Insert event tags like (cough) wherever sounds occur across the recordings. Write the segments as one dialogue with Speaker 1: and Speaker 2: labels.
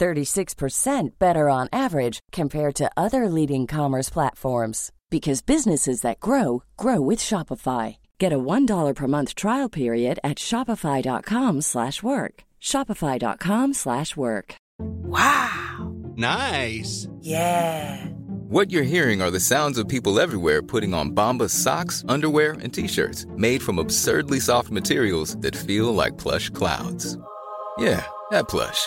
Speaker 1: 36% better on average compared to other leading commerce platforms because businesses that grow grow with Shopify. Get a $1 per month trial period at shopify.com/work. shopify.com/work.
Speaker 2: Wow.
Speaker 3: Nice.
Speaker 2: Yeah.
Speaker 4: What you're hearing are the sounds of people everywhere putting on Bombas socks, underwear, and t-shirts made from absurdly soft materials that feel like plush clouds. Yeah, that plush.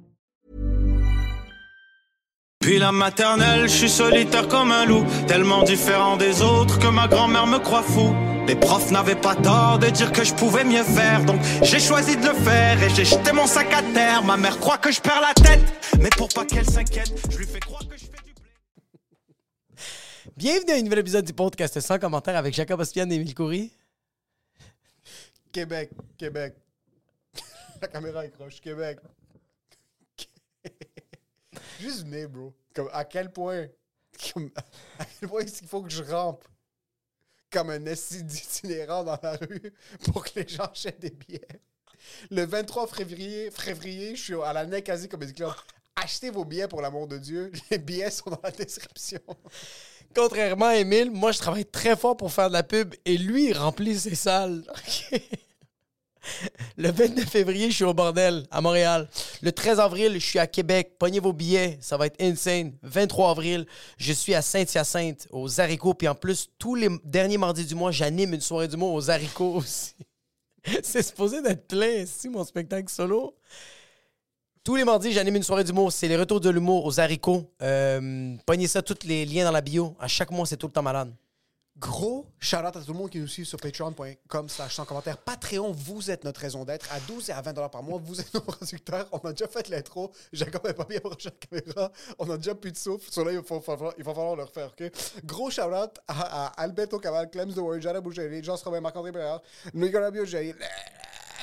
Speaker 5: Puis la maternelle, je suis solitaire comme un loup. Tellement différent des autres que ma grand-mère me croit fou. Les profs n'avaient pas tort de dire que je pouvais mieux faire. Donc j'ai choisi de le faire et j'ai jeté mon sac à terre. Ma mère croit que je perds la tête. Mais pour pas qu'elle s'inquiète, je lui fais croire que je fais du blé.
Speaker 6: Bienvenue à un nouvel épisode du podcast sans commentaire avec Jacob Ospian et Émile Coury.
Speaker 7: Québec, Québec. (laughs) La caméra accroche, Québec. (laughs) Juste venez, bro. Comme à quel point. comme, à quel point est-ce qu'il faut que je rampe comme un esti d'itinérant dans la rue pour que les gens achètent des billets. Le 23 février, février je suis à la Nekasi Comedy Club. Achetez vos billets pour l'amour de Dieu. Les billets sont dans la description.
Speaker 6: Contrairement à Émile, moi je travaille très fort pour faire de la pub et lui il remplit ses salles. Ok. Le 29 février, je suis au bordel à Montréal. Le 13 avril, je suis à Québec. Pognez vos billets, ça va être insane. 23 avril, je suis à Saint-Hyacinthe, aux haricots. Puis en plus, tous les derniers mardis du mois, j'anime une soirée du mois aux haricots aussi. (laughs) C'est supposé d'être plein, si, mon spectacle solo. Tous les mardis, j'anime une soirée d'humour. C'est les retours de l'humour aux haricots. Euh, pognez ça, tous les liens dans la bio. À chaque mois, c'est tout le temps malade.
Speaker 7: Gros shout-out à tout le monde qui nous suit sur patreon.com slash sans commentaire. Patreon, vous êtes notre raison d'être. À 12 et à 20 dollars par mois, vous êtes nos producteurs. On a déjà fait l'intro. Jacob n'est pas bien proche de la caméra. On a déjà plus de souffle. Sur là, il va falloir, il va falloir le refaire, OK? Gros shout-out à, à Alberto Caval, Clems de Warrior, Jada Boucherie, Jean Robin, Marc-André Béard, Nicolas Biogéry,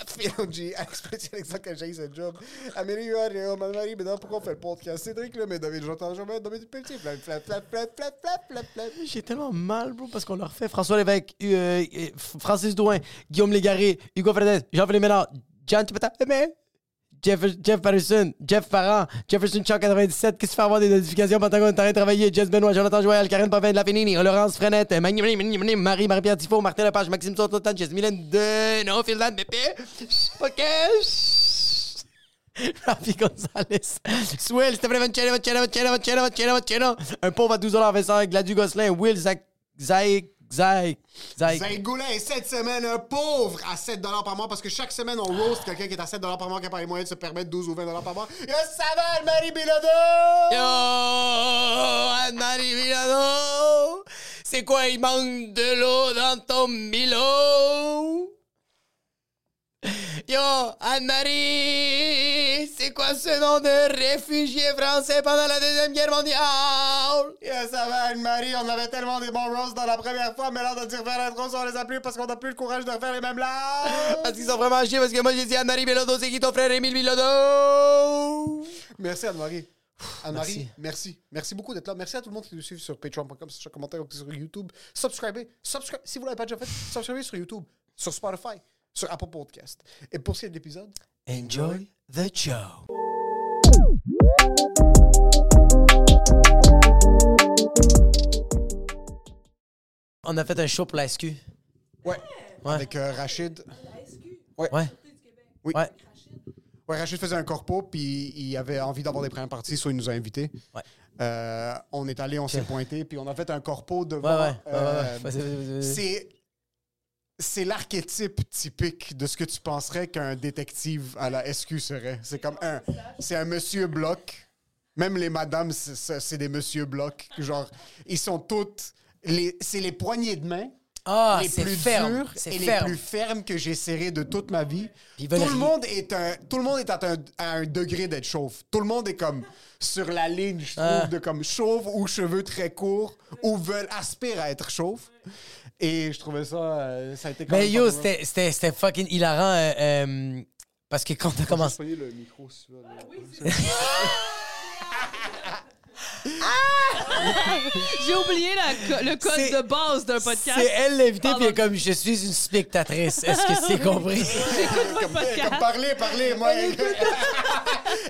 Speaker 7: Philonji, Alex Petit, Alexandre Cajay, c'est le job. Amélie Huard, Léo, Marie, maintenant, pourquoi on fait le podcast? Cédric Lemay, David Jontan, Jean-Baptiste, Dominique Pelletier, flap, flap, flap, flap, flap, flap, flap, flap.
Speaker 6: (laughs) J'ai tellement mal, bro, parce qu'on leur fait François Lévesque, euh, euh, Francis Douin, Guillaume Légaré, Hugo Fernandez, Jean-Philippe Ménard, John Tipeta, mais Jeff, Jeff Patterson, Jeff Parent, Jefferson Chan 97, qu'est-ce que tu fais avoir des notifications pendant qu'on est en train de travailler? Jess Benoît, Jonathan Joël, Karen Pavin de la Fénini, Laurence Frenette, euh, Magni- Magni- Magni- Magni- Marie, Marie-Pierre Tifo, Martin Lepage, Maxime Sototan, Jess Mylène Deneau, Finlande, Pépé, Pokesh, (laughs) Rafi Gonzalez, Swell, Stéphane Vancello, Vancello, Vancello, Vancello, Vancello, Vancello, un pauvre à 12 Vincent, Gladu Gosselin, Will, Zach, Zach, Zach, Zach.
Speaker 7: Zayn Ben, est cette semaine un pauvre à 7 par mois parce que chaque semaine on roast quelqu'un qui est à 7 par mois qui n'a pas les moyens de se permettre 12 ou 20 par mois. Yo, ça va, Marie Bilodeau?
Speaker 6: Yo, Anne-Marie Milano, c'est quoi, il manque de l'eau dans ton Milo? Yo, Anne-Marie, c'est quoi ce nom de réfugié français pendant la Deuxième Guerre mondiale?
Speaker 7: Yo, ça va, Anne-Marie? On avait tellement des bons roasts dans la première fois, mais là, on a dû refaire l'intro, ça, on les a plus parce qu'on n'a plus le courage de refaire les mêmes
Speaker 6: Parce (laughs)
Speaker 7: blagues.
Speaker 6: qu'ils sont vraiment chiés, parce que moi j'ai dit Anne-Marie Bilodeau, c'est qui ton frère Émile Bilodeau?
Speaker 7: merci, Anne-Marie. Anne-Marie,
Speaker 6: merci.
Speaker 7: merci. Merci beaucoup d'être là. Merci à tout le monde qui nous suit sur patreon.com, sur commentaire ou sur YouTube. Subscribez. Subscribe. Si vous ne l'avez pas déjà fait, subscribez sur YouTube, sur Spotify, sur Apple Podcast. Et pour ce qui est de l'épisode,
Speaker 6: Enjoy the show. On a fait un show pour la SQ.
Speaker 7: ouais,
Speaker 6: Ouais.
Speaker 7: avec euh, Rachid.
Speaker 6: Ouais.
Speaker 7: Oui.
Speaker 6: Ouais.
Speaker 7: Ouais, Rachid faisait un corpo, puis il avait envie d'avoir des premières parties, soit il nous a invités.
Speaker 6: Ouais.
Speaker 7: Euh, on est allé, on s'est pointé, puis on a fait un corpo devant.
Speaker 6: Ouais, ouais. ouais,
Speaker 7: euh,
Speaker 6: ouais, ouais. Vas-y, vas-y, vas-y.
Speaker 7: C'est. C'est l'archétype typique de ce que tu penserais qu'un détective à la SQ serait. C'est comme un. C'est un monsieur bloc, Même les madames, c'est- c'est c'est des monsieur blocs. Genre, ils sont toutes. les- C'est les poignées de main
Speaker 8: Ah,
Speaker 7: les
Speaker 8: c'est
Speaker 7: plus
Speaker 8: ferme.
Speaker 7: dures
Speaker 8: C'est
Speaker 7: et les
Speaker 8: ferme.
Speaker 7: plus fermes que j'ai serrées de toute ma vie.
Speaker 8: ils
Speaker 7: Tout
Speaker 8: veulent
Speaker 7: le,
Speaker 8: rien.
Speaker 7: monde est un, tout le monde est à un, à un degré d'être chauve. Tout le monde est comme sur la ligne, je trouve,
Speaker 8: Ah.
Speaker 7: de comme chauve ou cheveux très courts ou veulent aspirent à être chauve. Et je trouvais ça, euh, ça a été comme
Speaker 8: Mais yo, c'était- c'était c'était fucking hilarant. euh, euh, parce que quand t'as commencé.
Speaker 7: le micro
Speaker 9: J'ai oublié la co- le
Speaker 8: C'est-
Speaker 9: code de
Speaker 6: (laughs)
Speaker 9: base d'un podcast.
Speaker 8: C'est elle l'invité, puis elle est
Speaker 9: Pardon.
Speaker 8: comme je suis une spectatrice. Est-ce que c'est
Speaker 7: (laughs)
Speaker 8: compris?
Speaker 9: J'écoute pas de podcast.
Speaker 7: Comme parler, parler, Ah,
Speaker 8: (laughs)
Speaker 7: moi.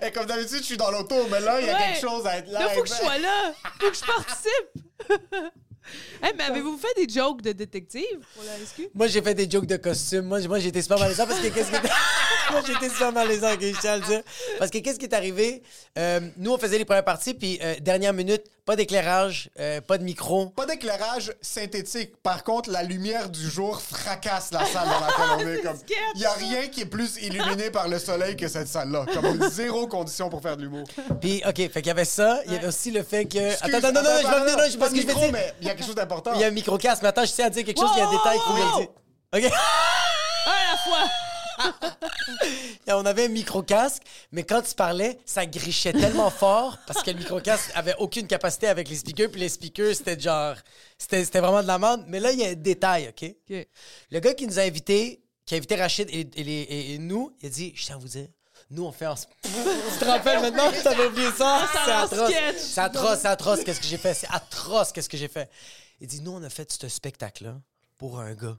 Speaker 7: et comme d'habitude, je suis dans l'auto, mais là, il y a
Speaker 9: Ouais.
Speaker 7: quelque chose à être là.
Speaker 9: Là, faut que je sois là. Faut que je (laughs) participe. Hey, mais avez-vous fait des jokes de détective pour la SQ?
Speaker 8: Moi, j'ai fait des jokes de costume. Moi, j'ai- moi j'étais super malaisant parce que qu'est-ce que. (laughs) moi, j'étais super malaisant, ok, je tiens à le dire. Parce que qu'est-ce qui est arrivé? Euh, nous, on faisait les premières parties, puis euh, dernière minute, pas d'éclairage, euh, pas de micro.
Speaker 7: Pas d'éclairage synthétique. Par contre, la lumière du jour fracasse la salle dans laquelle
Speaker 9: (laughs)
Speaker 7: on est. comme-
Speaker 9: sketch,
Speaker 7: Il n'y a
Speaker 9: ça.
Speaker 7: rien qui est plus illuminé par le soleil que cette salle-là. Comme zéro condition pour faire de l'humour.
Speaker 8: Puis, OK, fait qu'il y avait ça. Il y avait aussi le fait que.
Speaker 7: Excuse,
Speaker 8: Attends, attends, non, non, non, je vais venir, non, je
Speaker 7: pas
Speaker 8: parce
Speaker 7: de
Speaker 8: que je vais
Speaker 7: micro,
Speaker 8: dire-
Speaker 7: mais il y a quelque chose d'important.
Speaker 8: Il y a un micro-casque, mais attends, je tiens à dire quelque chose, il y a un
Speaker 9: Wow,
Speaker 8: détail
Speaker 9: wow, wow.
Speaker 8: qu'il faut dire. OK?
Speaker 9: Un à la fois.
Speaker 8: (laughs) Et on avait un micro-casque, mais quand tu parlais, ça grichait tellement fort parce que le micro-casque avait aucune capacité avec les speakers, puis les speakers, c'était genre. C'était c'était vraiment de la merde. Mais là, il y a un détail, OK?
Speaker 9: OK.
Speaker 8: Le gars qui nous a invités, qui a invité Rachid et, et les- et- et nous, il a dit Je tiens à vous dire, nous, on fait en. sp- tu te rappelles maintenant que t'avais oublié ça
Speaker 9: Ah,
Speaker 8: C'est
Speaker 9: en
Speaker 8: atroce.
Speaker 9: sketch.
Speaker 8: C'est atroce, c'est atroce, qu'est-ce que j'ai fait C'est atroce, qu'est-ce que j'ai fait Il dit Nous, on a fait ce spectacle-là pour un gars,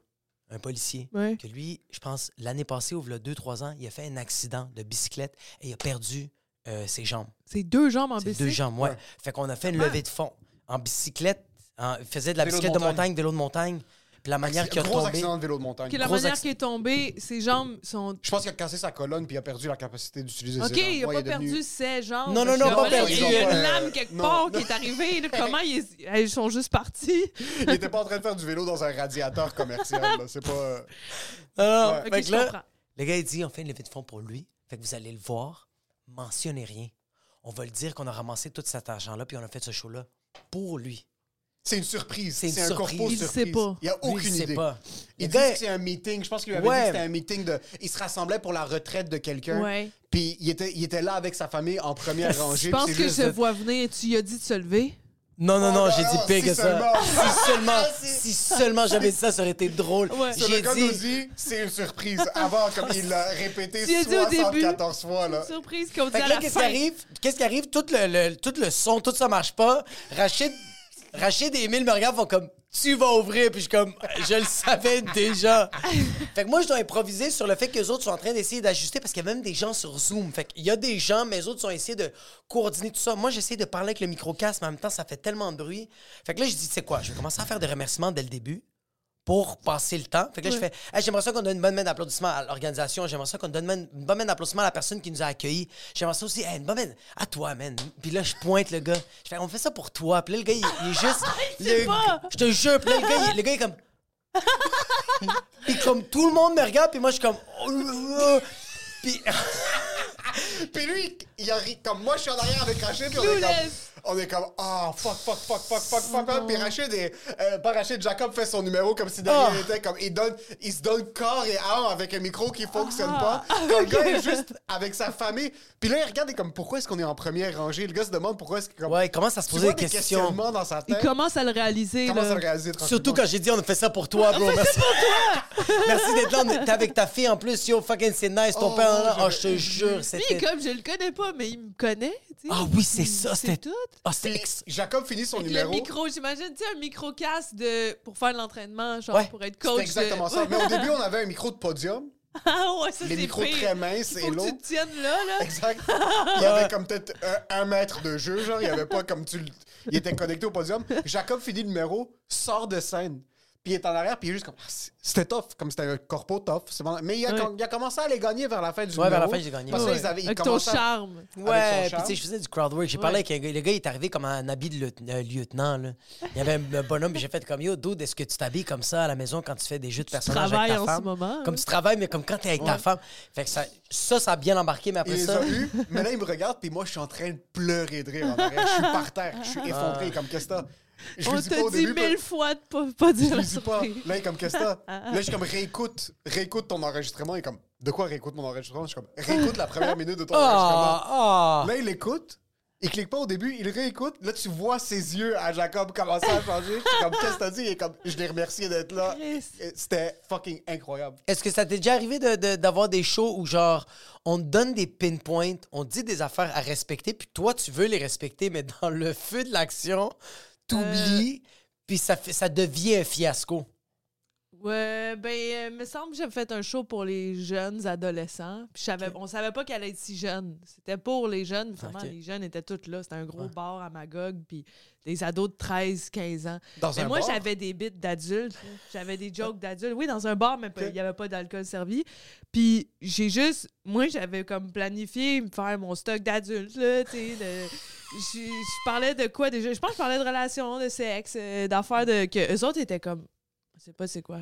Speaker 8: un policier,
Speaker 9: Ouais.
Speaker 8: que lui, je pense, l'année passée, ou il 2-3 ans, il a fait un accident de bicyclette et il a perdu euh, ses jambes.
Speaker 9: C'est deux jambes en
Speaker 8: C'est
Speaker 9: bicycle.
Speaker 8: deux jambes, ouais. Fait qu'on a fait une levée de fond en bicyclette. en- il faisait de la
Speaker 7: Vélo de
Speaker 8: bicyclette de montagne,
Speaker 7: montagne,
Speaker 8: vélo de montagne. Puis la manière qu'il a
Speaker 7: Gros
Speaker 8: tombé.
Speaker 7: accident de vélo de montagne.
Speaker 9: Que la
Speaker 8: Gros
Speaker 9: manière
Speaker 8: acc-
Speaker 9: qui est tombée, ses jambes sont.
Speaker 7: Je pense qu'il a cassé sa colonne puis il a perdu la capacité d'utiliser
Speaker 9: OK,
Speaker 7: ses jambes.
Speaker 9: il n'a
Speaker 7: Ouais,
Speaker 9: pas
Speaker 7: est devenu-
Speaker 9: perdu ses jambes.
Speaker 8: Non, non,
Speaker 9: Parce
Speaker 8: non,
Speaker 9: que,
Speaker 8: pas
Speaker 9: ouais,
Speaker 8: perdu.
Speaker 9: Il y a
Speaker 7: Ils ont
Speaker 9: une
Speaker 7: pas-
Speaker 9: lame quelque
Speaker 7: Non,
Speaker 9: part
Speaker 7: non.
Speaker 9: qui est
Speaker 8: (laughs)
Speaker 9: arrivée. là. Comment ils... ils sont juste partis?
Speaker 7: (laughs) Il était pas en train de faire du vélo dans un radiateur commercial. là. C'est pas... euh,
Speaker 8: Ah,
Speaker 7: Ouais.
Speaker 8: fait
Speaker 9: OK,
Speaker 8: que
Speaker 9: je
Speaker 8: là,
Speaker 9: comprends.
Speaker 8: le gars, il dit on fait une levée de fonds pour lui. Fait que vous allez le voir. Mentionnez rien. On va le dire qu'on a ramassé tout cet argent-là, puis on a fait ce show-là pour lui.
Speaker 7: C'est une surprise.
Speaker 8: C'est une
Speaker 7: C'est un
Speaker 8: surprise.
Speaker 7: corpo
Speaker 9: Il
Speaker 7: surprise.
Speaker 9: sait pas.
Speaker 7: Il n'y a
Speaker 8: Lui,
Speaker 7: aucune
Speaker 8: il sait
Speaker 7: idée.
Speaker 8: pas.
Speaker 7: Il
Speaker 8: Le
Speaker 7: dit
Speaker 8: gars-
Speaker 7: que c'est un meeting. Je pense qu'il lui avait
Speaker 8: Ouais.
Speaker 7: dit que c'était un meeting de. Il se rassemblait pour la retraite de quelqu'un.
Speaker 9: Ouais.
Speaker 7: Puis il était, il était là avec sa famille en première rangée.
Speaker 9: (laughs) Je
Speaker 7: puis
Speaker 9: pense
Speaker 7: c'est
Speaker 9: que
Speaker 7: juste
Speaker 9: je
Speaker 7: de-
Speaker 9: vois venir. Tu lui as dit de se lever.
Speaker 8: Non, non,
Speaker 7: Oh
Speaker 8: non,
Speaker 7: là
Speaker 8: j'ai
Speaker 7: là,
Speaker 8: dit pire
Speaker 7: si
Speaker 8: que ça.
Speaker 7: seulement.
Speaker 8: Si
Speaker 7: (laughs)
Speaker 8: seulement, si seulement j'avais dit ça, ça aurait été drôle.
Speaker 9: Ouais.
Speaker 7: Ce que le
Speaker 8: J'ai
Speaker 7: gars nous
Speaker 8: dit.
Speaker 7: dit, c'est une surprise. Avant, comme il l'a
Speaker 9: (laughs)
Speaker 7: répété
Speaker 9: Tu as dit au début.
Speaker 7: 74 fois. Là.
Speaker 9: Surprise qu'on dit
Speaker 8: Fait
Speaker 9: à
Speaker 8: que là,
Speaker 9: la
Speaker 8: qu'est-ce qui
Speaker 9: fin.
Speaker 8: arrive? Qu'est-ce qui arrive? Tout le, le- tout le son, tout ça marche pas. Rachid, Rachid et Emile me regardent, font comme Tu vas ouvrir. Puis je suis comme Je le savais déjà. fait que moi, je dois improviser sur le fait que les autres sont en train d'essayer d'ajuster parce qu'il y a même des gens sur Zoom. Fait qu'il y a des gens, mais les autres sont essayés de coordonner tout ça. Moi, j'essaie de parler avec le micro-casque, mais en même temps, ça fait tellement de bruit. Fait que là, je dis Tu sais quoi? Je vais commencer à faire des remerciements dès le début pour passer le temps. Fait que là, je fais Hey, j'aimerais ça qu'on donne une bonne main d'applaudissement à l'organisation. J'aimerais ça qu'on donne une une bonne main d'applaudissement à la personne qui nous a accueillis. J'aimerais ça aussi Hey, une bonne main à toi, man. Puis là, je pointe le gars. Je fais On fait ça pour toi. Puis là, le gars, il, (laughs) il est juste.
Speaker 9: sait
Speaker 8: le-
Speaker 9: pas.
Speaker 8: Je te jure. Puis là, le gars, il, le gars, il est (laughs) comme. puis comme tout le monde me regarde, puis moi,
Speaker 7: (laughs)
Speaker 8: je suis comme. Oh, oh, oh. Puis.
Speaker 7: Puis lui, il a ri. Comme moi, je suis en arrière avec Rachid. puis On est comme.
Speaker 9: Clueless.
Speaker 7: On est comme. Ah, fuck, fuck, fuck, fuck, fuck, fuck, fuck. Puis Rachid est. euh, pas Rachid, Jacob fait son numéro comme si de rien
Speaker 8: Ah.
Speaker 7: n'était. Comme il, donne, il se donne corps et âme avec un micro qui fonctionne
Speaker 9: Ah.
Speaker 7: pas. Comme le gars est juste avec sa famille. Puis là, il regarde et comme. Pourquoi est-ce qu'on est en première rangée Le gars se demande pourquoi est-ce que. Comme,
Speaker 8: Ouais, il commence à se
Speaker 7: tu
Speaker 8: poser
Speaker 7: vois
Speaker 8: des questions.
Speaker 7: questionnements dans sa
Speaker 9: Il
Speaker 7: tête.
Speaker 9: commence à le réaliser.
Speaker 7: Comment
Speaker 9: là.
Speaker 7: ça le réaliser
Speaker 8: Surtout quand j'ai dit on a fait ça pour toi, bro. Merci. (laughs) Merci d'être là. On était avec ta fille en plus. Yo, fucking, c'est nice. Ton
Speaker 7: Oh,
Speaker 8: père, là.
Speaker 7: j'avais-
Speaker 8: Oh, je (laughs) te jure,
Speaker 9: Lui,
Speaker 8: c'était.
Speaker 9: comme je le connais pas, mais il me connaît. tu sais.
Speaker 8: Ah oui, c'est ça,
Speaker 9: C'est
Speaker 8: c'était
Speaker 9: tout.
Speaker 8: Ah, c'était
Speaker 7: Puis
Speaker 8: ex-
Speaker 7: Jacob finit son
Speaker 9: Le
Speaker 7: numéro.
Speaker 9: micro, j'imagine, tu sais, un micro-casque de... pour faire de l'entraînement, genre
Speaker 8: Ouais.
Speaker 9: pour être
Speaker 7: C'est
Speaker 9: coach. euh.
Speaker 7: exactement
Speaker 9: de...
Speaker 7: ça. Mais au début, on avait un micro de podium.
Speaker 9: (laughs) Ah ouais, ça,
Speaker 7: Les
Speaker 9: c'est
Speaker 7: micros
Speaker 9: pire.
Speaker 7: très minces
Speaker 9: Il
Speaker 7: et
Speaker 9: faut que
Speaker 7: longs.
Speaker 9: tu te tiennes là, là.
Speaker 7: Exact. Il y avait comme peut-être un, un mètre de jeu, genre, il y avait pas comme tu. le- Il était connecté au podium. Jacob finit le numéro, sort de scène. Puis il est en arrière, puis il est juste comme. Ah, c'est- C'était tough, comme c'était un corpo tough. c'est bon. Mais il a,
Speaker 9: Ouais.
Speaker 7: com- il a commencé à les gagner vers la fin du
Speaker 8: Ouais, vers la
Speaker 7: numéro.
Speaker 8: fin, j'ai gagné.
Speaker 7: Parce que
Speaker 8: Ouais.
Speaker 7: ils avaient- ils
Speaker 9: Avec ton
Speaker 7: commençaient à-
Speaker 9: charme.
Speaker 7: avec
Speaker 8: Ouais,
Speaker 7: son
Speaker 8: puis tu sais, je faisais du crowd work. J'ai parlé avec un gars. Le gars, il est arrivé comme un habit de lieutenant. euh, lieutenant, là. Il y avait un, un bonhomme, puis j'ai fait comme Yo, dude, est-ce que tu t'habilles comme ça à la maison quand tu fais des jeux de personnages avec
Speaker 9: travailles
Speaker 8: ta
Speaker 9: en
Speaker 8: femme?
Speaker 9: ce moment,
Speaker 8: Comme
Speaker 9: hein.
Speaker 8: tu travailles, mais comme quand t'es avec ta femme. Fait que ça, ça, ça a bien embarqué, mais
Speaker 7: Il
Speaker 8: après
Speaker 7: les
Speaker 8: ça.
Speaker 7: a eus, mais là, il me regarde, puis moi, je suis en train de pleurer de rire en arrière. Je suis par terre, je
Speaker 8: Ah.
Speaker 7: suis effondré, comme qu'est-ce que t'as? Je
Speaker 9: On
Speaker 7: lui dis pas au
Speaker 9: te dit
Speaker 7: début, ben,
Speaker 9: mille fois de pas, pas
Speaker 7: Je
Speaker 9: dire
Speaker 7: lui
Speaker 9: la
Speaker 7: dis pas.
Speaker 9: surprise. Ah.
Speaker 7: Là, il est comme qu'est-ce
Speaker 9: (laughs)
Speaker 7: que t'as? Là, je suis comme réécoute, réécoute ton enregistrement. Il est comme de quoi réécoute mon enregistrement? Je suis comme réécoute la
Speaker 9: (laughs)
Speaker 7: première minute de ton enregistrement.
Speaker 8: Ah, ah.
Speaker 7: Là, il écoute. Il clique pas au début, il réécoute. Là, tu vois ses yeux à Jacob commencer à changer. Je suis comme, qu'est-ce que t'as dit? Il est comme, je les remercie d'être là.
Speaker 9: Chris.
Speaker 7: C'était fucking incroyable.
Speaker 8: Est-ce que ça t'est déjà arrivé de- de- d'avoir des shows où, genre, on te donne des pinpoints, on te dit des affaires à respecter, puis toi, tu veux les respecter, mais dans le feu de l'action, t'oublies, puis ça, fait- ça devient un fiasco?
Speaker 9: Ouais, ben, euh, me semble que j'avais fait un show pour les jeunes adolescents. Puis je savais, on savait pas qu'elle allait être si jeune. C'était pour les jeunes. Vraiment,
Speaker 8: Ok.
Speaker 9: les jeunes étaient tous là. C'était un gros bar à Magog, puis des ados de 13, 15 ans.
Speaker 7: Dans
Speaker 9: mais
Speaker 7: un
Speaker 9: moi,
Speaker 7: bar?
Speaker 9: j'avais des bits d'adultes. là. J'avais des jokes d'adultes. Oui, dans un bar, mais pas- il y avait pas d'alcool servi. Puis j'ai juste... Moi, j'avais comme planifié me faire mon stock d'adultes, là, tu sais, de- Je, je parlais de quoi déjà? Je pense que je parlais de relations, de sexe, euh, d'affaires de. que eux autres étaient comme. Je sais pas c'est quoi.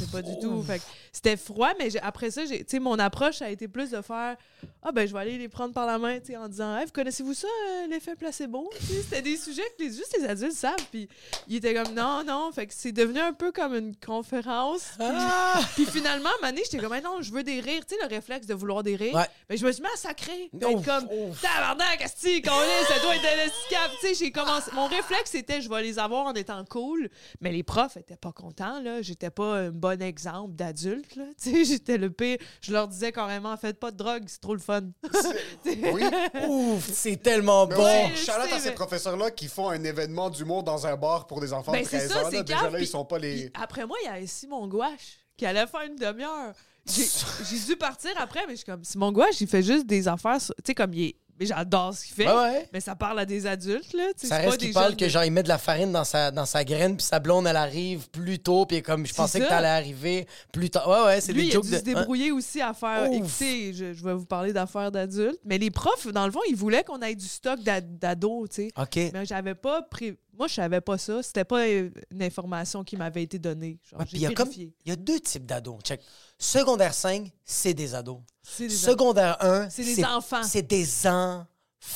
Speaker 9: C'est pas du tout. Fait que c'était froid, mais j'ai- après ça, j'ai, tu sais, mon approche a été plus de faire Ah, ben, je vais aller les prendre par la main, tu sais, en disant Hey, vous connaissez-vous ça, euh, l'effet placebo Tu sais, C'était des sujets que les, juste les adultes savent. Puis ils étaient comme Non, non. Fait que c'est devenu un peu comme une conférence. Puis, (laughs) puis finalement, à un moment donné, j'étais comme Hey, Non, je veux des rires. Tu sais, le réflexe de vouloir des rires.
Speaker 8: Ouais.
Speaker 9: Ben, je me suis mis à sacrer. Puis
Speaker 8: Ouf,
Speaker 9: être comme Tabarnak, Asti, qu'on est, ça doit être un escape. Tu sais, j'ai commencé. Mon réflexe, c'était Je vais les avoir en étant cool. Mais les profs étaient pas contents, là. J'étais pas un bon exemple d'adulte, là. (laughs) Tu sais, j'étais le pire. Je leur disais carrément, faites pas de drogue, c'est trop le fun. (laughs)
Speaker 7: Oui.
Speaker 8: Ouf, c'est tellement
Speaker 7: Mais
Speaker 8: bon!
Speaker 7: ouais,
Speaker 9: je
Speaker 7: shout-out
Speaker 9: sais,
Speaker 7: à ces
Speaker 9: mais-
Speaker 7: professeurs-là qui font un événement d'humour dans un bar pour des enfants
Speaker 9: Ben,
Speaker 7: de
Speaker 9: c'est
Speaker 7: 13
Speaker 9: ça,
Speaker 7: ans.
Speaker 9: c'est
Speaker 7: là. Déjà,
Speaker 9: grave.
Speaker 7: là, ils
Speaker 9: Puis-
Speaker 7: sont pas
Speaker 9: puis
Speaker 7: les...
Speaker 9: après moi, il y a Simon Gouache qui allait faire une demi-heure.
Speaker 8: (laughs)
Speaker 9: J'ai j'ai dû partir après, mais je suis comme Simon Gouache, il fait juste des affaires. sur- Tu sais, comme il est. Mais j'adore ce qu'il fait.
Speaker 8: Ouais, ouais.
Speaker 9: Mais ça parle à des adultes, là. Tu sais,
Speaker 8: Ça
Speaker 9: c'est pas
Speaker 8: reste
Speaker 9: des
Speaker 8: qu'il parle
Speaker 9: jeunes
Speaker 8: que
Speaker 9: de-
Speaker 8: genre il met de la farine dans sa, dans sa graine puis sa blonde elle arrive plus tôt puis comme je
Speaker 9: C'est
Speaker 8: pensais que
Speaker 9: ça.
Speaker 8: t'allais arriver plus tard. Ouais ouais, c'est
Speaker 9: Lui,
Speaker 8: des
Speaker 9: il a
Speaker 8: jokes
Speaker 9: dû
Speaker 8: de
Speaker 9: se débrouiller aussi à faire.
Speaker 8: Ouf.
Speaker 9: Écoutez, je, je vais vous parler d'affaires d'adultes. Mais les profs, dans le fond, ils voulaient qu'on ait du stock d'ad- d'ados, tu sais.
Speaker 8: Hein? OK. Ouais,
Speaker 9: Mais j'avais pas pré- Moi, je savais pas ça. C'était pas euh, une information qui m'avait été donnée. Genre,
Speaker 8: puis
Speaker 9: j'ai
Speaker 8: il y a comme
Speaker 9: vérifié.
Speaker 8: il y a deux types d'ados. Check. Secondaire 5, c'est des ados.
Speaker 9: C'est des
Speaker 8: Secondaire 1,
Speaker 9: C'est des enfants.
Speaker 8: C'est des enfants.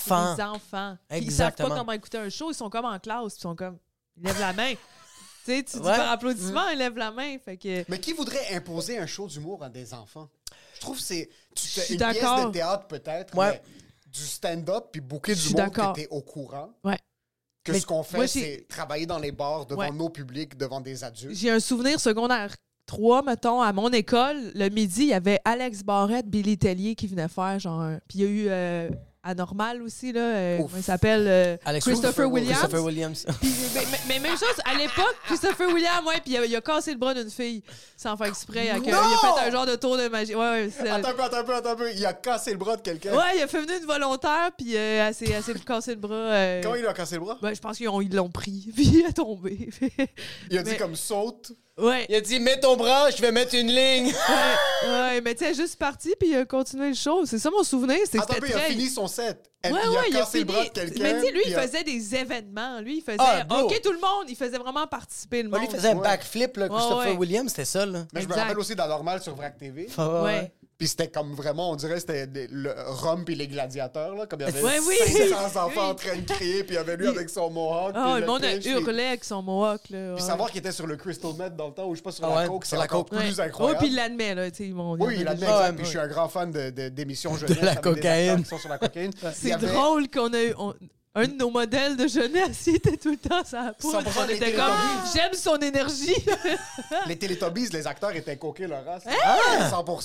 Speaker 9: enfants. Des enfants. Puis Ils savent
Speaker 8: Exactement.
Speaker 9: pas comment écouter un show. Ils sont comme en classe. puis Ils sont comme. Ils lèvent la main. (laughs) tu sais, tu dis
Speaker 8: Ouais.
Speaker 9: par applaudissement, ils lèvent la main. Fait que.
Speaker 7: Mais qui voudrait imposer un show d'humour à des enfants? Je trouve que c'est... Tu
Speaker 9: suis
Speaker 7: fais une pièce
Speaker 9: d'accord.
Speaker 7: de théâtre, peut-être,
Speaker 8: Ouais.
Speaker 7: mais du stand-up, puis bouquer
Speaker 9: Je
Speaker 7: du
Speaker 9: suis
Speaker 7: monde
Speaker 9: d'accord.
Speaker 7: que t'es au courant.
Speaker 9: Ouais.
Speaker 7: Que
Speaker 8: Mais
Speaker 7: ce qu'on fait,
Speaker 9: moi, j'ai-
Speaker 7: c'est travailler dans les bars, devant
Speaker 9: Ouais.
Speaker 7: nos publics, devant des adultes.
Speaker 9: J'ai un souvenir secondaire 3, mettons, à mon école. Le midi, il y avait Alex Barrette, Billy Tellier qui venait faire, genre. un- Puis il y a eu euh, Anormal aussi, là. euh,
Speaker 7: Ouf.
Speaker 9: comment il s'appelle euh,
Speaker 8: Alex
Speaker 9: Christopher Williams.
Speaker 8: Christopher Williams.
Speaker 9: Puis, mais, mais- mais même chose, à l'époque, Christopher Williams, ouais, puis il a, il a cassé le bras d'une fille sans faire exprès. avec, euh, il a fait un genre de tour de magie. Ouais, ouais, c'est-
Speaker 7: Attends un peu, attends un peu, attends un peu. Il a cassé le bras de quelqu'un.
Speaker 9: euh, ouais, il a fait venir une volontaire, puis euh, elle s'est elle s'est cassé le bras. euh,
Speaker 7: Comment il a cassé le bras?
Speaker 9: ben, je pense qu'ils ont- ils l'ont pris, (laughs) puis il est tombé.
Speaker 7: Il a dit
Speaker 9: mais-
Speaker 7: comme saute.
Speaker 9: ouais.
Speaker 8: Il a dit mets ton bras, je vais mettre une
Speaker 9: (laughs)
Speaker 8: ligne.
Speaker 9: Ouais, ouais, mais tu sais, juste parti puis il a continué le show. C'est ça mon souvenir, c'est que
Speaker 7: Attends un
Speaker 9: c'était
Speaker 7: peu, il a
Speaker 9: très...
Speaker 7: fini son set. Elle-
Speaker 9: Ouais,
Speaker 7: il a
Speaker 9: ouais,
Speaker 7: cassé le bras de
Speaker 9: fini.
Speaker 7: quelqu'un.
Speaker 9: Mais tu sais, lui,
Speaker 7: puis
Speaker 9: il
Speaker 7: a-
Speaker 9: faisait des événements. Lui, il faisait
Speaker 8: Ah, bro.
Speaker 9: OK, tout le monde. Il faisait vraiment participer le
Speaker 8: Lui
Speaker 9: monde.
Speaker 8: il faisait un
Speaker 7: Ouais.
Speaker 8: backflip là,
Speaker 9: Ouais,
Speaker 8: Christopher
Speaker 9: ouais.
Speaker 8: Williams, c'était ça là.
Speaker 7: Mais je me
Speaker 9: Exact.
Speaker 7: rappelle aussi d'Anormal sur Vrac TV.
Speaker 8: Ouais,
Speaker 9: Ouais.
Speaker 7: Puis c'était comme vraiment, on dirait que c'était des- le Rome puis les gladiateurs, là. Comme il y avait
Speaker 9: Ouais, oui.
Speaker 7: 500
Speaker 9: (laughs)
Speaker 7: enfants en
Speaker 9: Oui.
Speaker 7: train de crier, puis il y avait lui
Speaker 9: Il-
Speaker 7: avec son mohawk.
Speaker 9: Ah,
Speaker 7: puis
Speaker 9: le monde
Speaker 7: pitch, Puis,
Speaker 9: hurlait avec son mohawk, là.
Speaker 7: puis
Speaker 9: ouais.
Speaker 7: savoir qu'il était sur le Crystal Meth dans le temps, ou je sais pas, sur
Speaker 8: Ah ouais,
Speaker 7: la coke, c'est
Speaker 8: sur la
Speaker 7: encore
Speaker 8: coke.
Speaker 9: Ouais.
Speaker 7: plus
Speaker 9: Ouais, puis il
Speaker 7: incroyable.
Speaker 9: l'admet, là. tu sais, ils m'ont- ils
Speaker 7: Oui,
Speaker 9: m'ont
Speaker 7: il l'admet
Speaker 9: déjà-
Speaker 7: exact.
Speaker 8: ouais,
Speaker 7: Puis
Speaker 9: ouais.
Speaker 7: je suis un grand fan de- de- d'émissions de, jeunesse.
Speaker 8: la
Speaker 7: avec des acteurs
Speaker 8: cocaïne.
Speaker 7: qui sont sur la cocaïne. Il y
Speaker 9: (laughs) C'est
Speaker 7: avait-
Speaker 9: drôle qu'on a eu... on- Un de nos modèles de jeunesse, il était tout le temps sur la poudre.
Speaker 7: 100%
Speaker 9: On
Speaker 7: des
Speaker 9: était comme,
Speaker 7: Teletubbies.
Speaker 9: j'aime son énergie. (laughs)
Speaker 7: Les Teletubbies, les acteurs étaient coqués leur race.
Speaker 9: Hein?
Speaker 7: Ah! 100%.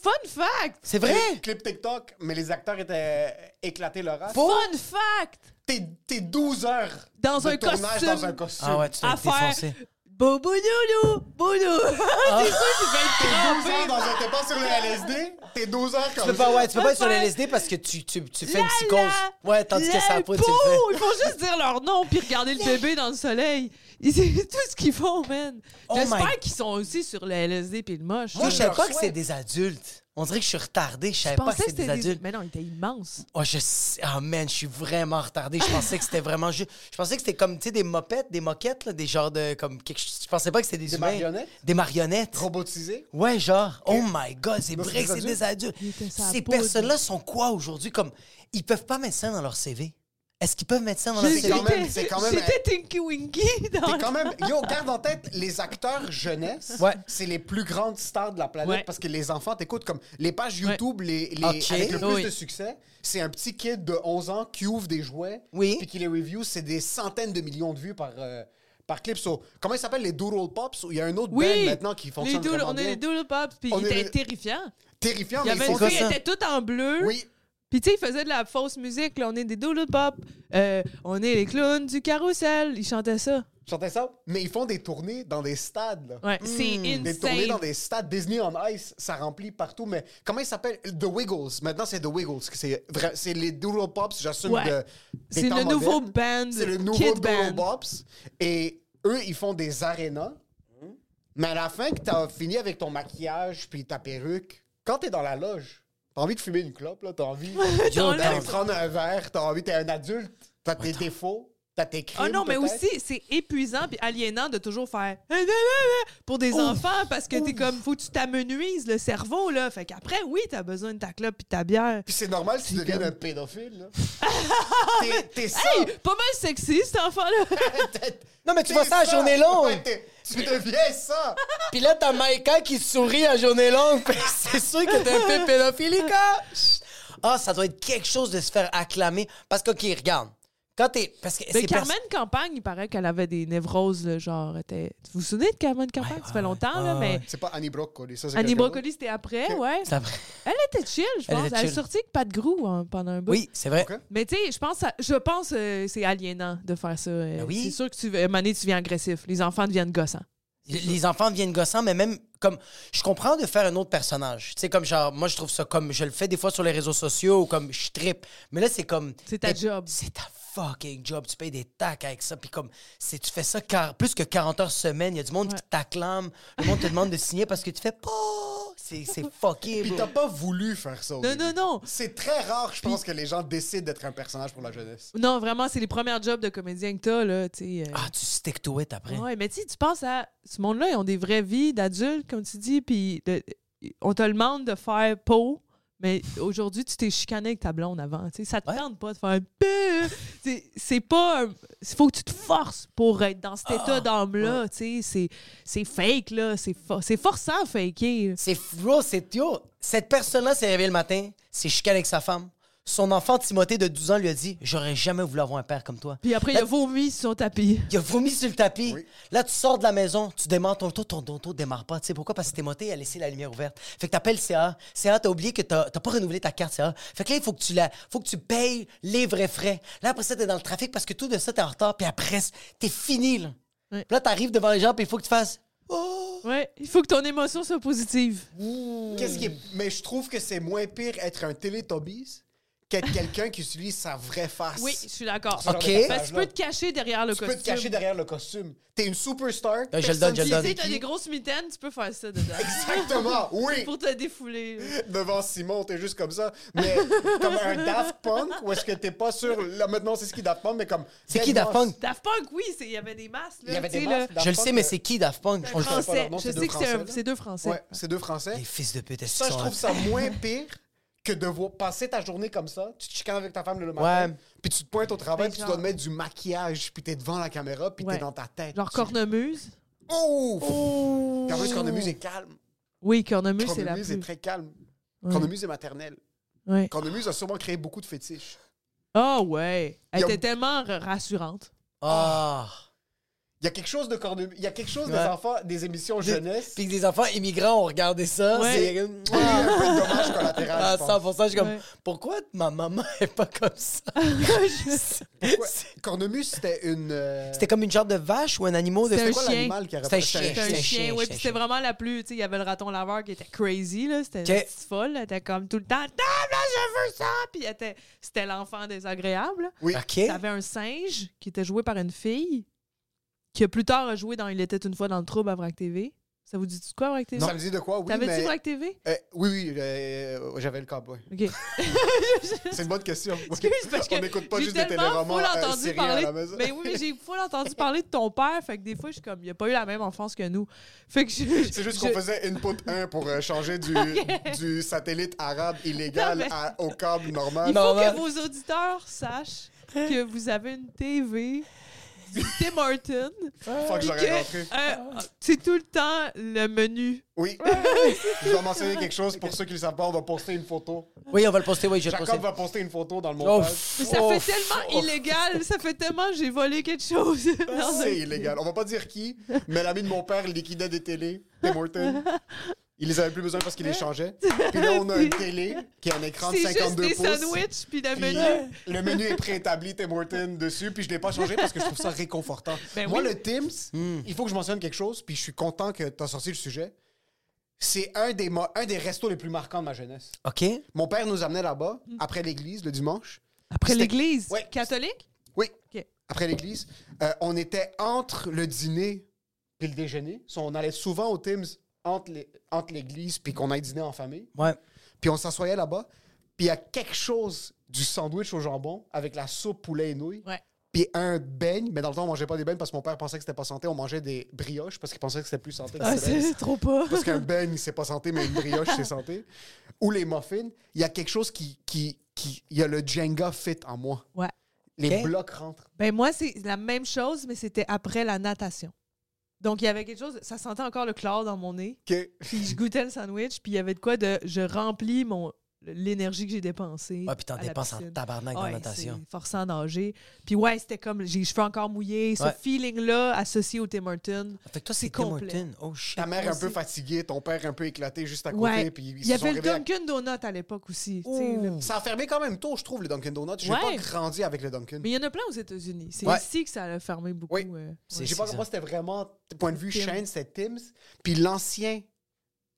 Speaker 9: Fun fact!
Speaker 8: C'est Ah! vrai
Speaker 7: Clip TikTok, mais les acteurs étaient éclatés leur race.
Speaker 9: Fun fact!
Speaker 7: T'es t'es 12 heures
Speaker 9: Dans
Speaker 7: de
Speaker 9: un
Speaker 7: tournage
Speaker 9: costume.
Speaker 7: dans un costume.
Speaker 8: Ah ouais, tu t'es
Speaker 9: à faire
Speaker 8: défoncé. Ah,
Speaker 9: Boubouloulou, boulou. C'est ça qui fait
Speaker 7: Ah! T'es 12
Speaker 9: cramper.
Speaker 7: heures dans un. T'es pas sur le LSD? T'es 12 heures
Speaker 8: Tu
Speaker 7: comme
Speaker 8: peux pas, ouais, tu peux pas être sur
Speaker 9: faire-
Speaker 8: l'LSD parce que tu, tu, tu fais une
Speaker 9: La,
Speaker 8: psychose.
Speaker 9: la,
Speaker 8: Ouais, tandis que ça a pas, tu
Speaker 9: L'alpo!
Speaker 8: le
Speaker 9: Ils font juste dire leur nom puis regarder le bébé dans le soleil. Ils- C'est (laughs) tout ce qu'ils font, man.
Speaker 8: Oh my-
Speaker 9: J'espère qu'ils sont aussi sur le LSD puis le moche.
Speaker 8: fais. Moi, je
Speaker 9: je
Speaker 8: savais
Speaker 7: leur
Speaker 8: pas que c'est
Speaker 7: souhaite.
Speaker 8: des adultes. On dirait que je suis retardé. Je savais pas que
Speaker 9: pensais que
Speaker 8: c'était des
Speaker 9: c'était des...
Speaker 8: adultes.
Speaker 9: Mais non, il était immense.
Speaker 8: Oh, je sais- Ah, man, je suis vraiment retardé. Je pensais que c'était vraiment juste. Je pensais que c'était comme, tu sais, des mopettes, des moquettes, là, des genres de. Comme... quelque- Je pensais pas que c'était des,
Speaker 7: Des
Speaker 8: humains.
Speaker 7: marionnettes?
Speaker 8: Des marionnettes.
Speaker 7: robotisé.
Speaker 8: Ouais, genre, oh my god, c'est
Speaker 7: Là, c'est
Speaker 8: vrai
Speaker 7: des
Speaker 8: que c'est des adultes.
Speaker 9: Il était sa
Speaker 8: Ces
Speaker 9: peau de-
Speaker 8: personnes-là sont quoi aujourd'hui? Comme, ils peuvent pas mettre ça dans leur CV. Est-ce qu'ils peuvent mettre ça dans leur
Speaker 7: Je
Speaker 8: CV?
Speaker 7: sais quand même- c'est
Speaker 9: J'étais
Speaker 7: quand même-
Speaker 9: j'étais Tinky Winky (laughs) dans
Speaker 7: T'es quand même. Yo, garde en tête, les acteurs jeunesse,
Speaker 8: Ouais.
Speaker 7: c'est les plus grandes stars de la planète
Speaker 9: Ouais.
Speaker 7: parce que les enfants t'écoutes comme les pages YouTube, les, les-
Speaker 8: Ok.
Speaker 7: avec le plus
Speaker 9: Oui.
Speaker 7: de succès. C'est un petit kid de 11 ans qui ouvre des jouets,
Speaker 8: Oui.
Speaker 7: puis qui les review. C'est des centaines de millions de vues par. euh, par clip, So, comment ils s'appellent les Doodle Pops? Il y a un autre band Ben, maintenant qui
Speaker 9: les
Speaker 7: fonctionne
Speaker 9: doodle-
Speaker 7: vraiment
Speaker 9: On a
Speaker 7: bien.
Speaker 9: les Doodle Pops, puis
Speaker 7: On
Speaker 9: il
Speaker 7: est
Speaker 9: était
Speaker 7: les-
Speaker 9: terrifiant.
Speaker 7: Terrifiant,
Speaker 9: Il y
Speaker 7: mais
Speaker 9: avait
Speaker 7: ils
Speaker 8: c'est
Speaker 9: une
Speaker 7: font
Speaker 8: quoi
Speaker 9: fille,
Speaker 8: ça?
Speaker 9: elle était toute en bleu.
Speaker 7: Oui,
Speaker 9: Puis tu sais, ils faisaient de la fausse musique. Là, on est des Doodle Pop. Euh, on est les clowns du carrousel. Ils chantaient ça.
Speaker 7: j'entends ça. Mais ils font des tournées dans des stades. là.
Speaker 9: Ouais, c'est
Speaker 7: Des tournées dans
Speaker 9: insane.
Speaker 7: des stades Disney on Ice, ça remplit partout. Mais comment il s'appelle The Wiggles. Maintenant, c'est The Wiggles. que C'est vrai- c'est les Doodle Pops, j'assume.
Speaker 9: Ouais.
Speaker 7: de- des
Speaker 9: C'est
Speaker 7: temps
Speaker 9: le nouveau
Speaker 7: modernes.
Speaker 9: band,
Speaker 7: C'est le nouveau
Speaker 9: kid
Speaker 7: Doodle
Speaker 9: band.
Speaker 7: Pops. Et eux, ils font des arénas. Mais à la fin, que t'as fini avec ton maquillage puis ta perruque, quand t'es dans la loge, t'as envie de fumer une clope, là, t'as
Speaker 9: (laughs)
Speaker 7: envie
Speaker 8: Yo,
Speaker 7: d'aller
Speaker 8: dans-
Speaker 7: prendre un verre, t'as envie, t'es un adulte, t'as tes défauts, t'as tes crimes.
Speaker 9: Ah non, mais
Speaker 7: peut-être.
Speaker 9: aussi, c'est épuisant puis aliénant de toujours faire Eh, pour des enfants parce que t'es comme, faut que tu t'amenuises le cerveau, là. Fait qu'après, oui, t'as besoin de ta clope puis ta bière.
Speaker 7: Puis c'est normal si tu deviens un pédophile. là. T'es- T'es ça.
Speaker 9: Hey, pas mal sexy,
Speaker 7: (laughs)
Speaker 9: cet enfant-là.
Speaker 8: Non, mais tu vois ça à journée longue.
Speaker 7: Ouais, t'es- tu deviens ça.
Speaker 8: Puis là, t'as Maïka qui sourit à journée longue. (laughs) Fait que C'est sûr que
Speaker 9: (laughs)
Speaker 8: t'es un peu pédophilique. hein? Ah, ça doit être quelque chose de se faire acclamer. Parce que, OK, regarde. Quand t'es. Parce que
Speaker 9: Mais
Speaker 8: c'est
Speaker 9: Ben, Carmen Campagne, il paraît qu'elle avait des névroses, là, genre. était- Vous vous souvenez de Carmen Campagne? ça fait longtemps, là, mais.
Speaker 7: C'est pas Annie Broccoli. Ça, c'est
Speaker 9: Annie
Speaker 7: quelqu'un d'autre.
Speaker 9: Brocoli, c'était après, ouais.
Speaker 8: pers- Ça-
Speaker 9: Elle était chill, je
Speaker 8: Elle
Speaker 9: pense.
Speaker 8: était
Speaker 9: Elle est
Speaker 8: chill.
Speaker 9: sortie avec Pat Grou hein, pendant un bout.
Speaker 8: Oui, c'est vrai.
Speaker 7: Ok.
Speaker 9: Mais tu sais, je pense, à- je pense euh, c'est aliénant de faire ça. euh,
Speaker 8: Ben oui.
Speaker 9: C'est sûr que tu, à un moment donné, tu deviens agressif. Les enfants deviennent gossants.
Speaker 8: les enfants deviennent gossants, mais même comme je comprends de faire un autre personnage. Tu sais, comme genre, moi je trouve ça comme je le fais des fois sur les réseaux sociaux, ou comme je trippe. Mais là, c'est comme.
Speaker 9: C'est ta
Speaker 8: Et-
Speaker 9: job.
Speaker 8: C'est ta fucking job. Tu payes des taxes avec ça. Puis comme, si tu fais ça car, plus que 40 heures semaine, il y a du monde qui t'acclame. Le monde te demande de signer parce que tu fais pas. C'est
Speaker 9: (laughs)
Speaker 8: c'est fucké,
Speaker 7: Puis
Speaker 8: bro.
Speaker 7: t'as pas voulu faire ça. au
Speaker 9: Non,
Speaker 7: début.
Speaker 9: non, non.
Speaker 7: C'est très rare, je pense, que les gens décident d'être un personnage pour la jeunesse.
Speaker 9: Non, vraiment, c'est les premières jobs de comédien que t'as, là, tu sais. euh,
Speaker 8: Ah, tu stick to it après.
Speaker 9: ouais, mais tu sais, tu penses à ce monde-là, ils ont des vraies vies d'adultes, comme tu dis, puis le- on te demande de faire peau, mais aujourd'hui, tu t'es chicané avec ta blonde avant, tu sais. Ça te
Speaker 8: Ouais.
Speaker 9: tente pas de faire... Bah! Tu sais, C'est pas... Il faut que tu te forces pour être dans cet état
Speaker 7: Ah,
Speaker 9: d'âme-là, tu sais. c'est- C'est fake, là. C'est fo- c'est forçant à faker.
Speaker 8: C'est bro, c'est yo. Cette personne-là s'est réveillée le matin, s'est chicanée avec sa femme. Son enfant Timothée de 12 ans lui a dit J'aurais jamais voulu avoir un père comme toi.
Speaker 9: Puis après, il
Speaker 7: Ben,
Speaker 8: Là,
Speaker 9: a vomi sur son tapis.
Speaker 8: Il a vomi sur le tapis. Là, tu sors de la maison, tu démarres ton auto, ton auto démarre pas. Tu sais pourquoi? Parce que Timothée a laissé la lumière ouverte. Fait que t'appelles CA. CA, t'as oublié que t'as t'as pas renouvelé ta carte CA. Fait que là, il faut que tu la, faut que tu payes les vrais frais. Là, après ça, t'es dans le trafic parce que tout de ça, t'es en retard. Puis après, t'es fini, là.
Speaker 9: Ouais.
Speaker 8: Puis là, t'arrives devant les gens, puis il faut que tu fasses. Oh!
Speaker 9: Ouais, il faut que ton émotion soit positive.
Speaker 7: Qu'est-ce qui est- Mais je trouve que c'est moins pire être un Teletubbies qu'être quelqu'un qui utilise sa vraie face.
Speaker 9: Oui, je suis d'accord.
Speaker 7: Ce genre
Speaker 8: Ok.
Speaker 7: de
Speaker 9: Parce que tu peux te cacher derrière le
Speaker 7: Tu peux
Speaker 9: costume. Ben,
Speaker 7: te cacher derrière le costume. T'es une superstar.
Speaker 8: je le donne, je le
Speaker 7: Personne
Speaker 8: donne.
Speaker 7: sait
Speaker 9: Si t'as
Speaker 7: qui.
Speaker 9: des grosses mitaines, tu peux faire ça dedans.
Speaker 7: (laughs) Exactement, oui.
Speaker 9: Pour te défouler.
Speaker 7: devant Simon, t'es juste comme ça. Mais comme un Daft Punk, où est-ce que t'es pas sûr. Là, maintenant, c'est ce qui Daft Punk, mais comme. ben,
Speaker 8: C'est qui Daft Punk?
Speaker 9: Daft Punk, oui, c'est- il y avait des masses. Là,
Speaker 7: Il y avait
Speaker 9: tu sais,
Speaker 7: des
Speaker 9: là.
Speaker 7: masques, Daft
Speaker 8: Je le
Speaker 7: Punk,
Speaker 8: sais, mais
Speaker 7: euh,
Speaker 8: c'est qui Daft Punk? On
Speaker 7: connais
Speaker 8: le-
Speaker 7: pas
Speaker 9: Français.
Speaker 7: leur nom,
Speaker 9: Je
Speaker 7: c'est
Speaker 9: sais
Speaker 7: deux
Speaker 9: que c'est un-
Speaker 7: Français, là.
Speaker 9: c'est deux Français.
Speaker 7: Ouais, c'est deux Français.
Speaker 8: Les fils de pute, est-ce
Speaker 7: Ça,
Speaker 8: qu'ils
Speaker 7: je
Speaker 8: sont-
Speaker 7: trouve ça moins pire que de voir passer ta journée comme ça. Tu te chicanes avec ta femme le matin,
Speaker 8: Ouais.
Speaker 7: puis tu te pointes au travail,
Speaker 9: Ben,
Speaker 7: puis tu
Speaker 9: genre-
Speaker 7: dois te mettre du maquillage, puis t'es devant la caméra, puis
Speaker 9: Ouais.
Speaker 7: t'es dans ta tête.
Speaker 9: Genre
Speaker 7: Tu-
Speaker 9: cornemuse.
Speaker 7: Ouf! Puis en plus, cornemuse est calme.
Speaker 9: Oui, cornemuse, c'est la
Speaker 7: Cornemuse
Speaker 9: plus.
Speaker 7: est très calme. Cornemuse est maternelle.
Speaker 9: Ouais.
Speaker 7: Cornemuse a sûrement créé beaucoup de fétiches.
Speaker 9: Ah ouais. Elle
Speaker 7: Il y a-
Speaker 9: était tellement r- rassurante.
Speaker 8: Ah!
Speaker 7: Il y a quelque chose de cornu... Il y a quelque chose
Speaker 8: Ouais.
Speaker 7: des enfants, des émissions
Speaker 8: Des-
Speaker 7: jeunesse.
Speaker 8: Puis que des enfants immigrants ont regardé ça.
Speaker 9: Ouais.
Speaker 8: c'est-
Speaker 7: Il y a un peu de dommages collatéraux,
Speaker 9: Ah,
Speaker 8: À
Speaker 7: ah, je pense.
Speaker 8: 100%, je suis comme,
Speaker 9: Ouais.
Speaker 8: pourquoi ma maman (laughs) est pas comme ça?
Speaker 7: Ouais. Cornemuse, c'était une. euh,
Speaker 8: C'était comme une genre de vache ou un animal de
Speaker 9: C'était
Speaker 7: quoi
Speaker 9: un chien.
Speaker 7: l'animal qui a
Speaker 8: C'était un
Speaker 7: rapproché-
Speaker 8: chien.
Speaker 9: C'était un
Speaker 8: C'était
Speaker 9: chien, oui. Puis c'était
Speaker 8: chien.
Speaker 9: vraiment la plus. Tu sais, il y avait le raton laveur qui était crazy, là. C'était
Speaker 8: Ok.
Speaker 9: une petite folle. Elle était comme tout le temps. Dame, là, je veux ça! Puis elle était- c'était l'enfant désagréable.
Speaker 7: Oui.
Speaker 8: OK.
Speaker 9: T'avais un singe qui était joué par une fille qui a plus tard a joué dans Il était une fois dans le trouble à Vrac TV. Ça vous dit de quoi, Vrac TV?
Speaker 7: Ça me dit de quoi, oui.
Speaker 9: T'avais-tu
Speaker 7: mais-
Speaker 9: Vrac TV?
Speaker 7: Euh, oui, oui, euh, j'avais le câble. ouais.
Speaker 9: (laughs) OK.
Speaker 7: C'est une bonne question. Oui.
Speaker 9: (laughs) Excuse, parce que
Speaker 7: On n'écoute pas
Speaker 9: j'ai
Speaker 7: juste des
Speaker 9: tellement
Speaker 7: téléromans
Speaker 9: full
Speaker 7: euh,
Speaker 9: entendu
Speaker 7: syriens à
Speaker 9: parler-
Speaker 7: la maison.
Speaker 9: Ben oui, mais j'ai full entendu parler de ton père. Fait que des fois, je suis comme, il a pas eu la même enfance que nous. Fait que je-
Speaker 7: (laughs) C'est juste
Speaker 9: je-
Speaker 7: qu'on faisait input 1 pour euh, changer
Speaker 9: (laughs)
Speaker 7: du, du satellite arabe illégal
Speaker 9: Non, mais-
Speaker 7: à- au câble
Speaker 9: Il
Speaker 7: normal.
Speaker 9: faut
Speaker 8: Normal.
Speaker 9: que vos auditeurs sachent que vous avez une TV du Tim Horton.
Speaker 7: Faut Ah, que
Speaker 9: puis
Speaker 7: j'aurais
Speaker 9: que,
Speaker 7: rentré.
Speaker 9: euh, C'est tout le temps le menu.
Speaker 7: Oui. Je dois mentionner quelque chose. Pour ceux qui ne le savent pas, on va poster une photo.
Speaker 8: Oui, on va le poster, oui, je vais le
Speaker 7: Jacob
Speaker 8: poster.
Speaker 7: va poster une photo dans le
Speaker 8: Oh,
Speaker 7: montage.
Speaker 8: pff,
Speaker 9: Mais ça
Speaker 8: oh,
Speaker 9: fait tellement illégal, ça fait tellement j'ai volé quelque chose. Non,
Speaker 7: Ah, C'est illégal. On va pas dire qui, mais l'ami de mon père liquidait des télés, Tim Horton. Il les avait plus besoin parce qu'il les changeait. Puis là, on a une télé qui a un écran de
Speaker 9: C'est juste
Speaker 7: 52
Speaker 9: des
Speaker 7: pouces.
Speaker 9: sandwichs puis le
Speaker 7: Puis
Speaker 9: menu.
Speaker 7: le menu est préétabli Tim Horton dessus, puis je l'ai pas changé parce que je trouve ça réconfortant.
Speaker 9: Ben
Speaker 7: Moi,
Speaker 9: oui.
Speaker 7: le Tim's, il faut que je mentionne quelque chose, puis je suis content que tu as sorti le sujet. C'est un des, mo- un des restos les plus marquants de ma jeunesse.
Speaker 8: OK.
Speaker 7: Mon père nous amenait là-bas,
Speaker 9: Hmm.
Speaker 7: après l'église, le dimanche.
Speaker 9: Après
Speaker 7: C'était-
Speaker 9: l'église
Speaker 7: Ouais.
Speaker 9: catholique?
Speaker 7: Oui.
Speaker 9: Ok.
Speaker 7: Après l'église. Euh, on était entre le dîner puis le déjeuner. So, on allait souvent au Tim's entre les- entre l'église puis qu'on aille dîner en famille.
Speaker 8: Ouais.
Speaker 7: Puis on s'assoyait là-bas. Puis il y a quelque chose du sandwich au jambon avec la soupe poulet et nouilles.
Speaker 9: Ouais.
Speaker 7: Puis un beigne. Mais dans le temps, on mangeait pas des beignes parce que mon père pensait que c'était pas santé. On mangeait des brioches parce qu'il pensait que c'était plus santé que
Speaker 9: Ah,
Speaker 7: c'était
Speaker 9: c'est trop pas.
Speaker 7: parce qu'un beigne, c'est pas santé, mais une brioche, c'est santé. Ou les muffins. Il y a quelque chose qui... qui, qui il y a le Jenga fit en moi.
Speaker 9: Ouais.
Speaker 7: Les
Speaker 8: Ok.
Speaker 7: blocs rentrent.
Speaker 9: (laughs) Ben moi, c'est la même chose, mais c'était après la natation. Donc, il y avait quelque chose, ça sentait encore le chlore dans mon nez. (laughs)
Speaker 7: Ok.
Speaker 9: Puis je goûtais le sandwich, puis il y avait de quoi de je remplis mon l'énergie que j'ai dépensée.
Speaker 7: Ah,
Speaker 8: Ouais, puis t'en
Speaker 9: à la
Speaker 8: dépenses en
Speaker 9: piscine.
Speaker 8: tabarnak dans
Speaker 9: Ouais,
Speaker 8: la natation.
Speaker 9: c'est Forçant à nager. Puis ouais, c'était comme j'ai les cheveux encore mouillés, ce
Speaker 8: Ouais.
Speaker 9: feeling-là associé au Tim Horton.
Speaker 8: Fait que toi, c'est
Speaker 9: C'est
Speaker 8: Tim
Speaker 9: complet.
Speaker 8: Hortons. Oh, shit.
Speaker 7: Ta mère un
Speaker 9: Moi
Speaker 7: peu
Speaker 9: aussi.
Speaker 7: fatiguée, ton père un peu éclaté juste à côté.
Speaker 9: Ouais.
Speaker 7: Puis ils
Speaker 9: Il
Speaker 7: se
Speaker 9: y
Speaker 7: sont
Speaker 9: avait le
Speaker 7: réveillés à-
Speaker 9: Dunkin' Donut à l'époque aussi. tu sais, le-
Speaker 7: Ça a fermé quand même tôt, je trouve, le Dunkin' Donuts. J'ai
Speaker 9: Ouais.
Speaker 7: pas grandi avec le Dunkin'.
Speaker 9: Mais il y en a plein aux États-Unis. C'est
Speaker 7: Ouais.
Speaker 9: ici que ça a fermé beaucoup.
Speaker 7: Oui.
Speaker 9: euh,
Speaker 8: C'est-
Speaker 7: J'ai pas
Speaker 8: ça.
Speaker 7: moi c'était vraiment point de vue
Speaker 9: Tim.
Speaker 7: chaîne, c'était Tim's, puis l'ancien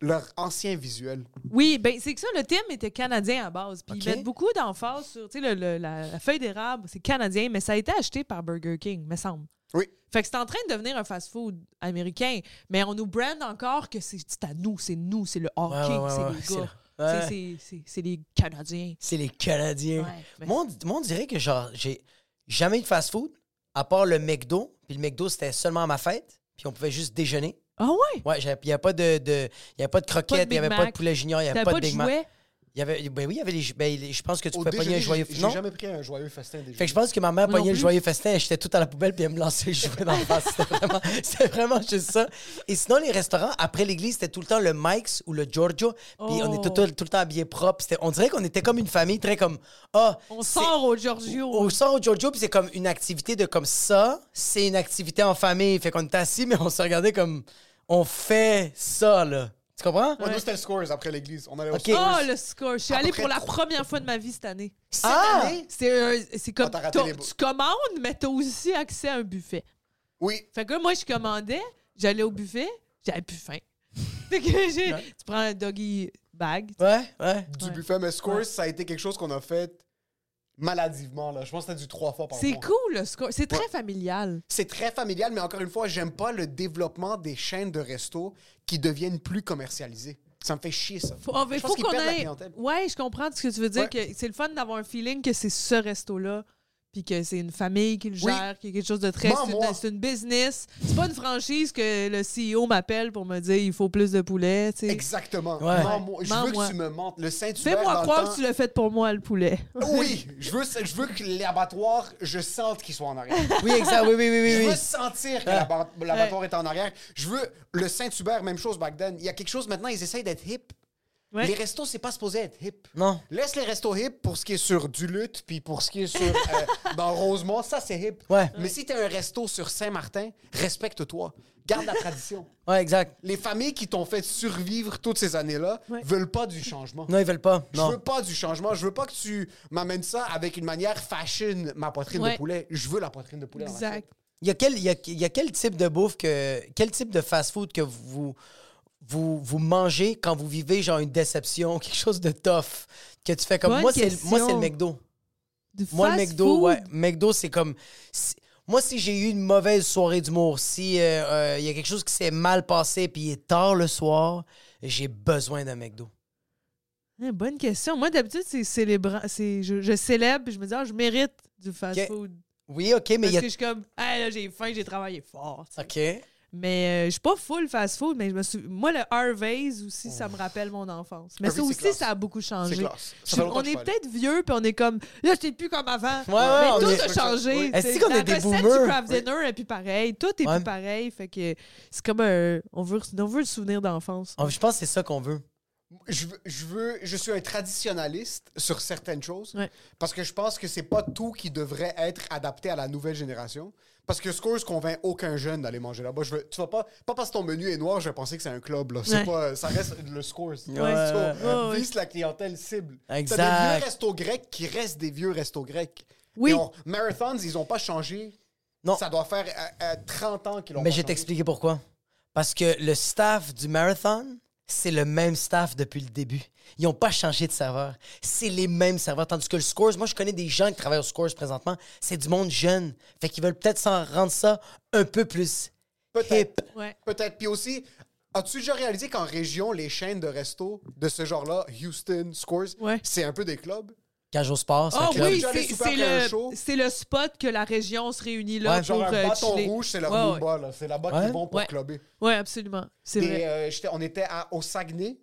Speaker 7: leur ancien visuel.
Speaker 9: Oui, ben c'est que ça, le thème était canadien à base. Puis
Speaker 8: Ok.
Speaker 9: ils mettent beaucoup d'emphase sur, tu sais, le- le- la, la feuille d'érable, c'est canadien, mais ça a été acheté par Burger King, me semble.
Speaker 7: Oui.
Speaker 9: Fait que c'est en train de devenir un fast-food américain, mais on nous brand encore que c'est c'est à nous, c'est nous, c'est le hockey,
Speaker 8: Ouais, ouais, ouais, ouais,
Speaker 9: c'est les gars.
Speaker 8: le- ouais.
Speaker 9: C'est- c'est- C'est c'est les Canadiens.
Speaker 8: C'est les Canadiens.
Speaker 9: Ouais, mais-
Speaker 8: Moi, on- moi, on dirait que genre, j'ai jamais eu de fast-food, à part le McDo. Puis le McDo, c'était seulement à ma fête. Puis on pouvait juste déjeuner.
Speaker 9: Ah ouais?
Speaker 8: Ouais, j'avais- il n'y avait pas de, de- il y avait pas de croquettes, il n'y
Speaker 9: Big
Speaker 8: avait pas de
Speaker 9: Mac.
Speaker 8: poulet junior, il n'y avait
Speaker 9: T'avais
Speaker 8: pas de
Speaker 9: de
Speaker 8: Big Mac.
Speaker 9: jouets?
Speaker 8: Il y avait, ben oui, il y avait les, ben, les- je pense que tu
Speaker 7: Au
Speaker 8: pouvais pogner
Speaker 7: déjeuner,
Speaker 8: un joyeux
Speaker 7: j'ai
Speaker 8: festin.
Speaker 7: j'ai jamais pris un joyeux festin déjà.
Speaker 8: Fait que je pense que ma mère
Speaker 9: Moi non
Speaker 8: pognait le
Speaker 9: plus.
Speaker 8: joyeux festin, elle jetait tout à la poubelle puis elle me lançait le jouet dans le face. C'était vraiment, (laughs) c'était vraiment juste ça. Et sinon, les restaurants, après l'église, c'était tout le temps le Mike's ou le Giorgio. Puis on était
Speaker 9: Oh.
Speaker 8: tout, tout le temps habillés propres. C'était- On dirait qu'on était comme une famille très comme. Ah,
Speaker 9: On
Speaker 8: c'est-
Speaker 9: sort au Giorgio.
Speaker 8: on sort au Giorgio, puis c'est comme une activité de comme ça. C'est une activité en famille. Fait qu'on était assis, mais on se regardait comme. On fait ça, là. Tu comprends?
Speaker 7: Ouais, nous c'était le Scores après l'église, on allait au
Speaker 8: Ok.
Speaker 7: Scores.
Speaker 9: Oh, le score! Je suis
Speaker 7: À peu
Speaker 9: allée
Speaker 7: près
Speaker 9: pour la
Speaker 7: trois-
Speaker 9: première fois de ma vie cette année.
Speaker 8: Ah!
Speaker 9: C'est un-
Speaker 7: Ah,
Speaker 9: c'est comme.
Speaker 7: t'as raté
Speaker 9: t'as-
Speaker 7: les bouts.
Speaker 9: Tu commandes, mais t'as aussi accès à un buffet. Ah!
Speaker 7: Oui,
Speaker 9: Fait que là, moi, je commandais, j'allais au buffet, j'avais plus faim. (laughs) Fait que j'ai. Tu prends un doggy bag.
Speaker 8: Ouais, ouais.
Speaker 7: du
Speaker 9: Ouais.
Speaker 7: buffet mais Scores
Speaker 9: Ouais.
Speaker 7: ça a été quelque chose qu'on a fait maladivement là. Je pense que c'était du trois fois par
Speaker 9: C'est
Speaker 7: mois.
Speaker 9: cool, le score. C'est très familial.
Speaker 7: C'est très familial, mais encore une fois, j'aime pas le développement des chaînes de resto qui deviennent plus commercialisées. Ça me fait chier, ça.
Speaker 9: Faut, on-
Speaker 7: Je pense
Speaker 9: faut
Speaker 7: qu'ils
Speaker 9: qu'on
Speaker 7: perdent la
Speaker 9: ait.
Speaker 7: clientèle.
Speaker 9: Ouais, je comprends ce que tu veux dire.
Speaker 7: Ouais.
Speaker 9: que C'est le fun d'avoir un feeling que c'est ce resto-là. Puis que c'est une famille qui le
Speaker 7: Oui.
Speaker 9: gère, qu'il y a quelque chose de très.
Speaker 7: Moi,
Speaker 9: c'est une-
Speaker 7: moi.
Speaker 9: C'est une, business. C'est pas une franchise que le CEO m'appelle pour me dire il faut plus de poulet. tu sais.
Speaker 7: Exactement.
Speaker 8: Ouais.
Speaker 7: Mens-moi. Je veux
Speaker 9: Mens-moi.
Speaker 7: que tu me mentes. Le Saint-Hubert. dans
Speaker 9: Fais-moi
Speaker 7: le
Speaker 9: croire
Speaker 7: temps-
Speaker 9: que tu l'as fait pour moi, le (laughs) poulet.
Speaker 7: (laughs) Oui, je veux, je veux que l'abattoir, je sente qu'il soit en arrière.
Speaker 8: Oui, exact. Oui, oui, oui, oui.
Speaker 7: Je
Speaker 8: oui. Ah.
Speaker 7: veux sentir que l'abat- l'abattoir est en arrière. Je veux le Saint-Hubert, même chose back then. Il y a quelque chose maintenant, ils essayent d'être hip.
Speaker 9: Ouais.
Speaker 7: Les restos, c'est pas supposé être hip.
Speaker 8: Non.
Speaker 7: Laisse les restos hip pour ce qui est sur Duluth, puis pour ce qui est sur
Speaker 8: (laughs)
Speaker 7: euh, dans Rosemont, ça c'est hip.
Speaker 8: Ouais.
Speaker 7: Mais si t'as un resto sur Saint-Martin, respecte-toi. Garde la tradition.
Speaker 8: Ouais, exact.
Speaker 7: Les familles qui t'ont fait survivre toutes ces années-là veulent pas du changement.
Speaker 8: Non, ils veulent pas.
Speaker 7: Je veux
Speaker 8: Non.
Speaker 7: pas du changement. Je veux pas que tu m'amènes ça avec une manière fashion, ma poitrine de
Speaker 9: Ouais.
Speaker 7: poulet. Je veux la poitrine de poulet. dans l'assiette.
Speaker 9: Exact.
Speaker 8: Il y, a quel, il, y a, il y a quel type de bouffe que. Quel type de fast-food que vous, vous, vous mangez quand vous vivez, genre, une déception, (laughs) quelque chose de tough, que tu fais comme.
Speaker 9: Bonne
Speaker 8: moi, c'est le- moi, c'est le
Speaker 9: question.
Speaker 8: McDo.
Speaker 9: Du
Speaker 8: Moi, le
Speaker 9: fast
Speaker 8: McDo,
Speaker 9: food.
Speaker 8: ouais. McDo, c'est comme. si- Moi, si j'ai eu une mauvaise soirée d'humour, si euh, euh, il y a quelque chose qui s'est mal passé puis il est tard le soir, j'ai besoin d'un McDo.
Speaker 9: Hein, bonne question. Moi, d'habitude, c'est célébra- c'est je, je célèbre, puis je me dis, ah, je mérite du fast-food.
Speaker 8: Oui, OK, mais
Speaker 9: Parce
Speaker 8: il y a.
Speaker 9: que je suis comme, ah là, j'ai faim, j'ai travaillé fort. tu sais.
Speaker 8: OK.
Speaker 9: Mais euh, je suis pas full fast-food, mais je me suis... moi, le Harvey's aussi, ça me rappelle mon enfance. Mais
Speaker 7: Oh. Harvey's,
Speaker 9: ça
Speaker 7: c'est
Speaker 9: aussi,
Speaker 7: classe.
Speaker 9: ça a beaucoup changé.
Speaker 7: C'est classe. Ça
Speaker 9: Je-
Speaker 7: fait longtemps
Speaker 9: on
Speaker 7: que je
Speaker 9: est
Speaker 7: suis pas
Speaker 9: peut-être vieux, puis on est comme, là, j'étais plus comme avant.
Speaker 8: Ouais, ouais, on
Speaker 9: mais tout
Speaker 8: est-
Speaker 9: a changé.
Speaker 8: Est-ce
Speaker 9: tu sais.
Speaker 8: qu'on est
Speaker 9: La
Speaker 8: des
Speaker 9: recette
Speaker 8: boomers?
Speaker 9: du craft dinner est plus pareil. Tout est
Speaker 8: Ouais.
Speaker 9: plus pareil. Fait que c'est comme un... On veut, on veut le souvenir d'enfance.
Speaker 8: Oh, je pense que c'est ça qu'on veut.
Speaker 7: je, veux- je veux, je suis un traditionnaliste sur certaines choses
Speaker 9: Ouais.
Speaker 7: parce que je pense que c'est pas tout qui devrait être adapté à la nouvelle génération. Parce que Scores convainc aucun jeune d'aller manger là-bas. Je veux, tu vas pas, pas parce que ton menu est noir, je vais penser que c'est un club. Là. C'est
Speaker 9: Ouais.
Speaker 7: Pas, ça reste le Scores.
Speaker 8: Ouais.
Speaker 9: Ouais, ouais.
Speaker 7: vise la clientèle cible.
Speaker 8: Exact.
Speaker 7: T'as des vieux restos grecs qui restent des vieux restos grecs.
Speaker 9: Oui.
Speaker 7: Et on- marathons, ils ont pas changé.
Speaker 8: Non.
Speaker 7: Ça doit faire euh, euh, 30 ans qu'ils l'ont pas
Speaker 8: Mais je vais
Speaker 7: changé.
Speaker 8: t'expliquer pourquoi. Parce que le staff du marathon, c'est le même staff depuis le début. Ils n'ont pas changé de serveur. C'est les mêmes serveurs. Tandis que le Scores, moi, je connais des gens qui travaillent au Scores présentement. C'est du monde jeune. Fait qu'ils veulent peut-être s'en rendre ça un peu plus hip.
Speaker 7: Peut-être.
Speaker 9: Ouais.
Speaker 7: Peut-être. Puis aussi, as-tu déjà réalisé qu'en région, les chaînes de resto de ce genre-là, Houston, Scores,
Speaker 9: Ouais.
Speaker 7: c'est un peu des clubs?
Speaker 8: Quand j'ose sport, c'est un
Speaker 9: Ah
Speaker 8: club.
Speaker 9: oui,
Speaker 7: Déjà allé
Speaker 9: c'est-
Speaker 7: souper
Speaker 9: c'est
Speaker 7: après un show?
Speaker 9: le, c'est le spot que la région se réunit là
Speaker 8: Ouais,
Speaker 9: pour
Speaker 7: Genre un
Speaker 9: euh,
Speaker 7: bâton
Speaker 9: chiller.
Speaker 7: rouge, c'est leur
Speaker 9: Ouais, ouais.
Speaker 7: mouba, là. C'est là-bas
Speaker 8: Ouais.
Speaker 7: qu'ils vont pour
Speaker 9: Ouais.
Speaker 7: clubber.
Speaker 9: Ouais, absolument. C'est
Speaker 7: Des,
Speaker 9: vrai.
Speaker 7: euh, j'étais- on était à- au Saguenay,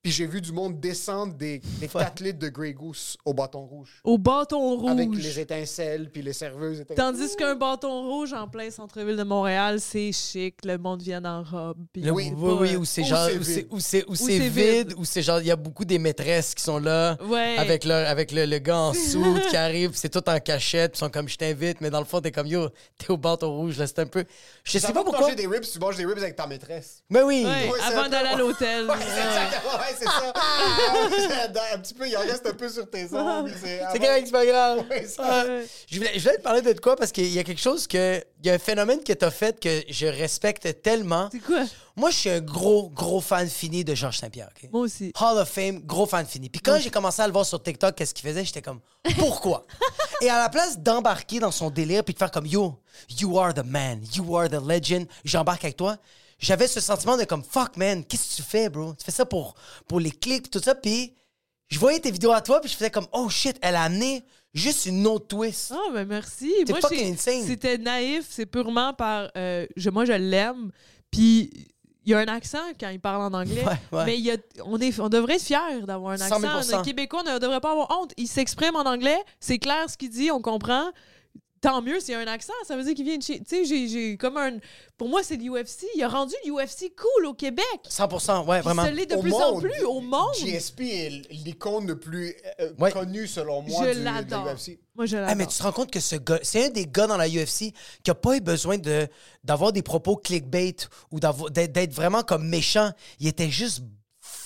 Speaker 7: puis j'ai vu du monde descendre des, des 4 litres de Grey Goose au bâton rouge.
Speaker 9: Au bâton rouge.
Speaker 7: Avec les étincelles, puis les serveuses. étaient-
Speaker 9: Tandis qu'un bâton rouge en plein centre-ville de Montréal, c'est chic. Le monde vient en robe. puis
Speaker 8: Le-
Speaker 9: ils
Speaker 8: oui,
Speaker 9: vont
Speaker 8: oui,
Speaker 9: pas,
Speaker 8: oui,
Speaker 9: euh,
Speaker 8: où c'est
Speaker 7: Où
Speaker 8: genre,
Speaker 7: c'est
Speaker 8: où c'est-
Speaker 7: vide.
Speaker 8: où c'est où
Speaker 9: Où
Speaker 8: c'est
Speaker 9: c'est
Speaker 8: vide,
Speaker 9: vide.
Speaker 8: où c'est genre, il y a beaucoup des maîtresses qui sont là,
Speaker 9: Ouais.
Speaker 8: avec leur, avec le, le gars
Speaker 7: (laughs)
Speaker 8: en soude qui arrive, puis c'est tout en cachette, puis ils sont comme je t'invite, mais dans le fond t'es comme yo, t'es au bâton rouge là, c'est un peu, je
Speaker 7: Ça
Speaker 8: sais
Speaker 7: va
Speaker 8: pas
Speaker 7: te
Speaker 8: pourquoi,
Speaker 7: manger des ribs, tu manges des ribs avec ta maîtresse.
Speaker 9: (laughs)
Speaker 7: (laughs)
Speaker 8: mais oui,
Speaker 9: Ouais,
Speaker 7: Ouais, c'est un
Speaker 9: avant
Speaker 7: peu- (laughs)
Speaker 9: d'aller à l'hôtel.
Speaker 7: Ouais, c'est exactement, ouais, c'est
Speaker 9: (laughs)
Speaker 7: ça. (laughs) un petit peu, il en reste un peu sur tes ongles.
Speaker 9: (laughs)
Speaker 8: c'est correct, c'est pas grave.
Speaker 7: (laughs) Ouais, ça-
Speaker 8: Ah, je, voulais, je voulais te parler de quoi parce qu'il y a quelque chose que, il y a un phénomène que t'as fait que je respecte tellement.
Speaker 9: C'est quoi?
Speaker 8: Moi, je suis un gros, gros fan fini de Georges Saint-Pierre. ok?
Speaker 9: Moi aussi.
Speaker 8: Hall of Fame, gros fan fini. Puis quand j'ai commencé à le voir sur TikTok, qu'est-ce qu'il faisait, j'étais comme pourquoi Et à la place d'embarquer dans son délire puis de faire comme yo, you are the man, you are the legend, j'embarque avec toi. J'avais ce sentiment de comme fuck man, qu'est-ce que tu fais, bro Tu fais ça pour pour les clics tout ça puis je voyais tes vidéos à toi puis je faisais comme oh shit, elle a amené juste une autre twist.
Speaker 9: Ah, ben merci.
Speaker 8: T'es
Speaker 9: Moi,
Speaker 8: fucking
Speaker 9: j'ai-
Speaker 8: insane.
Speaker 9: C'était naïf. C'est purement par. euh, je, moi, je l'aime. Puis. Il y a un accent quand il parle en anglais,
Speaker 8: Ouais, ouais.
Speaker 9: mais il y a- on, est, on devrait être fiers d'avoir un
Speaker 8: 100 000
Speaker 9: accent. On est québécois, on ne devrait pas avoir honte. Il s'exprime en anglais, c'est clair ce qu'il dit, on comprend. Tant mieux s'il y a un accent, ça veut dire qu'il vient de chez... Tu sais, j'ai- j'ai comme un... Pour moi, c'est l'UFC. Il a rendu l'UFC cool au Québec.
Speaker 8: 100 ouais,
Speaker 9: Puis
Speaker 8: vraiment.
Speaker 9: ça l'est de
Speaker 7: Au
Speaker 9: plus en
Speaker 7: monde,
Speaker 9: plus au monde.
Speaker 7: GSP est l'icône le plus euh,
Speaker 8: Ouais.
Speaker 7: connue, selon moi,
Speaker 9: je
Speaker 7: du, de
Speaker 9: l'adore.
Speaker 7: l'UFC.
Speaker 9: Moi, je l'adore.
Speaker 8: Ah, mais tu te rends compte que ce gars, c'est un des gars dans la UFC qui a pas eu besoin de, d'avoir des propos clickbait ou d'avo- d'être, d'être vraiment comme méchant. Il était juste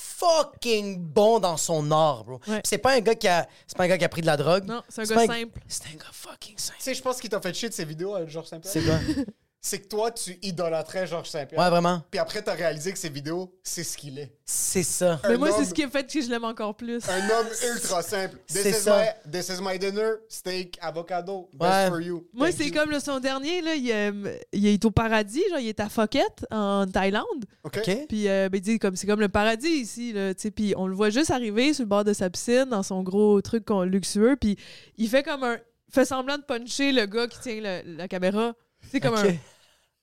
Speaker 8: fucking bon dans son art, bro. Puis C'est pas un gars qui a, c'est pas un gars qui a pris de la drogue.
Speaker 9: Non, c'est un
Speaker 8: pas
Speaker 9: gars simple.
Speaker 8: C'est un gars fucking simple.
Speaker 7: Tu sais, je pense qu'il t'a fait chier de ces vidéos à Georges Saint-Pierre.
Speaker 8: C'est quoi?
Speaker 9: (laughs)
Speaker 7: C'est que toi, tu idolâtrais Georges Saint-Pierre.
Speaker 8: Ouais, vraiment.
Speaker 7: Puis après, t'as réalisé que ces vidéos, c'est ce qu'il est.
Speaker 8: C'est ça.
Speaker 9: Mais
Speaker 7: un
Speaker 9: moi,
Speaker 7: homme-
Speaker 9: c'est ce qui a fait que je l'aime encore plus.
Speaker 7: Un
Speaker 9: (laughs)
Speaker 7: homme ultra simple. This,
Speaker 8: C'est
Speaker 7: is,
Speaker 8: ça.
Speaker 7: My, this is my dinner, steak, avocado, best
Speaker 8: Ouais.
Speaker 7: for you.
Speaker 9: Moi,
Speaker 7: Thank
Speaker 9: c'est
Speaker 7: you.
Speaker 9: comme le son dernier, là, il, euh, il est au paradis, genre, il est à Phuket, en Thaïlande.
Speaker 7: OK?
Speaker 8: OK?
Speaker 9: Puis, euh, ben, il dit, comme, c'est comme le paradis ici, là, tu sais. Puis, on le voit juste arriver sur le bord de sa piscine, dans son gros truc qu'on- luxueux. Puis, il fait comme un. fait semblant de puncher le gars qui tient le- la caméra. C'est comme
Speaker 8: OK.
Speaker 9: un.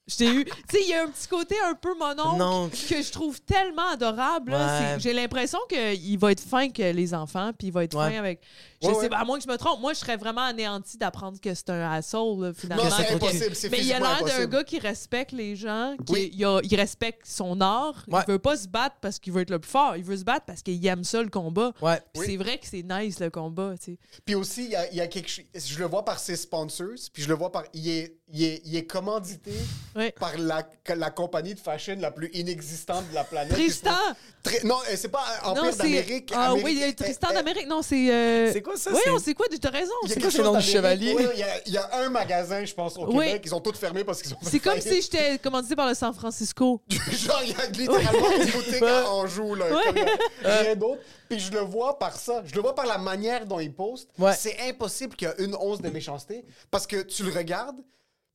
Speaker 9: Je t'ai eu. Tu sais, il y a un petit côté un peu mon oncle
Speaker 8: Non.
Speaker 9: que je trouve tellement adorable. là.
Speaker 8: Ouais.
Speaker 9: C'est- J'ai l'impression qu'il va être fin que les enfants, puis il va être
Speaker 8: Ouais.
Speaker 9: fin avec. Je
Speaker 7: Ouais,
Speaker 9: sais
Speaker 7: ouais.
Speaker 9: pas, à moins que je me trompe. Moi, je serais vraiment anéanti d'apprendre que c'est un asshole, là, finalement.
Speaker 7: Non, c'est
Speaker 9: Que-
Speaker 7: impossible. C'est
Speaker 9: Mais il a
Speaker 7: physiquement
Speaker 9: l'air d'un
Speaker 7: impossible.
Speaker 9: gars qui respecte les gens, qui
Speaker 7: Oui.
Speaker 9: il, a- il respecte son art.
Speaker 8: Ouais.
Speaker 9: Il veut pas se battre parce qu'il veut être le plus fort. Il veut se battre parce qu'il aime ça le combat.
Speaker 8: Ouais.
Speaker 9: Puis C'est vrai que c'est nice le combat, tu sais.
Speaker 7: Puis aussi, il y a, il y a quelque chose. Je le vois par ses sponsors, puis je le vois par. Il est, il est, il est commandité
Speaker 9: Ouais.
Speaker 7: par la, que la compagnie de fashion la plus inexistante de la planète.
Speaker 9: Tristan!
Speaker 7: Très- non, euh, c'est pas
Speaker 9: non,
Speaker 7: Empire
Speaker 9: c'est.
Speaker 7: d'Amérique.
Speaker 9: Ah
Speaker 7: Amérique-
Speaker 9: oui, il y a Tristan
Speaker 7: euh, euh,
Speaker 9: d'Amérique. Non, c'est. euh,
Speaker 8: C'est quoi ça,
Speaker 9: Oui,
Speaker 8: c'est-
Speaker 9: on sait quoi, t'as raison.
Speaker 7: il y a
Speaker 9: C'est-
Speaker 7: quelque
Speaker 8: c'est
Speaker 7: chose
Speaker 8: nom du
Speaker 7: d'Amérique.
Speaker 8: chevalier?
Speaker 7: Ouais, Il y, a- il y a un magasin, je pense, au
Speaker 9: Oui.
Speaker 7: Québec. Ils ont tous fermé parce qu'ils ont fait
Speaker 9: C'est comme si
Speaker 7: faillite.
Speaker 9: j'étais commandité par le San Francisco.
Speaker 7: (laughs) Genre, il y a littéralement une boutique à Anjou, là. comme, euh, Rien d'autre. Puis je le vois par ça. Je le vois par la manière dont il poste.
Speaker 8: Ouais.
Speaker 7: C'est impossible qu'il y ait une once de méchanceté parce que tu le regardes,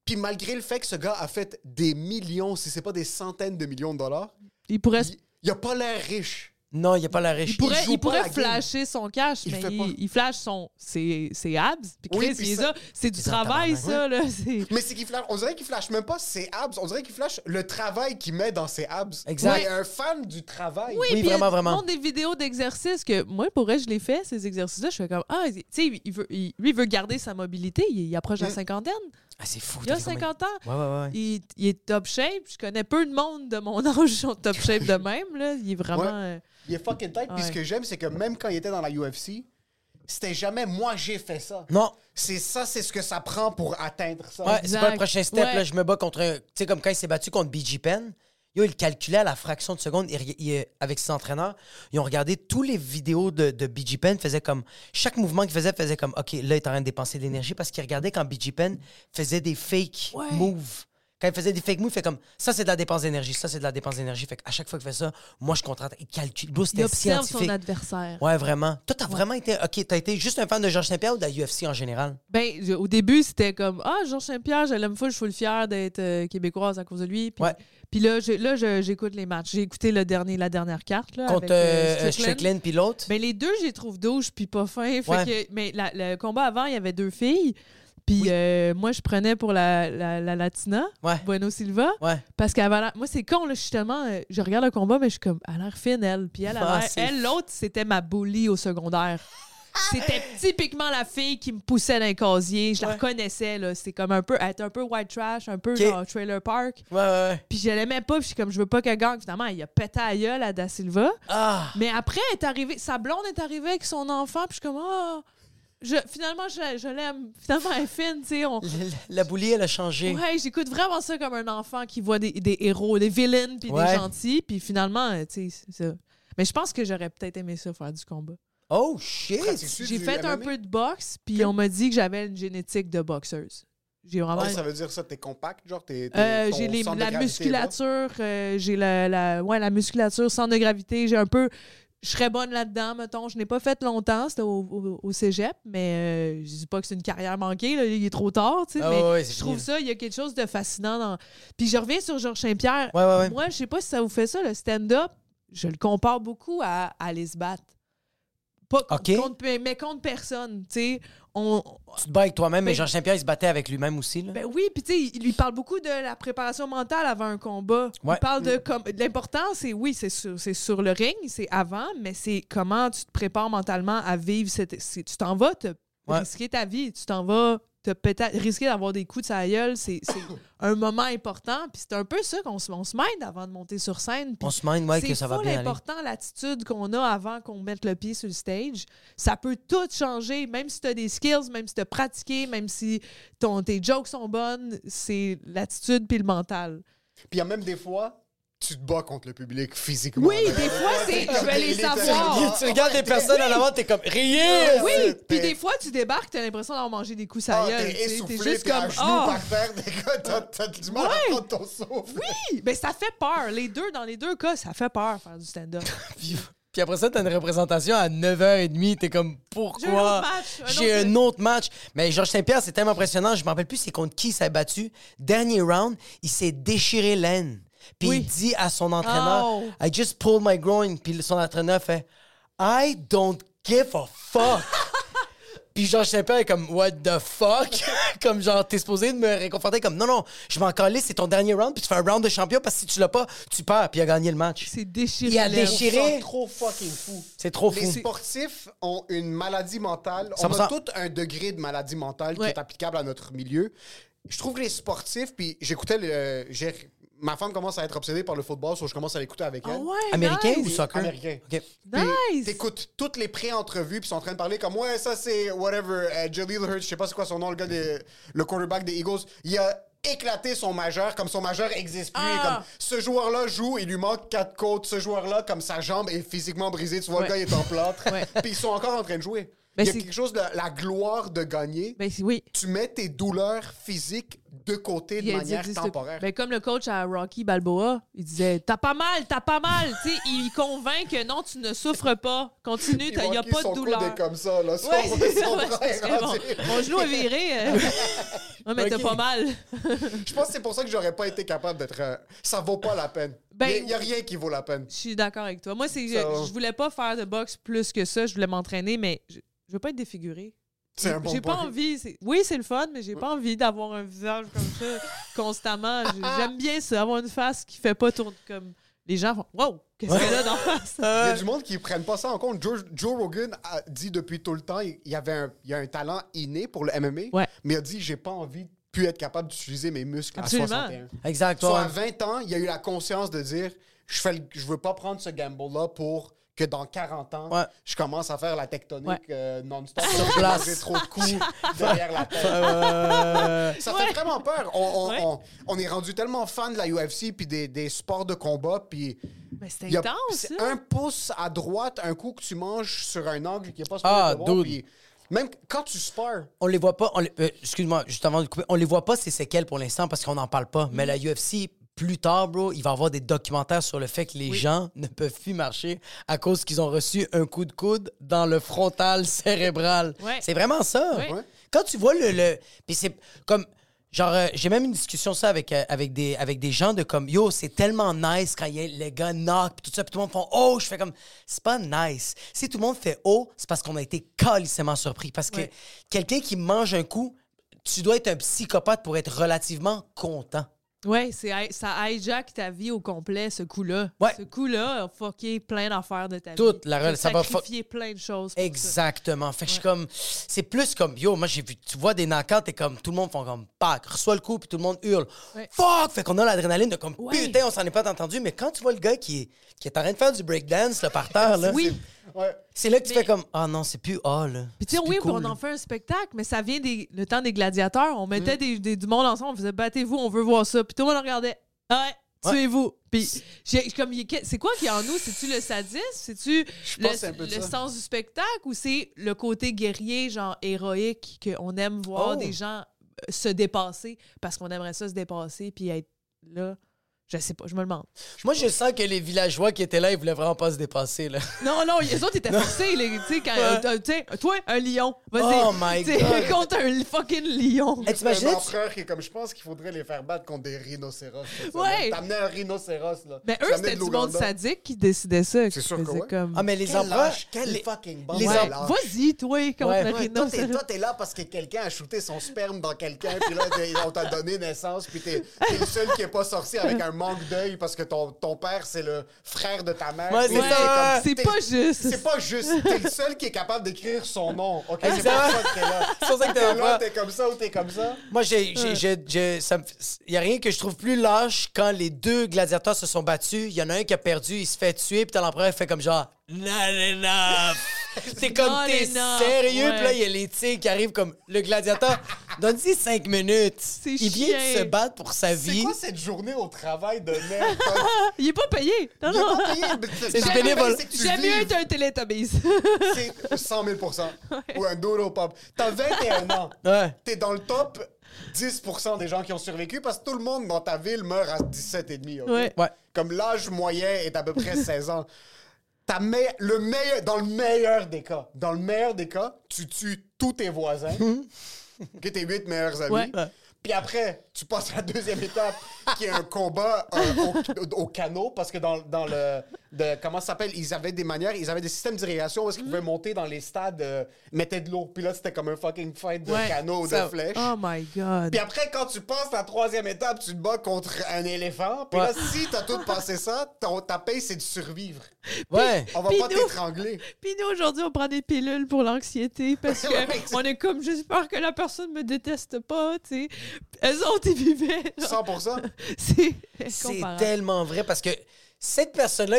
Speaker 7: puis malgré le fait que ce gars a fait des millions, si c'est pas des centaines de millions de dollars,
Speaker 9: Il pourrait,
Speaker 7: il, il a pas l'air riche.
Speaker 8: Non, il n'y a pas la
Speaker 9: il
Speaker 8: riche.
Speaker 9: pourrait,
Speaker 7: joue
Speaker 9: il
Speaker 7: pas
Speaker 9: pourrait
Speaker 7: la game.
Speaker 9: flasher son cash,
Speaker 7: Il
Speaker 9: mais
Speaker 7: fait pas.
Speaker 9: il, il flash son, ses, ses abs. Puis
Speaker 7: Oui,
Speaker 9: Chris,
Speaker 7: puis
Speaker 9: il
Speaker 7: ça-
Speaker 9: les a. C'est du travail, ça, là. c'est-
Speaker 7: Mais c'est qu'il flash. On dirait qu'il flash même pas ses abs. On dirait qu'il flash le travail qu'il met dans ses abs.
Speaker 8: Exact.
Speaker 7: Il est un fan du travail.
Speaker 9: Oui,
Speaker 8: Oui,
Speaker 9: puis
Speaker 8: vraiment,
Speaker 9: il
Speaker 8: vraiment.
Speaker 9: montre des vidéos d'exercices que moi, pour vrai, je les fais, ces exercices-là. Je fais comme, ah, tu sais, il veut, il- lui, il veut garder sa mobilité. Il, il approche la cinquantaine.
Speaker 8: Ah, c'est fou.
Speaker 9: Il a
Speaker 8: t'as fait
Speaker 9: 50 ans.
Speaker 8: combien? Ouais, ouais, ouais.
Speaker 9: Il, il est top shape. Je connais peu de monde de mon (laughs) âge qui sont top
Speaker 8: (laughs)
Speaker 9: shape de même. Là. Il est vraiment. euh,
Speaker 7: Il est fucking tight. Puis
Speaker 9: Ouais.
Speaker 7: ce que j'aime, c'est que même quand il était dans la UFC, c'était jamais moi j'ai fait ça.
Speaker 8: Non,
Speaker 7: C'est ça, c'est ce que ça prend pour atteindre ça.
Speaker 8: ouais, c'est pas le
Speaker 9: Exact.
Speaker 8: prochain step.
Speaker 9: Ouais.
Speaker 8: Là, je me bats contre un. Tu sais, comme quand il s'est battu contre BG Penn, yo, il calculait à la fraction de seconde. il reg- il, euh, avec ses entraîneurs, ils ont regardé tous les vidéos de, de BG Penn. faisait comme. Chaque mouvement qu'il faisait faisait comme OK, là, il est en train de dépenser de l'énergie parce qu'il regardait quand BG Penn faisait des fake
Speaker 9: Ouais.
Speaker 8: moves. Quand il faisait des fake moves, il fait comme ça, c'est de la dépense d'énergie, ça, c'est de la dépense d'énergie. Fait qu'à chaque fois qu'il fait ça, moi, je contre Il calcule. Bro,
Speaker 9: il
Speaker 8: c'était
Speaker 9: observe son
Speaker 8: scientifique.
Speaker 9: adversaire.
Speaker 8: Ouais, vraiment. Toi, t'as vraiment été. OK, t'as été juste un fan de Georges Saint-Pierre ou de la UFC en général?
Speaker 9: Ben, je- au début, c'était comme Ah, Georges Saint-Pierre, je l'aime full, je suis full fière d'être euh, québécoise à cause de lui. Puis,
Speaker 8: Ouais.
Speaker 9: puis là, je- là, je- j'écoute les matchs. J'ai écouté le dernier, la dernière carte. Là,
Speaker 8: Contre
Speaker 9: avec, euh,
Speaker 8: euh,
Speaker 9: Strickland.
Speaker 8: Strickland puis l'autre?
Speaker 9: Ben, les deux, je les trouve douches puis pas fins. Fait
Speaker 8: Ouais.
Speaker 9: que- mais la- le combat avant, il y avait deux filles. Puis euh, moi, je prenais pour la, la, la Latina,
Speaker 8: Ouais.
Speaker 9: Bueno Silva.
Speaker 8: Ouais.
Speaker 9: Parce qu'elle avait l'air- Moi, c'est con, là. Je suis tellement. euh, Je regarde le combat, mais je suis comme. Elle a l'air fine, elle. Puis elle, elle, a
Speaker 8: Ah,
Speaker 9: l'air-
Speaker 8: c'est
Speaker 9: elle, l'autre, c'était ma bully
Speaker 8: (laughs)
Speaker 9: au secondaire. C'était typiquement la fille qui me poussait dans les casier. Je la reconnaissais, là. C'était comme un peu. Elle était un peu white trash, un peu
Speaker 8: Ok.
Speaker 9: genre trailer park.
Speaker 8: Ouais, ouais, ouais.
Speaker 9: Puis je l'aimais pas, puis je suis comme, je veux pas qu'elle gagne. Finalement, il a pété à gueule à Da Silva.
Speaker 8: Ah!
Speaker 9: Mais après, elle est arrivée, sa blonde est arrivée avec son enfant, puis je suis comme, ah, je, finalement, je, je l'aime. Finalement, elle est fine, tu sais. on-
Speaker 8: Le- le- la boulie, elle a changé.
Speaker 9: Ouais, j'écoute vraiment ça comme un enfant qui voit des, des héros, des villains, puis
Speaker 8: Ouais.
Speaker 9: des gentils, puis finalement, euh, tu sais, c'est ça. Mais je pense que j'aurais peut-être aimé ça, faire du combat.
Speaker 8: Oh, shit!
Speaker 7: Pratique-tu
Speaker 9: J'ai
Speaker 7: du
Speaker 9: fait un
Speaker 7: MMA?
Speaker 9: peu de boxe, puis on m'a dit que j'avais une génétique de boxeuse. J'ai vraiment...
Speaker 7: Oh, ça veut dire ça, t'es compact, genre t'es. t'es-
Speaker 9: Ah, Euh,
Speaker 7: ton
Speaker 9: j'ai les-
Speaker 7: centre de
Speaker 9: la
Speaker 7: gravité est bas.
Speaker 9: musculature, euh, j'ai la, la- ouais, la musculature, centre de gravité, j'ai un peu... Je serais bonne là-dedans, mettons. Je n'ai pas fait longtemps, c'était au, au- au cégep, mais euh, je dis pas que c'est une carrière manquée, là, il est trop tard, tu sais,
Speaker 8: Ah
Speaker 9: mais
Speaker 8: ouais, ouais, c'est
Speaker 9: je trouve
Speaker 8: fini.
Speaker 9: ça, il y a quelque chose de fascinant. Dans... Puis je reviens sur Georges Saint-Pierre.
Speaker 8: Ouais, ouais, ouais.
Speaker 9: Moi, je sais pas si ça vous fait ça, le stand-up, je le compare beaucoup à à aller se battre. Pas
Speaker 8: Ok.
Speaker 9: contre, mais contre personne, tu sais. On,
Speaker 8: Tu te bats avec toi-même, mais
Speaker 9: Ben-
Speaker 8: Georges Saint-Pierre, il se battait avec lui-même aussi. Là.
Speaker 9: ben oui, puis tu sais, il lui parle beaucoup de la préparation mentale avant un combat.
Speaker 8: Ouais.
Speaker 9: Il parle de comme de l'important, c'est oui, c'est sur, c'est sur le ring, c'est avant, mais c'est comment tu te prépares mentalement à vivre cette c'est- tu t'en vas te
Speaker 8: Ouais.
Speaker 9: risquer ta vie, tu t'en vas te peut-être risquer d'avoir des coups de sa gueule, c'est
Speaker 8: (coughs)
Speaker 9: c'est un moment important, puis c'est un peu ça qu'on se on se mène avant de monter sur scène. puis
Speaker 8: On se mène, ouais,
Speaker 9: c'est
Speaker 8: que ça va
Speaker 9: full
Speaker 8: bien aller.
Speaker 9: important l'attitude qu'on a avant qu'on mette le pied sur le stage. Ça peut tout changer, même si tu as des skills, même si tu as pratiqué, même si ton, tes jokes sont bonnes, c'est l'attitude puis le mental.
Speaker 7: Puis il y a même des fois, tu te bats contre le public physiquement.
Speaker 9: Oui, des fois,
Speaker 7: (laughs)
Speaker 9: c'est je vais les
Speaker 7: littéralement.
Speaker 9: savoir.
Speaker 8: Tu regardes les personnes en avant, t'es comme riez!
Speaker 9: Oui,
Speaker 7: t'es-
Speaker 9: puis des fois, tu débarques, t'as l'impression d'avoir mangé des coups
Speaker 7: Ah,
Speaker 9: à gueule.
Speaker 7: t'es
Speaker 9: tu sais, T'es
Speaker 7: essoufflé,
Speaker 9: juste
Speaker 7: t'es à
Speaker 9: comme,
Speaker 7: genoux
Speaker 9: ah,
Speaker 7: par terre, des gars, t'as- t'as du mal à
Speaker 9: Ouais.
Speaker 7: prendre ton souffle.
Speaker 9: oui, mais ça fait peur. Les deux, dans les deux cas, ça fait peur faire
Speaker 8: (laughs)
Speaker 9: du stand-up.
Speaker 8: Puis, puis après ça, t'as une représentation à 9h30, t'es comme
Speaker 9: J'ai un autre
Speaker 8: pourquoi?
Speaker 9: match, un
Speaker 8: J'ai
Speaker 9: autre-
Speaker 8: un autre match. Mais Georges Saint-Pierre, c'est tellement impressionnant, je me rappelle plus c'est contre qui il s'est battu. Dernier round, il s'est déchiré l'aine. Puis
Speaker 9: Oui.
Speaker 8: il dit à son entraîneur,
Speaker 9: Oh.
Speaker 8: I just pulled my
Speaker 9: (laughs)
Speaker 8: groin. Puis son entraîneur fait, I don't give a fuck. Puis Georges Saint-Pierre est comme, what the fuck? (laughs) comme genre, t'es supposé de me réconforter comme, non, non, je m'en calais, c'est ton dernier round, puis tu fais un round de champion parce que si tu l'as pas, tu perds, puis il a gagné le match.
Speaker 9: C'est déchiré.
Speaker 8: Il a
Speaker 9: les lèvres.
Speaker 8: déchiré.
Speaker 7: Ils sont trop fucking fous.
Speaker 8: C'est trop
Speaker 7: Les
Speaker 8: fou.
Speaker 7: sportifs ont une maladie mentale. On
Speaker 8: 100%.
Speaker 7: a tout un degré de maladie mentale qui
Speaker 9: Ouais.
Speaker 7: est applicable à notre milieu. Je trouve que les sportifs, puis j'écoutais le. j'ai- Ma femme commence à être obsédée par le football, so je commence à l'écouter avec
Speaker 9: Ah
Speaker 7: elle.
Speaker 9: ouais,
Speaker 8: Américain
Speaker 9: nice.
Speaker 8: ou soccer?
Speaker 7: Américain.
Speaker 8: Ok.
Speaker 7: Puis
Speaker 9: Nice.
Speaker 7: T'écoutes toutes les pré-entrevues, puis ils sont en train de parler comme ouais, ça c'est whatever. euh, Jaleel Hurts, je sais pas c'est quoi son nom, le gars, des- le quarterback des Eagles. Il a éclaté son majeur, comme son majeur existe plus.
Speaker 9: Ah.
Speaker 7: Comme ce joueur-là joue, il lui manque quatre côtes. Ce joueur-là, comme sa jambe est physiquement brisée, tu vois
Speaker 9: Ouais.
Speaker 7: le gars il est en plâtre.
Speaker 9: (laughs) Ouais.
Speaker 7: Puis ils sont encore en train de jouer.
Speaker 9: Ben,
Speaker 7: il y a
Speaker 9: c'est-
Speaker 7: quelque chose de la gloire de gagner.
Speaker 9: Ben, c'est- oui.
Speaker 7: tu mets tes douleurs physiques de côté de
Speaker 9: Il a dit-
Speaker 7: manière
Speaker 9: dit ce-
Speaker 7: temporaire.
Speaker 9: Ben, comme le coach à Rocky Balboa, il disait T'as pas mal, t'as pas mal. Tu sais, il convainc que non, tu ne souffres pas. Continue,
Speaker 7: Puis
Speaker 9: il n'y a
Speaker 7: Rocky,
Speaker 9: pas
Speaker 7: son
Speaker 9: de
Speaker 7: coude
Speaker 9: douleur.
Speaker 7: est comme ça, là. Son-
Speaker 9: Ouais, c'est ça,
Speaker 7: son hein,
Speaker 9: ouais,
Speaker 7: bras
Speaker 9: c'est
Speaker 7: est
Speaker 9: parce que
Speaker 7: rendu-
Speaker 9: mon, mon genou est viré. euh. Ouais, mais t'as
Speaker 8: Ok.
Speaker 9: pas mal. (laughs)
Speaker 7: Je pense que c'est pour ça que j'aurais pas été capable d'être. euh, ça vaut pas la peine. Il
Speaker 9: Ben-
Speaker 7: y, a rien qui vaut la peine.
Speaker 9: Je suis d'accord avec toi. Moi, c'est je,
Speaker 7: Ça va.
Speaker 9: je voulais pas faire de boxe plus que ça. Je voulais m'entraîner, mais je, je veux pas être défigurée.
Speaker 7: C'est un bon
Speaker 9: J'ai pas
Speaker 7: point.
Speaker 9: envie. c'est- Oui, c'est le fun, mais j'ai pas envie d'avoir un visage comme
Speaker 7: (laughs)
Speaker 9: ça constamment. J'ai- J'aime bien ça, avoir une face qui fait pas tourner comme. Les gens font Wow, qu'est-ce qu'elle a dans
Speaker 7: (laughs)
Speaker 9: la face?
Speaker 7: Il y a du monde qui prennent pas ça en compte. Joe, Joe Rogan a dit depuis tout le temps, il y avait un, il y a un talent inné pour le MMA,
Speaker 9: Ouais.
Speaker 7: mais il a dit j'ai pas envie de plus être capable d'utiliser mes muscles
Speaker 9: Absolument.
Speaker 7: à 61.
Speaker 8: Exact,
Speaker 7: Soit
Speaker 8: ouais.
Speaker 7: à 20 ans, il y a eu la conscience de dire je fais, le- je veux pas prendre ce gamble là pour que dans 40 ans,
Speaker 8: Ouais.
Speaker 7: je commence à faire la tectonique
Speaker 9: Ouais.
Speaker 7: euh, non-stop.
Speaker 8: place.
Speaker 7: J'ai trop de
Speaker 8: (laughs)
Speaker 7: coups derrière la tête.
Speaker 8: Euh,
Speaker 7: Ça fait vraiment peur. On, on-
Speaker 9: Ouais.
Speaker 7: on- on est rendu tellement fan de la UFC puis des, des sports de combat puis
Speaker 9: Mais c'est
Speaker 7: il y a-
Speaker 9: intense. hein.
Speaker 7: c'est
Speaker 9: ça.
Speaker 7: un pouce à droite, un coup que tu manges sur un angle qui est pas supposé
Speaker 8: Ah,
Speaker 7: te voir,
Speaker 8: dude.
Speaker 7: puis même quand tu spares,
Speaker 8: on les voit pas. on les- euh, Excuse-moi, juste avant de couper. On les voit pas ces séquelles pour l'instant parce qu'on n'en parle pas. Mais la UFC, plus tard, bro, il va y avoir des documentaires sur le fait que les gens (laughs) ne peuvent plus marcher à cause qu'ils ont reçu un coup de coude dans le frontal cérébral.
Speaker 9: Ouais.
Speaker 8: C'est vraiment ça.
Speaker 9: Ouais.
Speaker 7: Ouais.
Speaker 8: Quand tu vois le. le Puis c'est comme. Genre, euh, j'ai même une discussion ça avec, euh, avec, des, avec des gens de comme Yo, c'est tellement nice quand y a- les gars knock, puis tout ça, puis tout le monde font Oh, je fais comme C'est pas nice. Si tout le monde fait Oh, c'est parce qu'on a été calissement surpris. Parce que
Speaker 9: Ouais.
Speaker 8: quelqu'un qui mange un coup, tu dois être un psychopathe pour être relativement content.
Speaker 9: Ouais, c'est hi- ça hijack ta vie au complet, ce coup-là.
Speaker 8: Ouais.
Speaker 9: Ce coup-là a fucké plein d'affaires de ta vie.
Speaker 8: Toute la rel-
Speaker 9: T'as
Speaker 8: ça va fuck-
Speaker 9: sacrifié plein de choses. pour ça.
Speaker 8: Exactement. Fait que je suis comme. C'est plus comme. Yo, moi, j'ai vu. Tu vois des knockouts, t'es comme. Tout le monde font comme. Pac, reçoit le coup, puis tout le monde hurle.
Speaker 9: Ouais.
Speaker 8: Fuck! Fait qu'on a l'adrénaline de comme.
Speaker 9: Ouais.
Speaker 8: Putain, on s'en est pas entendu. Mais quand tu vois le gars qui est, qui est en train de faire du breakdance, là, par terre, là.
Speaker 9: Oui.
Speaker 7: ouais,
Speaker 8: C'est là que tu
Speaker 9: Mais-
Speaker 8: fais comme. Ah non, c'est plus. Ah, là.
Speaker 9: Puis tu sais,
Speaker 8: c'est
Speaker 9: oui,
Speaker 8: plus cool,
Speaker 9: on en
Speaker 8: là.
Speaker 9: fait un spectacle, mais ça vient des, le temps des gladiateurs. On mettait
Speaker 7: Mm.
Speaker 9: des, des- du monde ensemble, on faisait battez-vous, on veut voir ça. Puis tout le monde regardait. Ouais,
Speaker 8: Ouais.
Speaker 9: tuez-vous. Puis j'ai- comme il y a que- c'est quoi qui est en nous C'est-tu le sadisme C'est-tu
Speaker 7: je pense que c'est un
Speaker 9: le,
Speaker 7: peu de
Speaker 9: le
Speaker 7: ça.
Speaker 9: sens du spectacle ou c'est le côté guerrier, genre héroïque, qu'on aime voir
Speaker 8: Oh.
Speaker 9: des gens euh, se dépasser parce qu'on aimerait ça se dépasser puis être là Je sais pas, je me demande.
Speaker 8: Moi, je sens que les villageois qui étaient là, ils voulaient vraiment pas se dépasser, là.
Speaker 9: Non, non, les autres étaient forcés, les- tu sais, quand.
Speaker 8: Ouais.
Speaker 9: euh, tu sais, toi, un lion, vas-y.
Speaker 8: Oh my
Speaker 9: Tu sais,
Speaker 8: God.
Speaker 9: (laughs) contre un fucking lion.
Speaker 7: un
Speaker 8: Hey, T'imaginais. tu-
Speaker 7: empereur qui est comme je pense qu'il faudrait les faire battre contre des rhinocéros. cette
Speaker 9: Ouais.
Speaker 7: semaine. T'amenais un rhinocéros là.
Speaker 8: Ben,
Speaker 9: Mais eux,
Speaker 7: T'amenais
Speaker 9: c'était
Speaker 7: de
Speaker 9: du monde
Speaker 7: l'Ouganda.
Speaker 9: sadique qui décidait ça. qui
Speaker 7: sûr que
Speaker 9: faisait
Speaker 7: ouais.
Speaker 9: comme...
Speaker 8: Ah, mais les
Speaker 7: Quel
Speaker 8: empereurs.
Speaker 7: lâche, quel
Speaker 8: les-
Speaker 7: fucking bon
Speaker 8: les
Speaker 9: Ouais,
Speaker 8: em-
Speaker 7: lâche.
Speaker 9: Vas-y, toi, contre
Speaker 8: Ouais.
Speaker 7: Ouais,
Speaker 9: le
Speaker 7: toi, t'es,
Speaker 9: rhinocéros.
Speaker 7: toi, t'es là parce que quelqu'un a shooté son sperme dans quelqu'un, puis là, t'es- on t'a donné naissance, puis t'es, t'es le seul qui est pas sorti avec un manque d'œil parce que ton, ton père, c'est le frère de ta mère.
Speaker 8: Ouais,
Speaker 7: Puis
Speaker 8: c'est
Speaker 7: là,
Speaker 8: ça.
Speaker 7: t'es
Speaker 9: C'est pas juste.
Speaker 7: C'est pas juste. T'es le seul qui est capable d'écrire son nom. OK, c'est
Speaker 8: Exact.
Speaker 7: pour ça que t'es là.
Speaker 8: C'est pour ça que t'es
Speaker 7: T'es
Speaker 8: un
Speaker 7: là,
Speaker 8: roi.
Speaker 7: t'es comme ça ou t'es comme ça.
Speaker 8: Moi, j'ai, j'ai, j'ai- j'ai- ça me- il y a rien que je trouve plus lâche quand les deux gladiateurs se sont battus. Il y en a un qui a perdu, il se fait tuer, puis t'as l'empereur il fait comme genre Not enough. C'est comme
Speaker 9: Not
Speaker 8: t'es
Speaker 9: enough,
Speaker 8: sérieux,
Speaker 9: ouais.
Speaker 8: puis là il y a les tigres qui arrivent comme le gladiateur. Donne-y cinq minutes.
Speaker 9: C'est
Speaker 8: Il vient de
Speaker 9: chiant.
Speaker 8: se battre pour sa
Speaker 7: C'est
Speaker 8: vie.
Speaker 7: quoi cette journée au travail de merde?
Speaker 9: (laughs)
Speaker 8: (laughs)
Speaker 9: Il est pas payé. Non, non.
Speaker 8: C'est
Speaker 7: C'est
Speaker 8: du bénévole.
Speaker 9: J'aime mieux être un Teletubbies.
Speaker 7: c'est 100 000 ou un dodo pop. T'as 21 ans.
Speaker 8: Ouais.
Speaker 7: T'es dans le top 10 des gens qui ont survécu parce que tout le monde dans ta ville meurt à 17 et demi. ok?
Speaker 9: Ouais.
Speaker 8: Ouais.
Speaker 7: Comme l'âge moyen est à peu près 16 ans. Ta me- le meilleur, dans le meilleur des cas, dans le meilleur des cas, tu tues tous tes
Speaker 9: (laughs)
Speaker 7: voisins, que tes huit meilleurs amis.
Speaker 9: Ouais.
Speaker 7: Puis après, tu passes à la deuxième étape, qui est un combat euh, au, au canot, parce que dans, dans le, de comment ça s'appelle. Ils avaient des manières, ils avaient des systèmes d'irrigation où est-ce qu'ils pouvaient monter dans les stades, euh, mettaient de l'eau. Puis là, c'était comme un fucking fight de
Speaker 9: Ouais,
Speaker 7: canot ou de
Speaker 8: ça-
Speaker 7: flèche.
Speaker 9: Oh my God.
Speaker 7: Puis après, quand tu passes la troisième étape, tu te bats contre un éléphant. Puis là, si t'as tout passé ça, ton, ta paye, c'est de
Speaker 9: (laughs)
Speaker 7: survivre.
Speaker 8: Ouais.
Speaker 7: On va
Speaker 9: Puis
Speaker 7: pas
Speaker 9: nous- (laughs)
Speaker 7: t'étrangler.
Speaker 9: Puis nous, aujourd'hui, on prend des pilules pour l'anxiété
Speaker 8: (laughs)
Speaker 9: parce
Speaker 7: Ouais, c'est-
Speaker 9: que on est comme, j'espère que la personne me déteste pas, tu sais. Elles ont été vivaient.
Speaker 7: 100%.
Speaker 9: (laughs) C'est
Speaker 8: C'est
Speaker 9: incomparable.
Speaker 8: tellement vrai parce que cette personne-là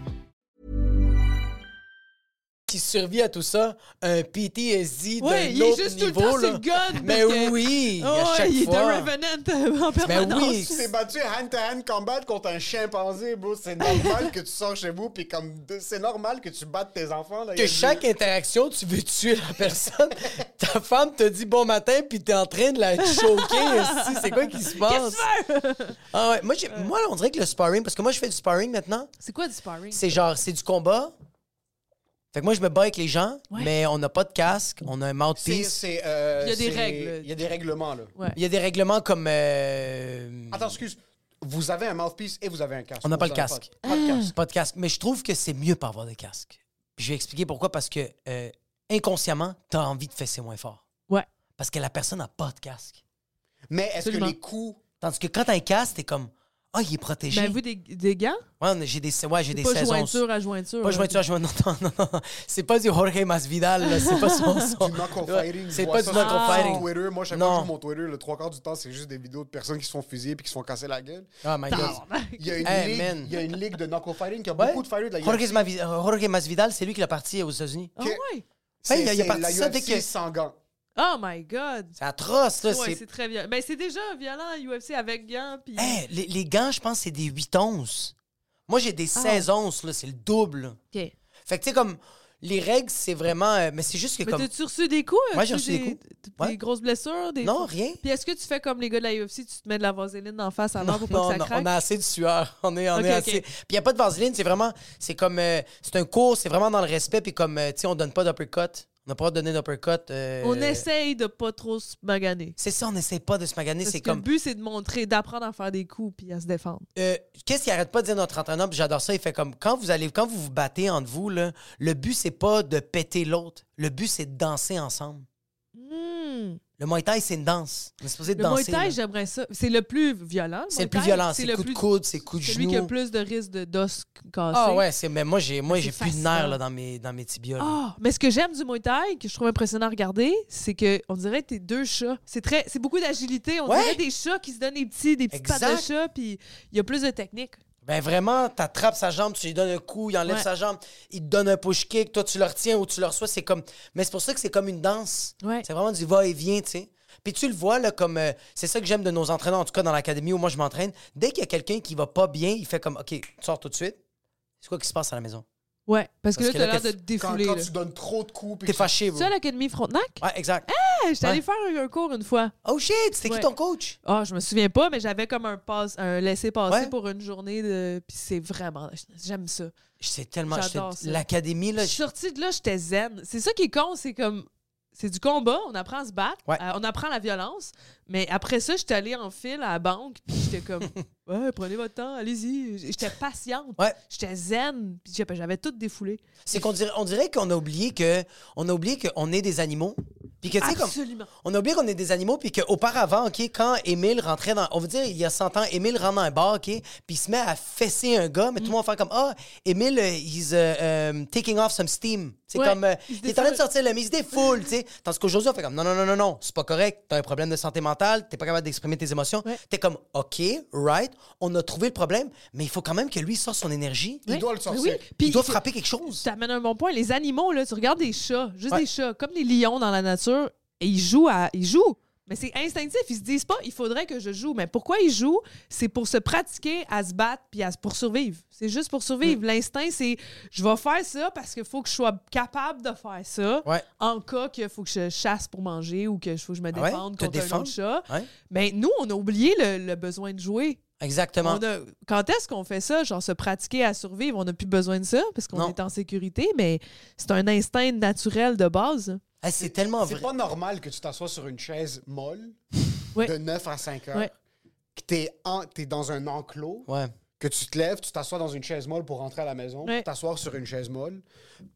Speaker 8: qui survit à tout ça, un PTSD
Speaker 9: Ouais,
Speaker 8: de
Speaker 9: il est
Speaker 8: l'autre
Speaker 9: juste tout le
Speaker 8: niveau.
Speaker 9: temps
Speaker 8: là.
Speaker 9: sur le gun.
Speaker 8: Mais
Speaker 9: parce que-
Speaker 8: oui,
Speaker 9: Ah
Speaker 8: à
Speaker 9: ouais,
Speaker 8: chaque
Speaker 9: il
Speaker 8: fois.
Speaker 9: est un revenant en
Speaker 8: Mais
Speaker 9: permanence.
Speaker 8: oui,
Speaker 7: Tu t'es battu hand-to-hand combat contre un chimpanzé, bro. C'est normal que tu sors chez vous, puis comme c'est normal que tu battes tes enfants. Là, Il y
Speaker 8: que
Speaker 7: a des-
Speaker 8: chaque interaction, tu veux tuer la personne. (laughs) Ta femme te dit bon matin, puis t'es en train de la choquer. aussi. C'est quoi qui se passe? Ah ouais, moi, j'ai- moi, on dirait que le sparring, parce que moi, je fais du sparring maintenant.
Speaker 9: C'est quoi du sparring?
Speaker 8: C'est genre, c'est du combat. Fait que moi, je me bats avec les gens, mais on n'a pas de casque, on a un
Speaker 7: C'est-
Speaker 8: mouthpiece.
Speaker 7: c'est, euh,
Speaker 9: Il y a des
Speaker 7: c'est-
Speaker 9: règles.
Speaker 7: Il y a des règlements, là.
Speaker 8: Il y a des règlements comme. euh,
Speaker 7: Attends, excuse. Vous avez un mouthpiece et vous avez un casque.
Speaker 8: On n'a pas
Speaker 7: Vous
Speaker 8: le
Speaker 7: avez
Speaker 8: casque.
Speaker 7: Pas, pas de casque.
Speaker 8: Pas de casque. Mais je trouve que c'est mieux pas avoir de casque. Puis je vais expliquer pourquoi. Parce que euh, inconsciemment, tu as envie de fesser moins fort.
Speaker 9: Ouais.
Speaker 8: Parce que la personne n'a pas de casque.
Speaker 7: Mais est-ce que
Speaker 9: Ah. Absolument.
Speaker 7: les coups.
Speaker 8: Tandis que quand t'as un casque, t'es comme Ah, il est protégé.
Speaker 9: Mais Ben, vous, des, des gants?
Speaker 8: Ouais, on a- j'ai des, ouais, j'ai des
Speaker 9: Pas
Speaker 8: 16
Speaker 9: jointure à hein. jointure.
Speaker 8: Pas jointure à jointure. Non, non, non, non. C'est pas du Jorge Masvidal. là. C'est
Speaker 7: (laughs)
Speaker 8: pas son. son-
Speaker 7: Du knuckle fighting.
Speaker 8: C'est
Speaker 7: je
Speaker 8: pas
Speaker 7: vois
Speaker 8: du
Speaker 7: ça sur
Speaker 8: knuckle fighting.
Speaker 7: Twitter, moi, chaque
Speaker 8: Non.
Speaker 7: fois que je joue mon Twitter, le trois quarts du temps, c'est juste des vidéos de personnes qui se font fusiller puis qui se font casser la gueule.
Speaker 8: Oh my God.
Speaker 7: Il y a une,
Speaker 8: Hey,
Speaker 7: ligue,
Speaker 8: man.
Speaker 7: il y a une ligue de knuckle fighting qui a
Speaker 8: Ouais.
Speaker 7: beaucoup de fighters de la UFC.
Speaker 8: Jorge, Mavi- Jorge Masvidal, c'est lui qui l'a parti aux États-Unis.
Speaker 9: Ah ouais?
Speaker 7: C'est-
Speaker 8: Hey, Ben, il y a- il y a
Speaker 7: c'est
Speaker 8: parti
Speaker 7: la
Speaker 8: ça dès
Speaker 7: UFC
Speaker 8: que-
Speaker 7: sans gants.
Speaker 9: Oh my God!
Speaker 8: C'est atroce, là.
Speaker 9: Ouais,
Speaker 8: c'est-
Speaker 9: c'est très violent. Mais c'est déjà violent, UFC, avec gants. Puis...
Speaker 8: Hey, Eh, les, les gants, je pense, c'est des 8 onces. Moi, j'ai des
Speaker 9: Ah.
Speaker 8: 16 onces, là. C'est le double. là.
Speaker 9: OK.
Speaker 8: Fait que, tu sais, comme, les règles, c'est vraiment. euh, mais c'est juste que,
Speaker 9: Mais
Speaker 8: comme.
Speaker 9: t'as-tu reçu des coups?
Speaker 8: Moi, j'ai
Speaker 9: As-tu
Speaker 8: reçu des coups.
Speaker 9: Des
Speaker 8: Ouais.
Speaker 9: grosses blessures? Des...
Speaker 8: Non, rien.
Speaker 9: Puis est-ce que tu fais comme les gars de la UFC, tu te mets de la vaseline en face avant pour pas que ça craque?
Speaker 8: on a assez de sueur. (laughs) On est, on
Speaker 9: Ok,
Speaker 8: est
Speaker 9: ok.
Speaker 8: assez. Puis il n'y a pas de vaseline, c'est vraiment. C'est comme. euh, c'est un cours, c'est vraiment dans le respect. Puis comme, euh, tu sais, on donne pas d'uppercut. On n'a pas donné d'uppercut. euh,
Speaker 9: On essaye de pas trop se maganer.
Speaker 8: C'est ça, on n'essaie pas de se maganer.
Speaker 9: Parce
Speaker 8: C'est
Speaker 9: que le
Speaker 8: comme.
Speaker 9: but, c'est de montrer, d'apprendre à faire des coups puis à se défendre.
Speaker 8: Euh, Qu'est-ce qu'il arrête pas de dire notre entraîneur, puis j'adore ça, il fait comme quand vous allez quand vous vous battez entre vous là, le but c'est pas de péter l'autre, le but c'est de danser ensemble.
Speaker 9: Hmm.
Speaker 8: Le Muay Thai c'est une danse. On est supposé
Speaker 9: Le
Speaker 8: danser.
Speaker 9: Muay Thai,
Speaker 8: là.
Speaker 9: j'aimerais ça. C'est le plus violent.
Speaker 8: C'est le
Speaker 9: Muay
Speaker 8: plus
Speaker 9: Thai.
Speaker 8: violent, c'est coup de
Speaker 9: plus-
Speaker 8: coude, c'est coup de
Speaker 9: Celui qui a
Speaker 8: genou.
Speaker 9: le plus de risque de d'os cassés.
Speaker 8: Ah ouais, c'est mais moi j'ai moi
Speaker 9: Mais
Speaker 8: j'ai
Speaker 9: c'est
Speaker 8: plus de nerfs
Speaker 9: fascinant.
Speaker 8: là, dans mes dans mes tibias. là.
Speaker 9: Ah, mais ce que j'aime du Muay Thai, que je trouve impressionnant à regarder, c'est que on dirait que t'es deux chats. C'est très, c'est beaucoup d'agilité. On
Speaker 8: Ouais.
Speaker 9: dirait des chats qui se donnent des petits, des petites pattes de
Speaker 8: Exact.
Speaker 9: chat, puis il y a plus de technique.
Speaker 8: Ben vraiment, t'attrapes sa jambe, tu lui donnes un coup, il enlève
Speaker 9: Ouais.
Speaker 8: sa jambe, il te donne un push kick, toi tu le retiens ou tu le reçois, c'est comme mais c'est pour ça que c'est comme une danse.
Speaker 9: Ouais.
Speaker 8: C'est vraiment du va et vient, tu sais. Puis tu le vois là comme euh, c'est ça que j'aime de nos entraîneurs en tout cas dans l'académie où moi je m'entraîne, dès qu'il y a quelqu'un qui va pas bien, il fait comme OK, tu sors tout de suite. C'est quoi qui se passe à la maison
Speaker 9: Ouais, parce que
Speaker 8: Parce
Speaker 9: là,
Speaker 8: que
Speaker 9: t'as
Speaker 8: là,
Speaker 9: l'air
Speaker 8: t'es-
Speaker 9: de te
Speaker 7: Quand,
Speaker 9: défouler.
Speaker 7: quand
Speaker 9: là.
Speaker 7: tu donnes trop de coups. puis
Speaker 8: T'es
Speaker 7: que tu-
Speaker 8: fâché,
Speaker 9: Tu
Speaker 8: bro.
Speaker 9: sais, à l'Académie Frontenac?
Speaker 8: Ouais, exact.
Speaker 9: Hey, J'étais
Speaker 8: Ouais.
Speaker 9: allée faire un cours une fois.
Speaker 8: Oh shit, c'était
Speaker 9: Hein? Ouais.
Speaker 8: qui ton coach
Speaker 9: Ah, je me souviens pas, mais j'avais comme un passe, un laissé passer
Speaker 8: Ouais.
Speaker 9: pour une journée de. Puis c'est vraiment, j'aime ça.
Speaker 8: Je sais tellement je
Speaker 9: J'adore
Speaker 8: sais-
Speaker 9: ça.
Speaker 8: l'académie
Speaker 9: Je
Speaker 8: là,
Speaker 9: suis sortie de là, j'étais zen. C'est ça qui est con, c'est comme c'est du combat, on apprend à se battre,
Speaker 8: Ouais.
Speaker 9: euh, on apprend la violence. Mais après ça, j'étais allée en file à la banque, puis
Speaker 8: (laughs)
Speaker 9: j'étais comme, ouais, prenez votre temps, allez-y. J'étais patiente,
Speaker 8: Ouais.
Speaker 9: j'étais zen, puis j'avais- j'avais tout défoulé.
Speaker 8: C'est qu'on dirait, on dirait qu'on a oublié que on a oublié qu'on est des animaux. Puis que tu sais comme
Speaker 9: Absolument.
Speaker 8: on a oublié qu'on est des animaux puis qu'auparavant, OK, quand Émile rentrait dans on veut dire il y a 100 ans, Émile rentre dans un bar, OK, puis il se met à fesser un gars, mais tout le monde fait comme ah, Émile euh, he's euh, um, taking off some steam. C'est
Speaker 9: Ouais,
Speaker 8: comme euh,
Speaker 9: il se
Speaker 8: il est en train de
Speaker 9: défoule.
Speaker 8: sortir le mais il se défoule, tu sais. Tandis qu'aujourd'hui on fait comme non non non non non, c'est pas correct, t'as un problème de santé mentale, t'es pas capable d'exprimer tes émotions. T'es comme OK, right, on a trouvé le problème, mais il faut quand même que lui sorte son énergie.
Speaker 7: Il doit le
Speaker 9: Mais
Speaker 7: sortir.
Speaker 9: oui, puis
Speaker 8: il doit
Speaker 9: c'est-
Speaker 8: frapper quelque chose.
Speaker 9: Tu amènes un bon point. Les animaux, là, tu regardes des chats, juste
Speaker 8: Ouais.
Speaker 9: des chats, comme des lions dans la nature, et ils jouent. À, ils jouent. Mais c'est instinctif. Ils se disent pas, il faudrait que je joue. Mais pourquoi ils jouent? C'est pour se pratiquer à se battre puis à, se- pour survivre. C'est juste pour
Speaker 8: Mm.
Speaker 9: survivre. L'instinct, c'est je vais faire ça parce qu'il faut que je sois capable de faire ça
Speaker 8: Ouais.
Speaker 9: en cas qu'il faut que je chasse pour manger ou que je- faut que je me
Speaker 8: Ah ouais?
Speaker 9: défende
Speaker 8: Te
Speaker 9: contre un
Speaker 8: défendre?
Speaker 9: autre chat.
Speaker 8: Ouais.
Speaker 9: Mais nous, on a oublié le- le besoin de jouer.
Speaker 8: Exactement.
Speaker 9: On a- quand est-ce qu'on fait ça? Genre se pratiquer à survivre, on n'a plus besoin de ça parce
Speaker 8: Non.
Speaker 9: qu'on est en sécurité, mais c'est un instinct naturel de base.
Speaker 8: Ah, c'est tellement
Speaker 7: C'est
Speaker 8: vrai.
Speaker 7: pas normal que tu t'assoies sur une chaise molle
Speaker 9: Oui.
Speaker 7: de 9 à 5 heures,
Speaker 9: Ouais.
Speaker 7: que t'es en- t'es dans un enclos,
Speaker 8: Ouais.
Speaker 7: que tu te lèves, tu t'assois dans une chaise molle pour rentrer à la maison,
Speaker 9: Ouais.
Speaker 7: t'asseoir sur une chaise molle,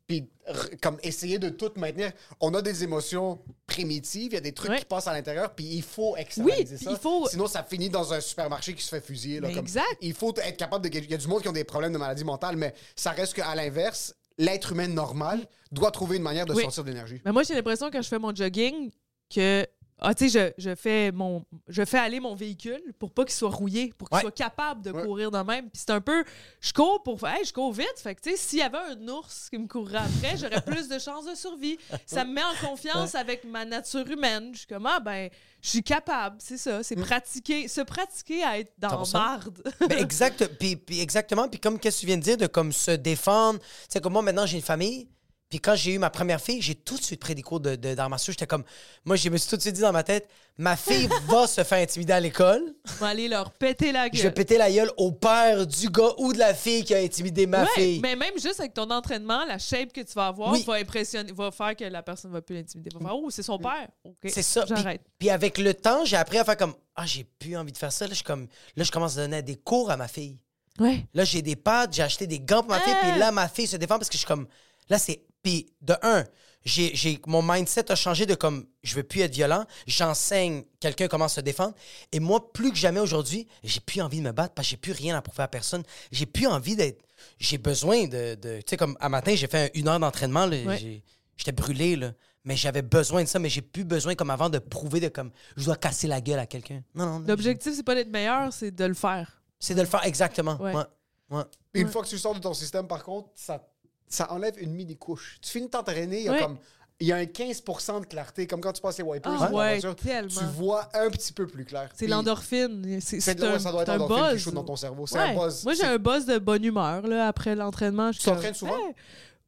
Speaker 7: puis r- comme essayer de tout maintenir. On a des émotions primitives, il y a des trucs
Speaker 9: Ouais.
Speaker 7: qui passent à l'intérieur, puis il faut externaliser
Speaker 9: puis
Speaker 7: ça.
Speaker 9: il faut-
Speaker 7: Sinon, ça finit dans un supermarché qui se fait fusiller. là,
Speaker 9: Mais
Speaker 7: comme-
Speaker 9: exact.
Speaker 7: Il faut être capable de... Il y a du monde qui ont des problèmes de maladie mentale, mais ça reste qu'à l'inverse, l'être humain normal doit trouver une manière de
Speaker 9: Oui.
Speaker 7: sortir de l'énergie.
Speaker 9: Mais moi, j'ai l'impression quand je fais mon jogging que ah, tu sais, je, je fais mon je fais aller mon véhicule pour pas qu'il soit rouillé, pour qu'il
Speaker 8: Ouais.
Speaker 9: soit capable de
Speaker 7: Ouais.
Speaker 9: courir de même. Puis c'est un peu je cours pour hey, je cours vite, fait que tu sais, s'il y avait un ours qui me courrait après, j'aurais plus de chances de survie. Ça me met en confiance avec ma nature humaine. Je suis comme ah ben, je suis capable, c'est ça, c'est pratiquer, se pratiquer à être dans
Speaker 8: 100%.
Speaker 9: marde.
Speaker 8: Mm.
Speaker 9: (laughs)
Speaker 8: Ben, exact, puis, puis exactement. Puis comme qu'est-ce que tu viens de dire, de comme se défendre. Tu sais, comme moi, maintenant, j'ai une famille. Puis quand j'ai eu ma première fille, j'ai tout de suite pris des cours de, de, d'arts martiaux. J'étais comme... Moi, je me suis tout de suite dit dans ma tête, ma
Speaker 9: (laughs)
Speaker 8: fille va se faire intimider à l'école.
Speaker 9: Faut aller leur péter la gueule.
Speaker 8: Je vais péter la gueule au père du gars ou de la fille qui a intimidé ma
Speaker 9: Ouais,
Speaker 8: fille.
Speaker 9: Mais même juste avec ton entraînement, la shape que tu vas avoir
Speaker 8: Oui.
Speaker 9: va impressionner, va faire que la personne va plus l'intimider. Va faire, oh, c'est son père. OK.
Speaker 8: C'est ça. Puis,
Speaker 9: J'arrête.
Speaker 8: puis avec le temps, j'ai appris à faire comme... Ah, j'ai plus envie de faire ça. Là, je, suis comme, là, je commence à donner des cours à ma fille.
Speaker 9: Ouais.
Speaker 8: Là, j'ai des pads, j'ai acheté des gants pour ma fille,
Speaker 9: Ah!
Speaker 8: puis là, ma fille se défend parce que je suis comme. Là, c'est. Puis, de un, j'ai, j'ai- mon mindset a changé de comme, je veux plus être violent, j'enseigne quelqu'un comment se défendre. Et moi, plus que jamais aujourd'hui, j'ai plus envie de me battre parce que j'ai plus rien à prouver à personne. J'ai plus envie d'être. J'ai besoin de. de- tu sais, comme, à matin, j'ai fait un- une heure d'entraînement, là,
Speaker 9: Ouais.
Speaker 8: j'ai- j'étais brûlé, là. Mais j'avais besoin de ça, mais j'ai plus besoin, comme avant, de prouver de comme, je dois casser la gueule à quelqu'un. Non, non, non.
Speaker 9: L'objectif, c'est pas d'être meilleur, c'est de le faire.
Speaker 8: C'est de le faire exactement.
Speaker 9: Ouais.
Speaker 8: Ouais. Ouais.
Speaker 7: Puis une fois que tu sors de ton système, par contre, ça, ça enlève une mini-couche. Tu finis de t'entraîner, il y a
Speaker 9: Ouais.
Speaker 7: comme. Il y a un 15 de clarté, comme quand tu passes les wipers
Speaker 9: Ah
Speaker 7: sur la
Speaker 9: ouais,
Speaker 7: voiture,
Speaker 9: tellement.
Speaker 7: Tu vois un petit peu plus clair.
Speaker 9: C'est
Speaker 7: Puis
Speaker 9: l'endorphine. C'est
Speaker 7: c'est
Speaker 9: c'est
Speaker 7: de- ouais,
Speaker 9: un,
Speaker 7: ça doit être
Speaker 9: c'est un
Speaker 7: l'endorphine qui
Speaker 9: buzz.
Speaker 7: chauffe dans ton cerveau. C'est un
Speaker 9: Ouais.
Speaker 7: buzz.
Speaker 9: Moi, j'ai
Speaker 7: C'est-
Speaker 9: un buzz de bonne humeur là, après l'entraînement. Je suis
Speaker 7: Tu t'entraînes
Speaker 9: comme,
Speaker 7: souvent?
Speaker 9: Hey.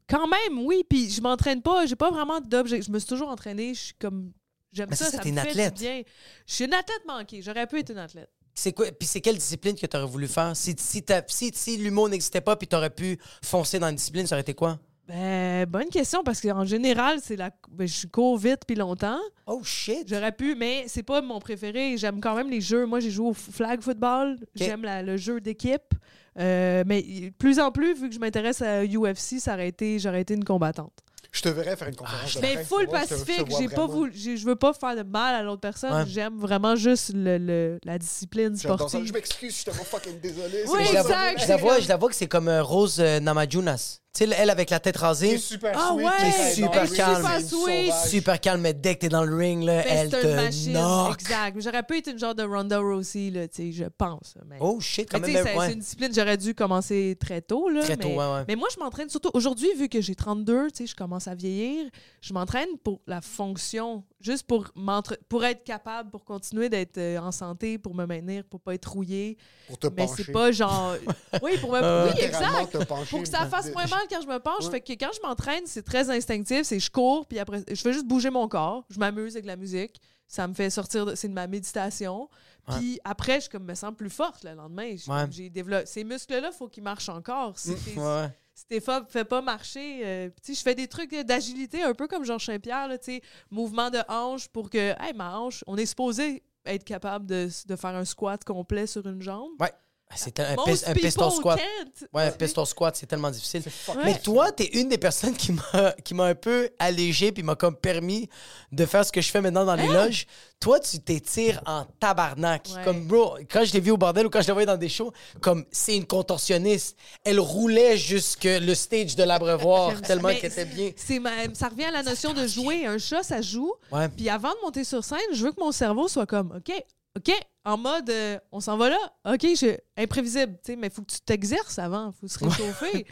Speaker 9: Quand même, oui. Puis je m'entraîne pas. J'ai pas vraiment d'objectif. Je me suis toujours entraînée. Je suis comme. J'aime
Speaker 8: Mais
Speaker 9: ça.
Speaker 8: c'est ça,
Speaker 9: Ça
Speaker 8: t'es
Speaker 9: me
Speaker 8: une
Speaker 9: fait du
Speaker 8: athlète.
Speaker 9: bien. Je suis une athlète manquée. J'aurais pu être une athlète.
Speaker 8: C'est quoi puis c'est quelle discipline que tu aurais voulu faire si si, t'as- si, si l'humour n'existait pas puis tu aurais pu foncer dans une discipline ça aurait été quoi
Speaker 9: Ben, bonne question parce qu'en général, c'est la ben, je cours vite puis longtemps.
Speaker 8: Oh shit.
Speaker 9: J'aurais pu, mais c'est pas mon préféré. J'aime quand même les jeux. Moi, j'ai joué au f- flag football. J'aime la- le jeu d'équipe. Euh, mais y- plus en plus, vu que je m'intéresse à UFC, ça aurait été, j'aurais été une combattante.
Speaker 7: Je te verrais faire une conférence. de
Speaker 9: mais
Speaker 7: presse,
Speaker 9: Ah, full
Speaker 7: tu vois, Ah, je te- je te
Speaker 9: pacifique.
Speaker 7: vois
Speaker 9: J'ai pas
Speaker 7: vraiment.
Speaker 9: voulu, j'ai- je veux pas faire de mal à l'autre personne.
Speaker 8: Ouais.
Speaker 9: J'aime vraiment juste le, le- la discipline
Speaker 7: J'adore ça. Je
Speaker 9: sportive.
Speaker 7: m'excuse, je suis tellement fucking désolé.
Speaker 9: Oui,
Speaker 7: c'est-
Speaker 8: je la vois-
Speaker 9: exact,
Speaker 8: Je la
Speaker 9: c'est
Speaker 8: vois,
Speaker 9: comme-
Speaker 8: je la vois que c'est comme euh, Rose euh, Namajunas. Tu sais elle avec la tête
Speaker 7: Elle est
Speaker 8: rasée,
Speaker 7: super
Speaker 9: Ah
Speaker 7: sweet,
Speaker 9: ouais,
Speaker 7: elle
Speaker 8: elle est
Speaker 7: est
Speaker 8: super
Speaker 7: dans-
Speaker 8: calme.
Speaker 7: elle est
Speaker 9: Super
Speaker 7: sauvage.
Speaker 8: super calme mais dès que t'es dans le ring là,
Speaker 9: Mais
Speaker 8: elle
Speaker 9: Ben, c'est une
Speaker 8: te
Speaker 9: machine.
Speaker 8: knock.
Speaker 9: Exact. Mais J'aurais pu être une genre de Ronda Rousey, là, tu sais, je pense. Mais...
Speaker 8: Oh shit quand
Speaker 9: Mais tu sais,
Speaker 8: même
Speaker 9: c'est
Speaker 8: ouais.
Speaker 9: c'est une discipline, j'aurais dû commencer très tôt. Là,
Speaker 8: Très
Speaker 9: mais,
Speaker 8: tôt, ouais, ouais.
Speaker 9: mais moi, je m'entraîne surtout aujourd'hui, vu que j'ai 32, tu sais, je commence à vieillir, je m'entraîne pour la fonction, juste pour, m'entra- pour être capable, pour continuer d'être euh, en santé, pour me maintenir, pour pas être rouillé.
Speaker 7: Pour te
Speaker 9: mais
Speaker 7: pencher.
Speaker 9: c'est pas genre.
Speaker 7: (laughs)
Speaker 9: Oui, pour
Speaker 8: Euh,
Speaker 9: me. oui,
Speaker 7: Littéralement
Speaker 9: exact.
Speaker 7: te pencher.
Speaker 9: Pour que ça fasse moins mal quand je me penche. Fait que quand je m'entraîne, c'est très instinctif, c'est je cours, puis après, je fais juste bouger mon corps, je m'amuse avec la musique. Ça me fait sortir, de, c'est de ma méditation.
Speaker 8: Ouais.
Speaker 9: Puis après, je suis comme, me sens plus forte le lendemain. Je suis
Speaker 8: Ouais. Mmh,
Speaker 9: comme, J'ai développé. Ces muscles-là, faut qu'ils marchent encore. Si t'es-
Speaker 8: Ouais, ouais.
Speaker 9: si t'es fa- fais pas marcher, euh, tu sais, je fais des trucs euh, d'agilité un peu comme Georges Saint-Pierre, là, tu sais, mouvement de hanche pour que, hey, ma hanche, on est supposé être capable de, s- de faire un squat complet sur une jambe.
Speaker 8: Ouais. Ah, C'est un, un,
Speaker 9: Most
Speaker 8: pis- un
Speaker 9: people
Speaker 8: piston squat.
Speaker 9: can't.
Speaker 8: Ouais, un piston squat, c'est tellement difficile.
Speaker 9: Ouais.
Speaker 8: Mais toi, t'es une des personnes qui m'a qui m'a un peu allégé puis m'a comme permis de faire ce que je fais maintenant dans les loges. Toi, tu t'étires en tabarnak.
Speaker 9: Hein? Ouais.
Speaker 8: Comme bro, quand je l'ai vu au bordel ou quand je la voyais dans des shows, comme c'est une contorsionniste. Elle roulait jusque le stage de
Speaker 9: (laughs)
Speaker 8: l'abreuvoir tellement
Speaker 9: Mais
Speaker 8: qu'elle était bien.
Speaker 9: C'est ma- ça revient à la notion de jouer. Un chat, ça joue.
Speaker 8: Ouais.
Speaker 9: Puis avant de monter sur scène, je veux que mon cerveau soit comme, OK, OK, en mode, euh, on s'en va là. OK, je, imprévisible. Tu sais, mais il faut que tu t'exerces avant. faut se réchauffer.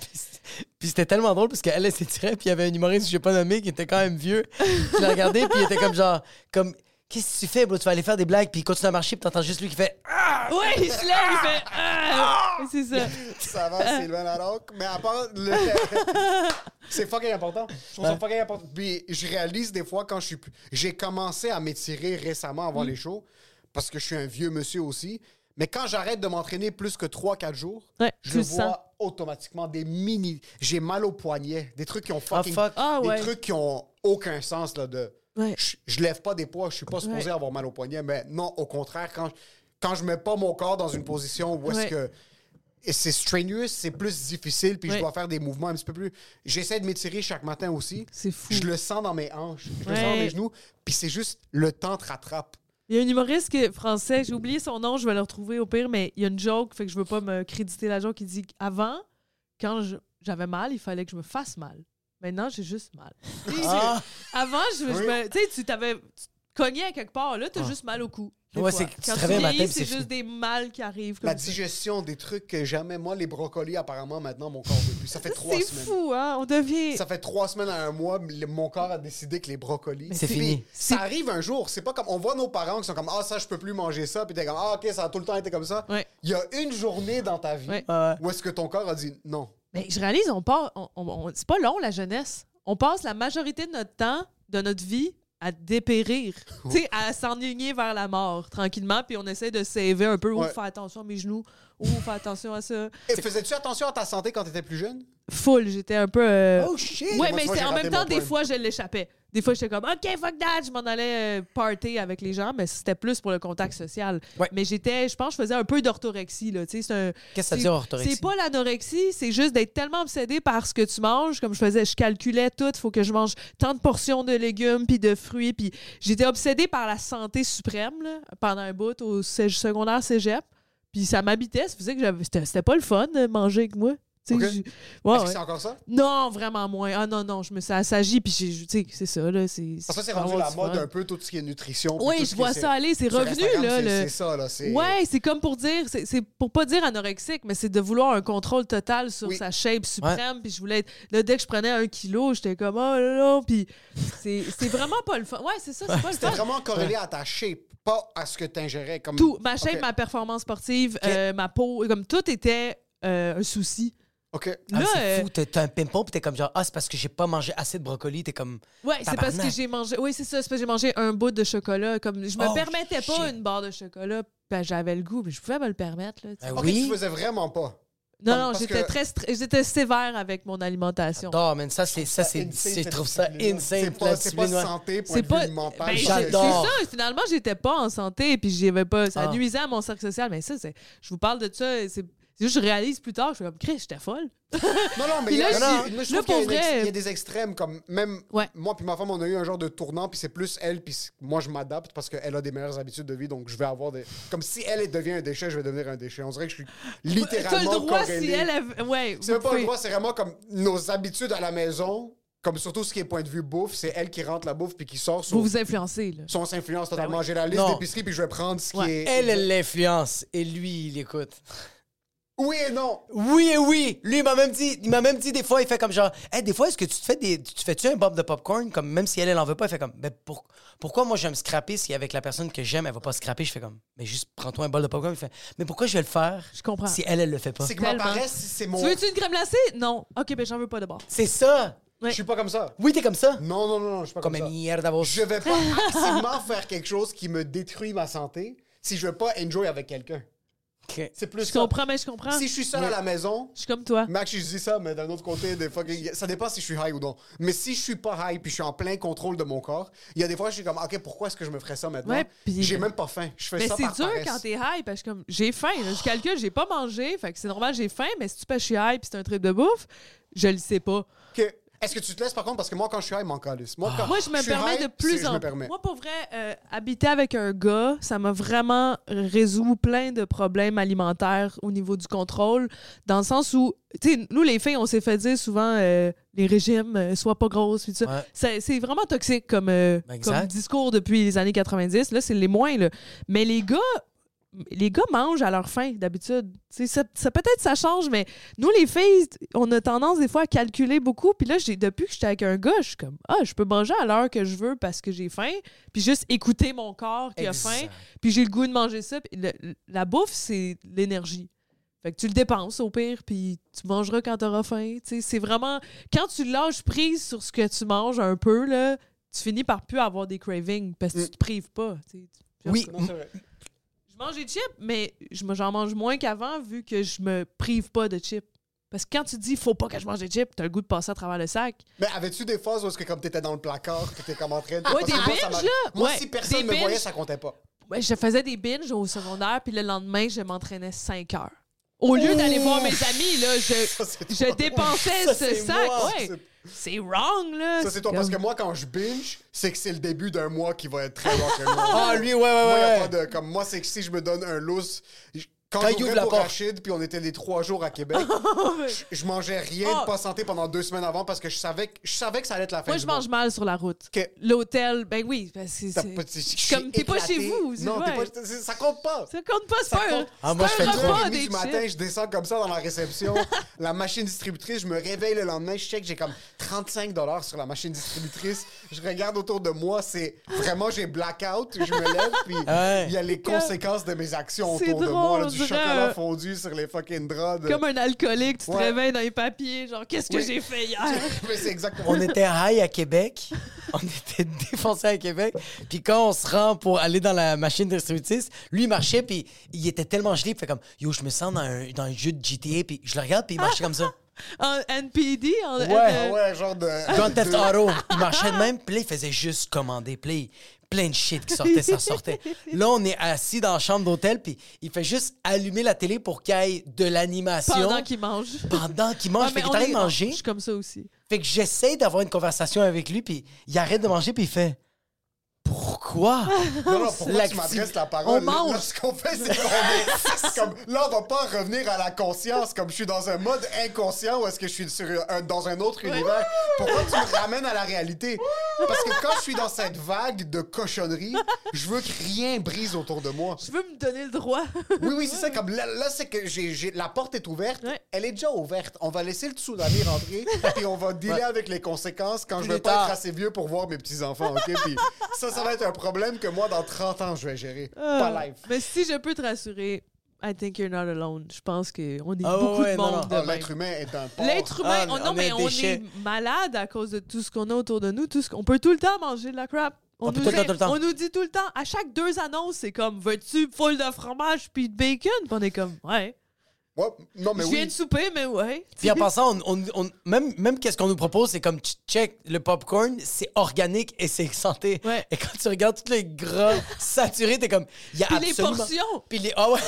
Speaker 8: Puis c'était tellement drôle parce qu'elle elle s'étirait, puis il y avait un humoriste que j'ai pas nommé qui était quand même vieux. Je l'ai regardé, puis il était comme genre, comme, qu'est-ce que tu fais, bro? Tu vas aller faire des blagues, puis il continue à marcher, puis t'entends juste lui qui fait. Ah!
Speaker 9: ouais, il se lève, il fait, Ah! C'est ça.
Speaker 7: Ça va, c'est loin la rock, mais à part le- c'est fucking important. Je trouve ça fucking important. Puis je réalise des fois quand je suis plus. J'ai commencé à m'étirer récemment
Speaker 9: Mm.
Speaker 7: avant les shows parce que je suis un vieux monsieur aussi. Mais quand j'arrête de m'entraîner plus que 3-4 jours,
Speaker 9: Ouais, tu
Speaker 7: je
Speaker 9: le
Speaker 7: vois
Speaker 9: sens.
Speaker 7: automatiquement des mini. J'ai mal au poignet, des trucs qui ont
Speaker 8: Ah,
Speaker 7: fucking.
Speaker 8: fuck.
Speaker 9: Ah
Speaker 7: Des
Speaker 9: ouais.
Speaker 7: trucs qui ont aucun sens là de.
Speaker 9: Ouais.
Speaker 7: Je, je lève pas des poids, je suis pas supposé
Speaker 9: Ouais.
Speaker 7: avoir mal au poignet, mais non, au contraire, quand je, quand je mets pas mon corps dans une position où est-ce
Speaker 9: Ouais.
Speaker 7: que et c'est strenuous, c'est plus difficile, puis je
Speaker 9: Ouais.
Speaker 7: dois faire des mouvements un petit peu plus. J'essaie de m'étirer chaque matin aussi.
Speaker 9: C'est fou.
Speaker 7: Je le sens dans mes hanches, je le
Speaker 9: Ouais.
Speaker 7: sens dans mes genoux, puis c'est juste le temps te rattrape.
Speaker 9: Il y a un humoriste qui- français, j'ai oublié son nom, je vais le retrouver au pire, mais il y a une joke, fait que je veux pas me créditer la joke, qui dit avant, quand je- j'avais mal, il fallait que je me fasse mal. Maintenant, j'ai juste mal. Tu sais,
Speaker 8: Ah.
Speaker 9: Avant, je, je me- tu sais, tu t'avais tu te cognais à quelque part, là, t'as juste mal au cou. des
Speaker 8: Ah. Ouais,
Speaker 9: fois.
Speaker 8: c'est que tu te
Speaker 9: Quand
Speaker 8: réveilles le matin,
Speaker 9: vieillis,
Speaker 8: puis
Speaker 9: c'est
Speaker 8: c'est
Speaker 9: juste des mal qui arrivent. Comme
Speaker 7: La
Speaker 9: ça.
Speaker 7: digestion des trucs que jamais, moi, les brocolis, apparemment, maintenant, mon corps veut plus. Ça fait trois
Speaker 9: C'est
Speaker 7: semaines.
Speaker 9: fou, hein? On devient.
Speaker 7: Ça fait trois semaines à un mois, le- mon corps a décidé que les brocolis.
Speaker 8: C'est
Speaker 7: Puis
Speaker 8: fini.
Speaker 7: Ça arrive un jour. C'est pas comme. On voit nos parents qui sont comme Ah, ça, je peux plus manger ça. Puis t'es comme Ah, ok, ça a tout le temps été comme ça.
Speaker 9: Ouais.
Speaker 7: Il y a une journée dans ta vie
Speaker 9: Ouais.
Speaker 8: Ouais.
Speaker 7: où est-ce que ton corps a dit non.
Speaker 9: Mais je réalise, on part. on- on- on- c'est pas long, la jeunesse. On passe la majorité de notre temps, de notre vie, à dépérir. tu sais, à s'enligner vers la mort, tranquillement. Puis on essaie de saver un peu. Ou
Speaker 7: Ouais.
Speaker 9: faire attention à mes genoux. Ou faire attention à ça.
Speaker 7: Et faisais-tu attention à ta santé quand t'étais plus jeune?
Speaker 9: Full, j'étais un peu. euh,
Speaker 8: Oh shit!
Speaker 9: Ouais,
Speaker 7: Moi,
Speaker 9: mais
Speaker 7: tu vois,
Speaker 9: c'est-
Speaker 7: j'ai
Speaker 9: en
Speaker 7: raté
Speaker 9: même
Speaker 7: mon
Speaker 9: temps, des
Speaker 7: point.
Speaker 9: fois, je l'échappais. Des fois, j'étais comme, OK, fuck that, je m'en allais euh, party avec les gens, mais c'était plus pour le contact social.
Speaker 8: Ouais.
Speaker 9: Mais j'étais, je pense, que je faisais un peu d'orthorexie, là. Tu sais, c'est un-
Speaker 8: Qu'est-ce que ça
Speaker 9: c'est-
Speaker 8: veut dire, orthorexie?
Speaker 9: C'est pas l'anorexie, c'est juste d'être tellement obsédé par ce que tu manges. Comme je faisais, je calculais tout, faut que je mange tant de portions de légumes puis de fruits. Puis j'étais obsédée par la santé suprême, là, pendant un bout au cé- secondaire cégep. Puis ça m'habitait, ça faisait que j'avais- c'était c'était pas le fun de manger avec moi. Tu sais,
Speaker 7: Ok.
Speaker 9: je- ouais,
Speaker 7: Est-ce que
Speaker 9: ouais.
Speaker 7: c'est encore ça?
Speaker 9: Non, vraiment moins. Ah non, non, je me ça s'agit, puis j'ai- tu sais, c'est ça, là. Ah C'est,
Speaker 7: Parce que ça, c'est
Speaker 9: faut
Speaker 7: rendu
Speaker 9: avoir
Speaker 7: la
Speaker 9: du
Speaker 7: mode
Speaker 9: fun.
Speaker 7: un peu, tout ce qui est nutrition. puis tout
Speaker 9: Oui,
Speaker 7: ce
Speaker 9: je
Speaker 7: qui
Speaker 9: vois
Speaker 7: est-
Speaker 9: ça aller, c'est
Speaker 7: sur
Speaker 9: revenu,
Speaker 7: Instagram,
Speaker 9: là.
Speaker 7: c'est-
Speaker 9: le-
Speaker 7: C'est ça, là. c'est-
Speaker 9: Ouais, c'est comme pour dire, c'est c'est pour pas dire anorexique, mais c'est de vouloir un contrôle total sur
Speaker 7: Oui.
Speaker 9: sa shape suprême. Puis je voulais être. Là, dès que je prenais un kilo, j'étais comme, oh là là. Puis c'est c'est vraiment pas le fun. Ouais, c'est ça, c'est pas le
Speaker 7: C'était
Speaker 9: fun.
Speaker 7: vraiment corrélé à ta shape, pas à ce que t'ingérais comme.
Speaker 9: Tout, ma shape,
Speaker 7: Ok.
Speaker 9: ma performance sportive, euh, ma peau, comme tout était euh, un souci.
Speaker 7: OK.
Speaker 8: Ah,
Speaker 9: Là,
Speaker 8: c'est
Speaker 9: euh,
Speaker 8: fou, t'es t'es un pimpon, puis t'es comme genre, ah, c'est parce que j'ai pas mangé assez de brocoli, t'es comme.
Speaker 9: Ouais, c'est parce que
Speaker 8: Tabarnak.
Speaker 9: j'ai mangé. Oui, c'est ça, c'est parce que j'ai mangé un bout de chocolat. Comme je me
Speaker 8: Oh,
Speaker 9: permettais pas
Speaker 8: shit.
Speaker 9: une barre de chocolat. Ben, j'avais le goût, mais je pouvais me le permettre. là, tu sais.
Speaker 8: Ben
Speaker 7: Ok,
Speaker 8: oui.
Speaker 7: tu faisais vraiment pas.
Speaker 9: non,
Speaker 7: comme-
Speaker 9: non,
Speaker 7: parce
Speaker 9: j'étais
Speaker 7: que-
Speaker 9: très, stre- j'étais sévère avec mon alimentation.
Speaker 8: J'adore, man. Ça, c'est. Ça, c'est.
Speaker 7: Insane,
Speaker 8: c'est-
Speaker 7: cette
Speaker 8: Je trouve ça
Speaker 7: discipline-là.
Speaker 8: insane.
Speaker 7: C'est
Speaker 8: la
Speaker 7: pas, c'est pas
Speaker 8: discipline, ouais.
Speaker 7: santé, point
Speaker 9: C'est
Speaker 7: de vue
Speaker 9: pas.
Speaker 7: mental.
Speaker 9: Ben,
Speaker 7: c'est-
Speaker 8: J'adore.
Speaker 9: C'est ça. Finalement, j'étais pas en santé, puis j'avais pas. Ça
Speaker 8: Ah.
Speaker 9: nuisait à mon cercle social. Mais ça, c'est. Je vous parle de ça. C'est c'est juste, que je réalise plus tard, je suis comme, Chris, j'étais folle.
Speaker 7: (laughs) Non, non, mais
Speaker 9: Puis
Speaker 7: il y a-
Speaker 9: là,
Speaker 7: non,
Speaker 9: je-
Speaker 7: non, je trouve qu'il y
Speaker 9: là,
Speaker 7: a
Speaker 9: pour
Speaker 7: une ex-
Speaker 9: vrai-
Speaker 7: il y a des extrêmes, comme même
Speaker 9: Ouais.
Speaker 7: moi puis ma femme, on a eu un genre de tournant, puis c'est plus elle, puis c- moi, je m'adapte parce qu'elle a des meilleures habitudes de vie, donc je vais avoir des... Comme si elle elle devient un déchet, je vais devenir un déchet. On dirait que je suis
Speaker 9: T'as le
Speaker 7: littéralement
Speaker 9: droit
Speaker 7: corrélé.
Speaker 9: si elle. avait- Ouais.
Speaker 7: C'est
Speaker 9: vous
Speaker 7: même pas
Speaker 9: pouvez.
Speaker 7: le droit, c'est vraiment comme nos habitudes à la maison, comme surtout ce qui est point de vue bouffe, c'est elle qui rentre la bouffe puis qui sort
Speaker 9: Vous
Speaker 7: son,
Speaker 9: vous influencez, là.
Speaker 7: son s'influence totalement. J'ai la liste
Speaker 8: Non.
Speaker 7: d'épicerie, puis je vais prendre ce qui
Speaker 9: Ouais.
Speaker 7: est...
Speaker 8: Elle, elle l'influence, et lui, il écoute.
Speaker 7: Oui et non!
Speaker 8: Oui et oui. Lui, il m'a même dit, il m'a même dit des fois, il fait comme genre, hey, des fois, est-ce que tu te fais des, tu te fais-tu un bob de popcorn comme même si elle elle en veut pas, il fait comme, ben pour- pourquoi moi je vais me scraper si avec la personne que j'aime elle va pas se scraper, je fais comme, mais juste prends-toi un bol de popcorn, il fait, mais pourquoi je vais le faire
Speaker 9: Je comprends.
Speaker 8: si elle elle le fait pas.
Speaker 7: C'est que ma
Speaker 9: Tellement.
Speaker 7: paresse, c'est mon...
Speaker 9: Tu veux-tu une crème glacée? Non. OK, ben j'en veux pas de bord.
Speaker 8: C'est ça.
Speaker 9: Ouais.
Speaker 7: Je suis pas comme ça.
Speaker 8: Oui, t'es comme ça.
Speaker 7: Non, non, non, non, je suis pas
Speaker 8: Comme
Speaker 7: comme,
Speaker 8: une
Speaker 7: ça.
Speaker 8: mierda vos.
Speaker 7: Je vais pas activement faire quelque chose qui me détruit ma santé si je veux pas enjoy avec quelqu'un.
Speaker 8: Ok.
Speaker 7: C'est plus
Speaker 9: Je
Speaker 7: comme-
Speaker 9: comprends, mais je comprends.
Speaker 7: Si je suis seul à la maison,
Speaker 9: Je suis comme toi.
Speaker 7: Max, je dis ça, mais d'un autre côté, des fucking... ça dépend si je suis high ou non. Mais si je suis pas high puis je suis en plein contrôle de mon corps, il y a des fois je suis comme, OK, pourquoi est-ce que je me ferais ça maintenant?
Speaker 9: Ouais, puis-
Speaker 7: J'ai même pas faim. Je fais
Speaker 9: Mais
Speaker 7: ça
Speaker 9: c'est
Speaker 7: par
Speaker 9: dur
Speaker 7: paresse.
Speaker 9: quand t'es high, parce que comme j'ai faim, là, je calcule, j'ai pas mangé, fait que c'est normal, j'ai faim, mais si tu peux, je suis high puis c'est un trip de bouffe, je le sais pas.
Speaker 7: Que- Est-ce que tu te laisses par contre? Parce que moi, quand je suis high, il m'en calisse.
Speaker 8: Ah.
Speaker 7: Moi, quand
Speaker 9: Moi, je me
Speaker 7: suis
Speaker 9: permets
Speaker 7: high,
Speaker 9: de
Speaker 7: c'est-
Speaker 9: plus
Speaker 7: je
Speaker 9: en
Speaker 7: me
Speaker 9: plus.
Speaker 7: permets.
Speaker 9: Moi, pour vrai, euh, habiter avec un gars, ça m'a vraiment résolu plein de problèmes alimentaires au niveau du contrôle, dans le sens où, tu sais, nous, les filles, on s'est fait dire souvent euh, les régimes, euh, sois pas grosse, puis tout ça.
Speaker 8: Ouais.
Speaker 9: C'est- C'est vraiment toxique comme, euh,
Speaker 8: Ben, exact.
Speaker 9: comme discours depuis les années 90. Là, c'est les moins, là. Mais les gars, les gars mangent à leur faim d'habitude. Tu sais, Ça, ça peut-être ça change, mais nous les filles, on a tendance des fois à calculer beaucoup. Puis là, j'ai depuis que j'étais avec un gars, je suis comme ah, je peux manger à l'heure que je veux parce que j'ai faim. Puis juste écouter mon corps qui
Speaker 8: Exact.
Speaker 9: a faim. Puis j'ai le goût de manger ça. Puis le- le- la bouffe, c'est l'énergie. Fait que tu le dépenses au pire, puis tu mangeras quand t'auras faim. Tu sais, c'est vraiment quand tu lâches prise sur ce que tu manges un peu là, tu finis par plus avoir des cravings parce que tu te prives pas. tu sais.
Speaker 8: Mm. Oui,
Speaker 7: Non, c'est vrai.
Speaker 9: Je mange des chips, mais je me- j'en mange moins qu'avant vu que je me prive pas de chips. Parce que quand tu dis faut pas que je mange des chips, t'as le goût de passer à travers le sac.
Speaker 7: Mais avais-tu des phases où est-ce que comme t'étais dans le placard, t'étais comme en train de.
Speaker 9: Ouais,
Speaker 7: Parce
Speaker 9: des
Speaker 7: que moi, ça
Speaker 9: binges,
Speaker 7: m'arrive.
Speaker 9: là.
Speaker 7: Moi,
Speaker 9: Ouais,
Speaker 7: si personne
Speaker 9: des
Speaker 7: me voyait,
Speaker 9: binges.
Speaker 7: ça comptait pas.
Speaker 9: Ouais, je faisais des binges au secondaire, puis le lendemain, je m'entraînais 5 heures. Au lieu d'aller voir mes amis, là,
Speaker 7: c'est
Speaker 9: je,
Speaker 7: toi.
Speaker 9: je dépensais
Speaker 8: Ça,
Speaker 9: ce
Speaker 8: c'est
Speaker 9: sac.
Speaker 8: moi.
Speaker 9: Ouais. C'est wrong, là.
Speaker 7: Ça, c'est toi. Parce que
Speaker 9: comme-
Speaker 7: moi, quand je binge, c'est que c'est le début d'un mois qui va être très long.
Speaker 8: Ah, lui, ouais, ouais,
Speaker 7: Moi, y a pas
Speaker 8: ouais.
Speaker 7: de- comme moi, c'est que si je me donne un loose. j- Quand,
Speaker 8: Quand il
Speaker 7: j'ouvrais
Speaker 8: ouvre la
Speaker 7: pour
Speaker 8: porte.
Speaker 7: Rachid, puis on était les trois jours à
Speaker 9: (laughs)
Speaker 7: Québec, je- je mangeais rien
Speaker 9: Oh, Ah.
Speaker 7: de pas santé pendant deux semaines avant parce que je savais que, je savais que ça allait être la fin
Speaker 9: Moi,
Speaker 7: du
Speaker 9: je mange
Speaker 7: monde.
Speaker 9: mal sur la route.
Speaker 7: Que-
Speaker 9: L'hôtel, ben oui, parce que
Speaker 7: T'as
Speaker 9: c'est.
Speaker 7: pas- je suis
Speaker 9: Comme t'es pas chez
Speaker 7: éclaté.
Speaker 9: vous.
Speaker 7: Non,
Speaker 9: c'est-
Speaker 7: t'es
Speaker 9: ouais.
Speaker 7: pas- c'est- ça compte pas.
Speaker 9: Ça compte pas, c'est
Speaker 7: Ça
Speaker 9: pas un-
Speaker 7: compte.
Speaker 8: Ah, moi,
Speaker 9: c'est
Speaker 8: je
Speaker 9: pas
Speaker 8: fais
Speaker 9: un
Speaker 8: trop.
Speaker 9: repas
Speaker 7: 3h30
Speaker 9: des
Speaker 7: du matin,
Speaker 9: chips.
Speaker 7: je descends comme ça dans la réception.
Speaker 9: (laughs)
Speaker 7: la machine distributrice, je me réveille le lendemain, je check, j'ai comme 35 dollars sur la machine distributrice. Je regarde autour de moi, c'est vraiment j'ai blackout, je me lève
Speaker 9: (laughs)
Speaker 7: puis
Speaker 8: Ouais.
Speaker 7: il y a les conséquences de mes actions
Speaker 9: C'est
Speaker 7: autour de
Speaker 9: drôle,
Speaker 7: moi, là,
Speaker 9: on
Speaker 7: du
Speaker 9: dirait,
Speaker 7: chocolat
Speaker 9: euh,
Speaker 7: fondu sur les fucking draps. de-
Speaker 9: Comme un alcoolique, tu te
Speaker 7: Ouais.
Speaker 9: réveilles dans les papiers, genre, qu'est-ce que
Speaker 7: Oui.
Speaker 9: j'ai fait hier?
Speaker 7: (laughs) Mais c'est exactement
Speaker 8: On était high à Québec. On était (laughs) défoncé à Québec. Puis quand on se rend pour aller dans la machine distributrice, lui, il marchait, puis il était tellement gelé. Il fait comme, yo, je me sens dans un, dans un jeu de GTA. Puis je le regarde, puis il marchait comme ça.
Speaker 9: (laughs) En NPD? En,
Speaker 8: Ouais,
Speaker 9: euh,
Speaker 7: Ah Ouais, genre de
Speaker 8: Grand Theft
Speaker 7: de-
Speaker 8: Auto. Il marchait de même, puis là, il faisait juste commander. Puis là, il- plein de shit qui sortait, ça sortait. Là, on est assis dans la chambre d'hôtel, puis il fait juste allumer la télé pour qu'il y ait de l'animation.
Speaker 9: Pendant qu'il mange.
Speaker 8: (laughs) Pendant qu'il
Speaker 9: Ah,
Speaker 8: mange.
Speaker 9: mais
Speaker 8: fait qu'il
Speaker 9: on
Speaker 8: est en train
Speaker 9: est-
Speaker 8: de manger.
Speaker 9: Je suis comme ça aussi.
Speaker 8: Fait que j'essaie d'avoir une conversation avec lui, puis il arrête de manger, puis il fait
Speaker 9: (laughs)
Speaker 8: Pourquoi
Speaker 7: Non, non, pourquoi tu
Speaker 8: L'acti-
Speaker 7: m'adresses la parole?
Speaker 8: On
Speaker 7: Là,
Speaker 8: mange.
Speaker 7: là, ce qu'on fait, c'est qu'on
Speaker 8: (laughs)
Speaker 7: est- c'est comme, là, on va pas revenir à la conscience, comme je suis dans un mode inconscient ou est-ce que je suis sur un- dans un autre univers. Pourquoi tu me ramènes à la réalité? Parce que quand je suis dans cette vague de cochonnerie, je veux que rien brise autour de moi.
Speaker 9: Tu veux me donner
Speaker 8: (laughs)
Speaker 9: le droit?
Speaker 7: Oui, oui, c'est ça. Comme là, là, c'est que j'ai, j'ai- la porte est ouverte.
Speaker 9: Ouais.
Speaker 7: Elle est déjà ouverte. On va laisser le tsunami
Speaker 9: (laughs)
Speaker 7: rentrer, puis on va dealer avec les conséquences quand je vais
Speaker 8: Plus
Speaker 7: pas
Speaker 8: tard.
Speaker 7: être assez vieux pour voir mes petits-enfants, OK? Puis ça, ça va être un problème que moi, dans 30 ans, je vais gérer.
Speaker 9: Euh,
Speaker 7: Pas live.
Speaker 9: Mais si je peux te rassurer, I think you're not alone. Je pense qu'on est
Speaker 8: Ah, ouais,
Speaker 9: beaucoup
Speaker 8: ouais,
Speaker 9: de
Speaker 8: non,
Speaker 9: monde.
Speaker 8: non.
Speaker 9: de
Speaker 7: Ah,
Speaker 9: même.
Speaker 7: l'être humain est un porc.
Speaker 9: L'être humain,
Speaker 8: Ah,
Speaker 9: oh,
Speaker 8: on
Speaker 9: non,
Speaker 8: est
Speaker 9: mais on
Speaker 8: déchet.
Speaker 9: est malade à cause de tout ce qu'on a autour de nous. Tout ce qu'on peut tout le temps manger de la crap. On,
Speaker 8: On peut tout le
Speaker 9: nous
Speaker 8: temps,
Speaker 9: dit,
Speaker 8: tout le temps.
Speaker 9: on nous dit tout le temps, à chaque deux annonces, c'est comme veux-tu foule de fromage puis de bacon? Puis on est comme ouais.
Speaker 7: Ouais, non, mais
Speaker 9: je
Speaker 7: Ben
Speaker 9: viens
Speaker 7: oui.
Speaker 9: de souper, mais ouais.
Speaker 8: Puis en passant, on, on- on- même, même qu'est-ce qu'on nous propose, c'est comme ch- check, le popcorn, c'est organique et c'est santé.
Speaker 9: Ouais.
Speaker 8: Et quand tu regardes tous les gras saturés, t'es comme il y a
Speaker 9: Puis les
Speaker 8: absolument...
Speaker 9: portions.
Speaker 8: Puis les ah ouais.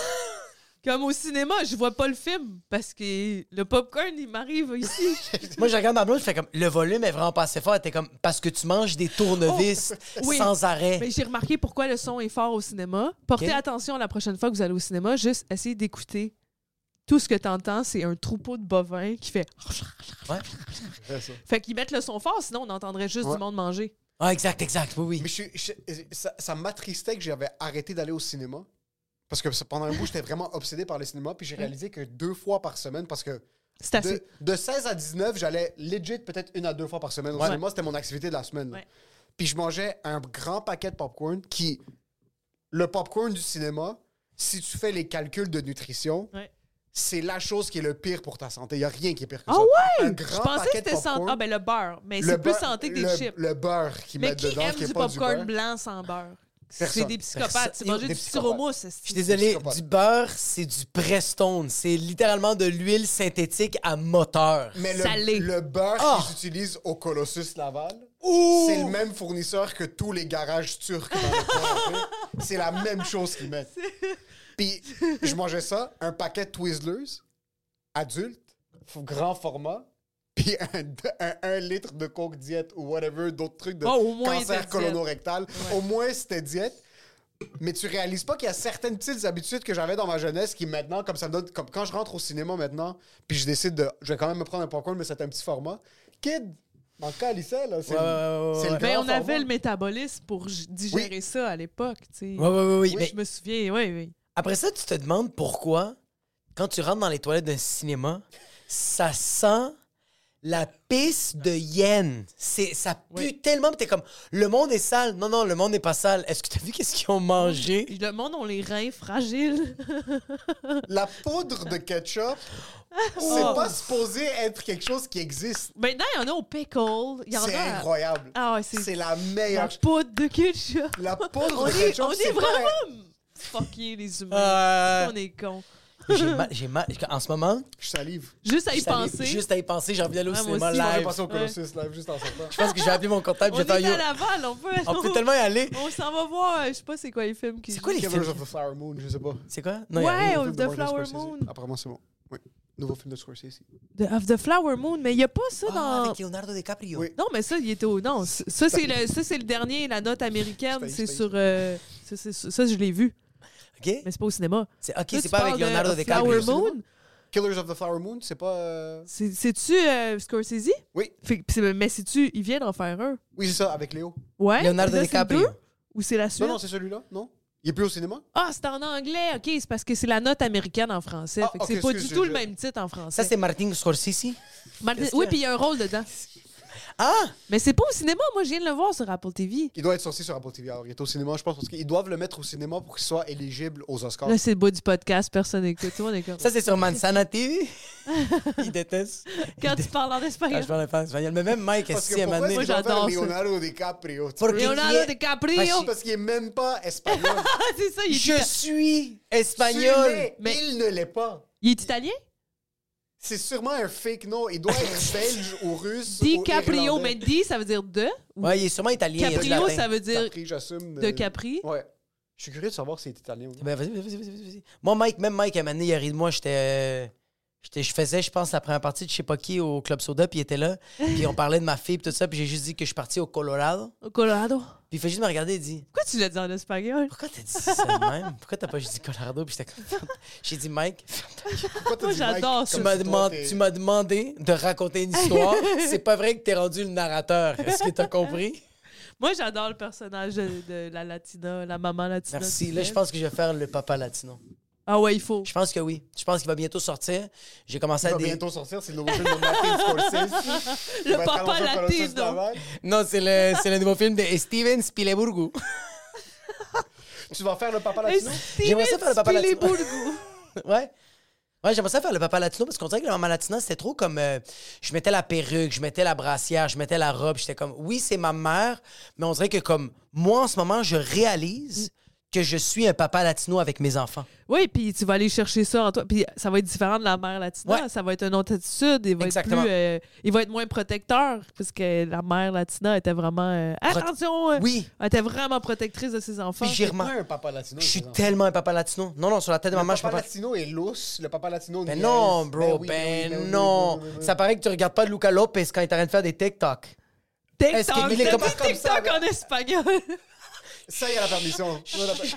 Speaker 9: Comme au cinéma, je vois pas le film parce que le popcorn, il m'arrive ici.
Speaker 7: (laughs)
Speaker 8: Moi, je regarde ma blonde, je fais comme le volume est vraiment pas assez fort. Et T'es comme parce que tu manges des tournevis
Speaker 9: (laughs) oui.
Speaker 8: sans arrêt.
Speaker 9: Mais Ben, j'ai remarqué pourquoi le son est fort au cinéma. Portez
Speaker 8: Ok.
Speaker 9: attention la prochaine fois que vous allez au cinéma, juste essayez d'écouter. Tout ce que t'entends, c'est un troupeau de bovins qui fait. (laughs)
Speaker 8: Ouais.
Speaker 9: Fait qu'ils mettent le son fort, sinon on entendrait juste du monde manger.
Speaker 8: Ah exact, exact, oui
Speaker 7: Mais
Speaker 8: oui.
Speaker 7: je suis- je- ça, ça m'attristait que j'avais arrêté d'aller au cinéma. Parce que pendant un bout, j'étais vraiment obsédé par le cinéma. Puis j'ai réalisé que deux fois par semaine, parce que
Speaker 9: C'est assez.
Speaker 7: de, de 16 à 19, j'allais legit peut-être une à deux fois par semaine au cinéma. C'était mon activité de la semaine. là.
Speaker 9: Ouais.
Speaker 7: Puis je mangeais un grand paquet de popcorn qui. Le popcorn du cinéma, si tu fais les calculs de nutrition,
Speaker 9: Ouais.
Speaker 7: c'est la chose qui est le pire pour ta santé. Il n'y a rien qui est pire que
Speaker 9: Ah
Speaker 7: ça.
Speaker 9: ouais!
Speaker 7: Un
Speaker 9: Je
Speaker 7: grand
Speaker 9: pensais que
Speaker 7: paquet de
Speaker 9: c'était santé.
Speaker 7: popcorn,
Speaker 9: Ah, ben le beurre. Mais
Speaker 7: le
Speaker 9: c'est plus
Speaker 7: beurre-
Speaker 9: santé que des
Speaker 7: le-
Speaker 9: chips.
Speaker 7: Le beurre qu'ils
Speaker 9: mais
Speaker 7: mettent
Speaker 9: qui
Speaker 7: Ben, dedans,
Speaker 9: aime
Speaker 7: qui n'est
Speaker 9: du
Speaker 7: pas du
Speaker 9: popcorn
Speaker 7: beurre.
Speaker 9: blanc sans beurre? C'est
Speaker 7: Personne.
Speaker 9: des
Speaker 8: Personne.
Speaker 9: psychopathes. C'est
Speaker 8: Yo,
Speaker 9: manger
Speaker 7: des
Speaker 9: du sirop
Speaker 7: psychopathes.
Speaker 9: mousse.
Speaker 8: Je suis désolé,
Speaker 7: Psychopathe.
Speaker 8: du beurre, c'est du Prestone. C'est littéralement de l'huile synthétique à moteur.
Speaker 7: Mais le,
Speaker 9: Salé.
Speaker 7: le beurre
Speaker 8: Ah!
Speaker 7: qu'ils utilisent au Colossus Laval,
Speaker 8: Ouh!
Speaker 7: c'est le même fournisseur que tous les garages turcs. dans le coin après. c'est la même chose qu'ils mettent. Puis je mangeais ça, un paquet de Twizzlers, adulte, f- grand format, puis un, un- un litre de coke diète ou whatever, d'autres trucs de
Speaker 9: Oh, au moins, il
Speaker 7: cancer
Speaker 9: était diète.
Speaker 7: colonorectal. Au moins, c'était diète. Mais tu réalises pas qu'il y a certaines petites habitudes que j'avais dans ma jeunesse qui maintenant, comme ça me donne, comme quand je rentre au cinéma maintenant, puis je décide de, je vais quand même me prendre un popcorn, mais c'est un petit format. Kid, en calissait, là. C'est
Speaker 8: Ouais, ouais, ouais,
Speaker 7: c'est
Speaker 8: ouais.
Speaker 7: le
Speaker 9: Mais
Speaker 7: grand
Speaker 9: Ben, on avait
Speaker 7: format.
Speaker 9: le métabolisme pour j- digérer
Speaker 7: Oui.
Speaker 9: ça à l'époque. tu sais.
Speaker 8: Oui, oui, oui. oui.
Speaker 9: Je me souviens, oui, oui.
Speaker 8: Après ça, tu te demandes pourquoi, quand tu rentres dans les toilettes d'un cinéma, ça sent la pisse de hyène. C'est, ça pue tellement, puis t'es comme, le monde est sale. Non, non, le monde n'est pas sale. Est-ce que t'as vu qu'est-ce qu'ils ont mangé?
Speaker 9: Le monde ont les reins fragiles. (laughs)
Speaker 7: La poudre de ketchup, c'est
Speaker 9: Oh.
Speaker 7: pas supposé être quelque chose qui existe.
Speaker 9: Maintenant, il y en a au pickle. Il y en
Speaker 7: C'est
Speaker 9: a à-
Speaker 7: incroyable.
Speaker 9: Ah ouais, c'est
Speaker 7: C'est la
Speaker 9: la
Speaker 7: meilleure.
Speaker 9: poudre de ketchup. (laughs)
Speaker 7: La poudre
Speaker 9: On
Speaker 7: de
Speaker 9: est,
Speaker 7: ketchup,
Speaker 9: on est
Speaker 7: c'est pas-
Speaker 9: vraiment fuckés, les humains.
Speaker 8: Euh,
Speaker 9: On est cons.
Speaker 8: j'ai mal, j'ai mal. En ce moment,
Speaker 7: Je salive.
Speaker 9: Juste à y
Speaker 8: juste à y-
Speaker 9: penser.
Speaker 8: juste à y penser, j'ai envie d'aller au
Speaker 9: Ouais,
Speaker 8: cinéma
Speaker 9: moi aussi,
Speaker 7: On est
Speaker 8: live.
Speaker 7: passé au Colossus Live juste en sortant.
Speaker 8: Je pense que j'ai appelé mon comptable,
Speaker 9: On
Speaker 8: j'ai
Speaker 9: est
Speaker 8: fait un
Speaker 9: à
Speaker 8: yo.
Speaker 9: Laval, on peut.
Speaker 8: On peut tellement y aller.
Speaker 9: (laughs) on s'en va voir. Je sais pas c'est quoi les films qui.
Speaker 8: C'est quoi les
Speaker 7: Killers
Speaker 8: films?
Speaker 7: of the Flower Moon, je sais pas.
Speaker 8: C'est quoi? Non, y a rien.
Speaker 9: Ouais,
Speaker 7: Nouveau
Speaker 9: of
Speaker 7: film de
Speaker 9: the
Speaker 7: Martin
Speaker 9: Flower
Speaker 7: Scorsese.
Speaker 9: Moon.
Speaker 7: Apparemment, c'est bon. Oui. Nouveau film de Scorsese.
Speaker 9: The- of the Flower Moon, mais il y a pas ça
Speaker 8: Ah,
Speaker 9: dans.
Speaker 8: avec Leonardo DiCaprio.
Speaker 7: Oui.
Speaker 9: Non, mais ça, il était au. Non, c- ça, c'est le, ça, c'est le dernier, la note américaine.
Speaker 7: Space,
Speaker 9: C'est
Speaker 7: space.
Speaker 9: sur. euh, ça, c'est sur- ça, je l'ai vu,
Speaker 8: OK?
Speaker 9: mais c'est pas au cinéma.
Speaker 8: C'est, OK,
Speaker 9: Toi,
Speaker 8: c'est
Speaker 9: tu
Speaker 8: pas avec
Speaker 9: parles de
Speaker 8: Leonardo
Speaker 9: Of
Speaker 8: DiCaprio.
Speaker 9: Flower Moon.
Speaker 7: Killers of the Flower Moon, c'est pas. euh,
Speaker 9: C'est- C'est-tu euh, Scorsese?
Speaker 7: Oui.
Speaker 9: Fait que- c'est- mais c'est-tu. Il vient d'en faire un.
Speaker 7: Oui, c'est ça, avec Léo.
Speaker 9: Ouais.
Speaker 8: Leonardo
Speaker 9: Là, c'est
Speaker 8: DiCaprio.
Speaker 9: le deux? Ou c'est la suite?
Speaker 7: Non, non, c'est celui-là, non? Il est plus au cinéma?
Speaker 9: Ah, c'est en anglais. OK, c'est parce que c'est la note américaine en français.
Speaker 7: Ah,
Speaker 9: fait que
Speaker 7: ok,
Speaker 9: c'est pas du
Speaker 7: excuse,
Speaker 9: tout
Speaker 7: je-
Speaker 9: le même titre en français.
Speaker 8: Ça, c'est Martin Scorsese.
Speaker 9: Martin-
Speaker 8: qu'est-ce
Speaker 9: Oui,
Speaker 8: que-
Speaker 9: puis il y a un rôle dedans.
Speaker 8: Ah!
Speaker 9: Mais c'est pas au cinéma. Moi, je viens de le voir sur Apple TV.
Speaker 7: Il doit être sorti sur Apple TV. Alors, il est au cinéma, je pense, parce qu'ils doivent le mettre au cinéma pour qu'il soit éligible aux Oscars.
Speaker 9: Là, c'est le bout du podcast. Personne n'écoute. Tout le monde écoute.
Speaker 8: Ça, c'est sur Mansana TV.
Speaker 9: (laughs)
Speaker 8: Il déteste.
Speaker 9: Quand tu parles en
Speaker 8: Quand
Speaker 9: espagnol.
Speaker 8: Ah, je parle en espagnol. Mais même Mike,
Speaker 7: Parce que
Speaker 8: si, à un moment
Speaker 7: pourquoi
Speaker 8: donné-
Speaker 7: est-ce qu'ils vont
Speaker 9: j'adore
Speaker 7: faire
Speaker 9: ça.
Speaker 7: Leonardo DiCaprio? tu
Speaker 8: Pour-
Speaker 7: vois?
Speaker 9: Leonardo
Speaker 8: Parce que- Ben,
Speaker 9: DiCaprio.
Speaker 7: Parce qu'il est même pas espagnol.
Speaker 9: (laughs) Ah, c'est ça. Il est,
Speaker 8: Je
Speaker 9: ita-
Speaker 8: suis
Speaker 7: Tu
Speaker 8: espagnol.
Speaker 7: l'es,
Speaker 9: Mais-
Speaker 7: Il ne l'est pas.
Speaker 9: il est italien?
Speaker 7: C'est sûrement un fake nom. Il doit
Speaker 9: (laughs)
Speaker 7: être belge ou russe.
Speaker 9: DiCaprio.
Speaker 7: ou
Speaker 9: Mais Di, ça veut dire de. ou
Speaker 8: Ouais, il est sûrement italien. il est
Speaker 9: Caprio,
Speaker 8: latin.
Speaker 9: ça veut dire
Speaker 7: Capri, j'assume.
Speaker 9: de
Speaker 7: euh,
Speaker 9: Capri.
Speaker 7: Ouais. Je suis curieux de savoir s'il est italien ou non.
Speaker 8: Ben, vas-y, vas-y, vas-y, vas-y, vas-y. Moi, Mike, même Mike, à un moment donné, il a ri de moi. J'étais. euh, j'étais- Je faisais, je pense, la première partie de je sais pas qui au Club Soda, puis il était là. Puis on parlait de ma fille, puis tout ça. Puis j'ai juste dit que je suis parti au Colorado.
Speaker 9: Au Colorado.
Speaker 8: Puis il fait juste me regarder et dit
Speaker 9: Pourquoi tu l'as dit en espagnol?
Speaker 8: Pourquoi t'as dit ça de même Pourquoi t'as pas juste dit Colorado Puis j'étais comme. Ferme ta- J'ai dit Mike, ferme ta gueule.
Speaker 7: Pourquoi t'as
Speaker 9: Moi,
Speaker 7: dit Mike
Speaker 9: j'adore ça.
Speaker 8: tu
Speaker 7: comme
Speaker 8: m'as
Speaker 7: si toi,
Speaker 8: demandé,
Speaker 7: t'es-
Speaker 8: tu m'as demandé de raconter une histoire. C'est pas vrai que t'es rendu le narrateur. Est-ce que t'as compris?
Speaker 9: Moi, j'adore le personnage de, de la latina, la maman latina.
Speaker 8: Merci.
Speaker 9: du
Speaker 8: Là,
Speaker 9: film.
Speaker 8: je pense que je vais faire le Papa Latino.
Speaker 9: Ah ouais, il faut.
Speaker 8: Je pense que oui. Je pense qu'il va bientôt sortir. J'ai commencé
Speaker 7: Il
Speaker 8: à
Speaker 7: va
Speaker 8: dé-
Speaker 7: bientôt sortir, c'est le nouveau film de Martin
Speaker 8: (laughs)
Speaker 7: Scorsese. Il va être
Speaker 9: papa
Speaker 7: annoncé au Colossus
Speaker 9: latino.
Speaker 7: Laval.
Speaker 8: Non, c'est le, c'est le nouveau film de Steven Spielberg.
Speaker 7: Tu vas faire le papa latino?
Speaker 8: J'aimerais ça faire le papa latino.
Speaker 9: Spielberg.
Speaker 8: ouais. Ouais, j'aimerais ça faire le papa latino parce qu'on dirait que le maman latina, c'était trop comme. euh, je mettais la perruque, je mettais la brassière, je mettais la robe. J'étais comme, oui, c'est ma mère, mais on dirait que comme moi, en ce moment, je réalise que je suis un papa latino avec mes enfants.
Speaker 9: Oui, puis tu vas aller chercher ça en toi. Puis ça va être différent de la mère latina.
Speaker 8: Ouais.
Speaker 9: Ça va être une autre attitude. Il va, être, plus,
Speaker 8: Exactement.
Speaker 9: euh, il va être moins protecteur parce que la mère latina était vraiment... euh, attention! euh,
Speaker 8: Oui.
Speaker 9: Elle était vraiment protectrice de ses enfants.
Speaker 8: Puis j'ai remarqué.
Speaker 7: un papa latino.
Speaker 8: Je suis
Speaker 7: par exemple.
Speaker 8: tellement un papa latino. Non, non, sur la tête de
Speaker 7: Le
Speaker 8: ma mère, je
Speaker 7: papa
Speaker 8: suis papa.
Speaker 7: latino est lousse, le papa latino
Speaker 8: Ben
Speaker 7: niaise.
Speaker 8: non, bro,
Speaker 7: oui,
Speaker 8: ben,
Speaker 7: oui, oui,
Speaker 8: non.
Speaker 7: oui, oui, oui, oui.
Speaker 8: Ça paraît que tu regardes pas Luca Lopez quand il est en train de faire des TikTok. Est-ce
Speaker 9: TikTok!
Speaker 8: qu'il est
Speaker 9: t'as
Speaker 8: comme-
Speaker 9: dit
Speaker 7: comme ça,
Speaker 9: TikTok en espagnol! (laughs)
Speaker 7: Ça, il y a la
Speaker 8: (laughs)
Speaker 7: permission. Ça, il y a la per-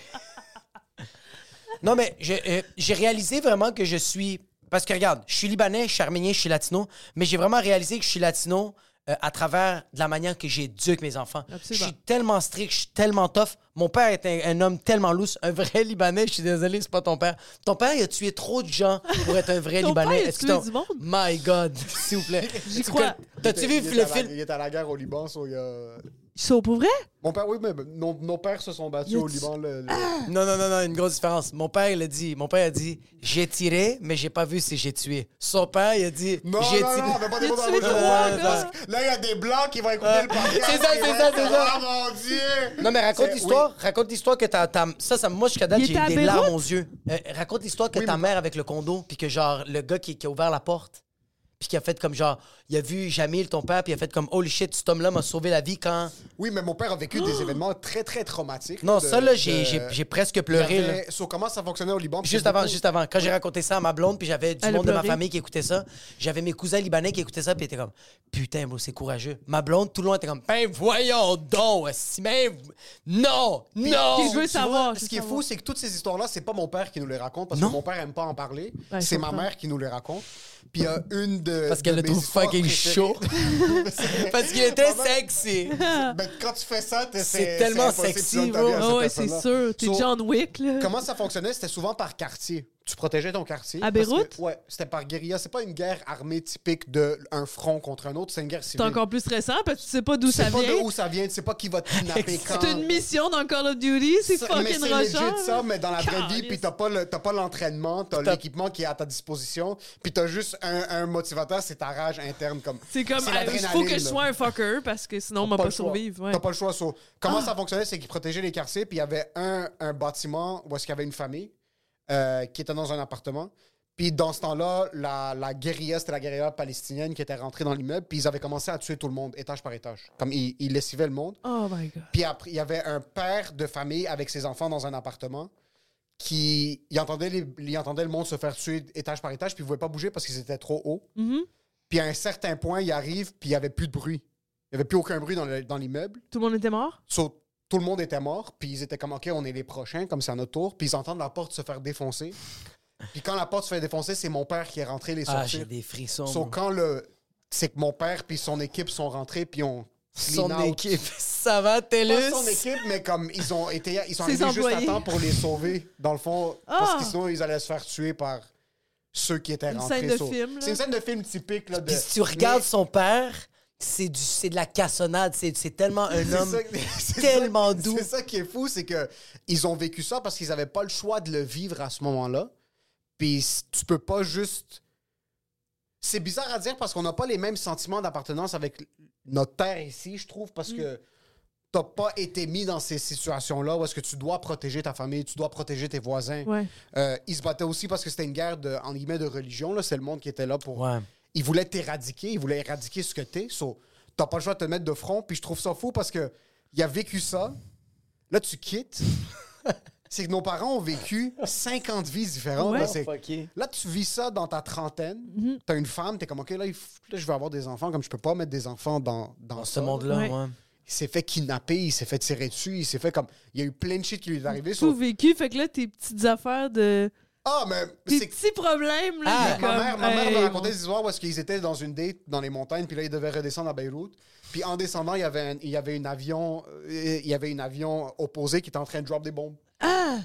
Speaker 8: Non, mais je, euh, j'ai réalisé vraiment que je suis. Parce que regarde, je suis libanais, je suis arménien, je suis latino, mais j'ai vraiment réalisé que je suis latino euh, à travers de la manière que j'éduque mes enfants.
Speaker 9: Absolument.
Speaker 8: Je suis tellement strict, je suis tellement tough. Mon père est un, un homme tellement loose, un vrai (laughs) libanais. Je suis désolé, c'est pas ton père. Ton père, il a tué trop de gens pour être un vrai
Speaker 9: (laughs) Ton
Speaker 8: libanais.
Speaker 9: père, il a
Speaker 8: Est-ce que
Speaker 9: tué
Speaker 8: ton-
Speaker 9: du monde?
Speaker 8: My God, (laughs) s'il vous plaît.
Speaker 9: J'y
Speaker 8: Tu
Speaker 9: crois.
Speaker 8: connais- T'as-tu vu
Speaker 7: Il est
Speaker 8: le
Speaker 7: à la-
Speaker 8: film
Speaker 7: Il est à la guerre au Liban, so il y a.
Speaker 9: sont pour vrai?
Speaker 7: Mon père, oui, mais nos, nos pères se sont battus
Speaker 9: Y a-tu-
Speaker 7: au Liban. Le, le-
Speaker 8: Non, non, non, non, une grosse différence. Mon père, il a dit, mon père a dit, j'ai tiré, mais j'ai pas vu si j'ai tué. Son père, il a dit,
Speaker 7: Non,
Speaker 8: j'ai
Speaker 7: non,
Speaker 8: tiré.
Speaker 7: non, on fait pas des
Speaker 9: Y
Speaker 7: mots dans
Speaker 9: a-tu
Speaker 7: la
Speaker 9: les
Speaker 7: bouche.
Speaker 9: trois,
Speaker 7: Là, il y a des blancs qui vont écouter le podcast.
Speaker 8: Ah! C'est ça,
Speaker 7: Ils
Speaker 8: c'est
Speaker 7: vont
Speaker 8: ça,
Speaker 7: être
Speaker 8: c'est
Speaker 7: comme,
Speaker 8: ça.
Speaker 7: Ah, mon Dieu!
Speaker 8: Non, mais raconte
Speaker 7: C'est-
Speaker 8: l'histoire. Raconte l'histoire que ta, ta- Ça, ça, moi, jusqu'à date,
Speaker 9: Il
Speaker 8: j'ai
Speaker 9: était à
Speaker 8: eu des
Speaker 9: Beyrouth?
Speaker 8: larmes aux yeux. Euh, raconte l'histoire que ta mère avec le condo, puis que, genre, le gars qui, qui a ouvert la porte, puis qui a fait comme, genre, il a vu Jamil, ton père, puis il a fait comme, holy shit, cet homme-là m'a sauvé la vie quand.
Speaker 7: Oui, mais mon père a vécu des événements très, très traumatiques.
Speaker 8: Ah! Non,
Speaker 7: de-
Speaker 8: ça, là, j'ai
Speaker 7: de-
Speaker 8: j'ai- j'ai presque
Speaker 7: Il y
Speaker 8: pleuré, là.
Speaker 7: avait- Sur comment ça fonctionnait au Liban. puis
Speaker 8: Juste
Speaker 7: c'est
Speaker 8: avant,
Speaker 7: beaucoup-
Speaker 8: juste avant, quand j'ai raconté ça à ma blonde, puis j'avais du
Speaker 9: Elle a
Speaker 8: monde de ma
Speaker 9: pleuré.
Speaker 8: famille qui écoutait ça, j'avais mes cousins libanais qui écoutaient ça, puis ils étaient comme Putain, bro, c'est courageux. Ma blonde, tout le long, était comme Ben voyons donc, si, ben. Non,
Speaker 9: Puis je
Speaker 8: non
Speaker 9: veux
Speaker 7: Oh, Tu vois,
Speaker 9: savoir.
Speaker 7: ce qui est fou, c'est que toutes ces histoires-là, c'est pas mon père qui nous les raconte parce
Speaker 8: Non.
Speaker 7: que mon père aime pas en parler.
Speaker 9: Ouais, je
Speaker 7: c'est ma
Speaker 9: comprends.
Speaker 7: mère qui nous les raconte. Puis euh, une de.
Speaker 8: Parce qu'elle
Speaker 7: de
Speaker 8: le
Speaker 7: mes
Speaker 8: trouve
Speaker 7: histoires
Speaker 8: fucking
Speaker 7: préférées-
Speaker 8: chaud.
Speaker 7: (laughs) C'est-
Speaker 8: Parce qu'il était
Speaker 7: Maman,
Speaker 8: sexy.
Speaker 7: ben, quand tu fais ça, t'es-
Speaker 8: C'est tellement
Speaker 7: impossible de
Speaker 8: sexy,
Speaker 7: donner ta
Speaker 8: bro.
Speaker 7: vie à cette
Speaker 9: Ah ouais, c'est
Speaker 7: personne-là.
Speaker 9: sûr. T'es
Speaker 7: So,
Speaker 9: John Wick, là.
Speaker 7: Comment ça fonctionnait? C'était souvent par quartier. Tu protégeais ton quartier.
Speaker 9: À
Speaker 7: parce que-
Speaker 9: Beyrouth?
Speaker 7: ouais, c'était par guérilla. C'est pas une guerre armée typique d'un front contre un autre, c'est une guerre
Speaker 9: C'est
Speaker 7: civile.
Speaker 9: encore plus stressant parce que tu sais pas d'où
Speaker 7: Tu
Speaker 9: ça
Speaker 7: sais pas
Speaker 9: vient.
Speaker 7: de où ça vient, tu sais pas qui va te kidnapper quand.
Speaker 9: (laughs) C'est une mission dans Call of Duty, c'est
Speaker 7: Ça-
Speaker 9: fucking
Speaker 7: mais c'est
Speaker 9: rushant.
Speaker 7: legit ça, mais dans la vraie
Speaker 9: Calice.
Speaker 7: vie, puis t'as pas le- t'as pas l'entraînement, t'as l'équipement qui est à ta disposition, puis t'as juste un, un motivateur, c'est ta rage interne. comme
Speaker 9: C'est comme, euh,
Speaker 7: c'est
Speaker 9: il faut
Speaker 7: l'adrénaline,
Speaker 9: que je
Speaker 7: là.
Speaker 9: sois un fucker parce que sinon on m'a
Speaker 7: T'as
Speaker 9: pas,
Speaker 7: le choix.
Speaker 9: survivre. ouais. Ah.
Speaker 7: T'as pas le choix. so- Comment ça fonctionnait, c'est qu'ils protégeaient les quartiers, puis il y avait un, un bâtiment où est-ce qu'il y avait une famille euh, qui était dans un appartement. Puis dans ce temps-là, la, la guérilla, c'était la guérilla palestinienne qui était rentrée dans l'immeuble, puis ils avaient commencé à tuer tout le monde, étage par étage. Comme ils, ils lessivaient le monde.
Speaker 9: Oh my god.
Speaker 7: Puis après, il y avait un père de famille avec ses enfants dans un appartement qui il entendait, les- il entendait le monde se faire tuer étage par étage, puis il ne pouvait pas bouger parce qu'ils étaient trop hauts.
Speaker 9: Mhm.
Speaker 7: Puis à un certain point, il arrive, puis il n'y avait plus de bruit. Il n'y avait plus aucun bruit dans le- dans l'immeuble.
Speaker 9: Tout le monde était mort?
Speaker 7: So, tout le monde était mort, puis ils étaient comme, OK, on est les prochains, comme c'est à notre tour. Puis ils entendent la porte se faire défoncer. Puis quand la porte se fait défoncer, c'est mon père qui est rentré les
Speaker 8: Ah,
Speaker 7: sortir.
Speaker 8: j'ai des frissons.
Speaker 7: So,
Speaker 8: moi.
Speaker 7: quand le. C'est que mon père puis son équipe sont rentrés, puis on.
Speaker 8: Son
Speaker 7: clean out
Speaker 8: équipe. (laughs) Ça va,
Speaker 7: pas son
Speaker 8: Télus?
Speaker 7: équipe, mais comme ils ont été, ils sont
Speaker 9: Ses
Speaker 7: arrivés juste
Speaker 9: employés.
Speaker 7: à temps pour les sauver, dans le fond,
Speaker 9: Ah!
Speaker 7: parce que sinon ils allaient se faire tuer par ceux qui étaient
Speaker 9: Une
Speaker 7: rentrés.
Speaker 9: scène de
Speaker 7: so-
Speaker 9: film, là.
Speaker 7: C'est une scène de film typique là. De...
Speaker 8: Puis si tu regardes
Speaker 7: Mais
Speaker 8: son père, c'est du- c'est de la cassonade. C'est c'est tellement un
Speaker 7: c'est
Speaker 8: homme
Speaker 7: ça- c'est ça-
Speaker 8: tellement doux.
Speaker 7: C'est ça qui est fou, c'est que ils ont vécu ça parce qu'ils n'avaient pas le choix de le vivre à ce moment-là. Puis c- tu peux pas juste. C'est bizarre à dire parce qu'on n'a pas les mêmes sentiments d'appartenance avec notre terre ici, je trouve,
Speaker 8: Mm.
Speaker 7: parce que t'as pas été mis dans ces situations-là où est-ce que tu dois protéger ta famille, tu dois protéger tes voisins.
Speaker 9: Ouais.
Speaker 7: Euh, ils se battaient aussi parce que c'était une guerre de, en guillemets, de religion. là. C'est le monde qui était là pour.
Speaker 8: Ouais.
Speaker 7: Ils voulaient t'éradiquer, ils voulaient éradiquer ce que t'es. So, t'as pas le choix de te mettre de front. Puis je trouve ça fou parce que il a vécu ça. Là, tu
Speaker 8: (laughs)
Speaker 7: quittes. c'est que nos parents ont vécu 50 vies différentes.
Speaker 9: Ouais. Mm-hmm.
Speaker 7: Là, c'est- là, tu vis ça dans ta trentaine. T'as une femme, t'es comme, OK, là, il f- là, je veux avoir des enfants. Comme je peux pas mettre des enfants dans, dans,
Speaker 8: Dans ce
Speaker 7: ça.
Speaker 8: monde-là,
Speaker 9: Ouais.
Speaker 8: ouais.
Speaker 7: Il s'est fait kidnapper, il s'est fait tirer dessus, il s'est fait comme. Il y a eu plein de shit qui lui est arrivé.
Speaker 9: Tout
Speaker 7: So-
Speaker 9: vécu, fait que là, tes petites affaires de.
Speaker 7: Ah, mais
Speaker 9: Tes
Speaker 7: c'est
Speaker 9: petits problèmes, là.
Speaker 8: Ah,
Speaker 9: t'es
Speaker 7: Ma
Speaker 9: comme,
Speaker 7: mère, ma mère
Speaker 9: hey,
Speaker 7: me racontait
Speaker 9: mon-
Speaker 7: des histoires où est-ce qu'ils étaient dans une date dans les montagnes, puis là, ils devaient redescendre à Beyrouth. Puis en descendant, il y avait un, il y avait une avion, euh, il y avait une avion opposé qui était en train de drop des bombes.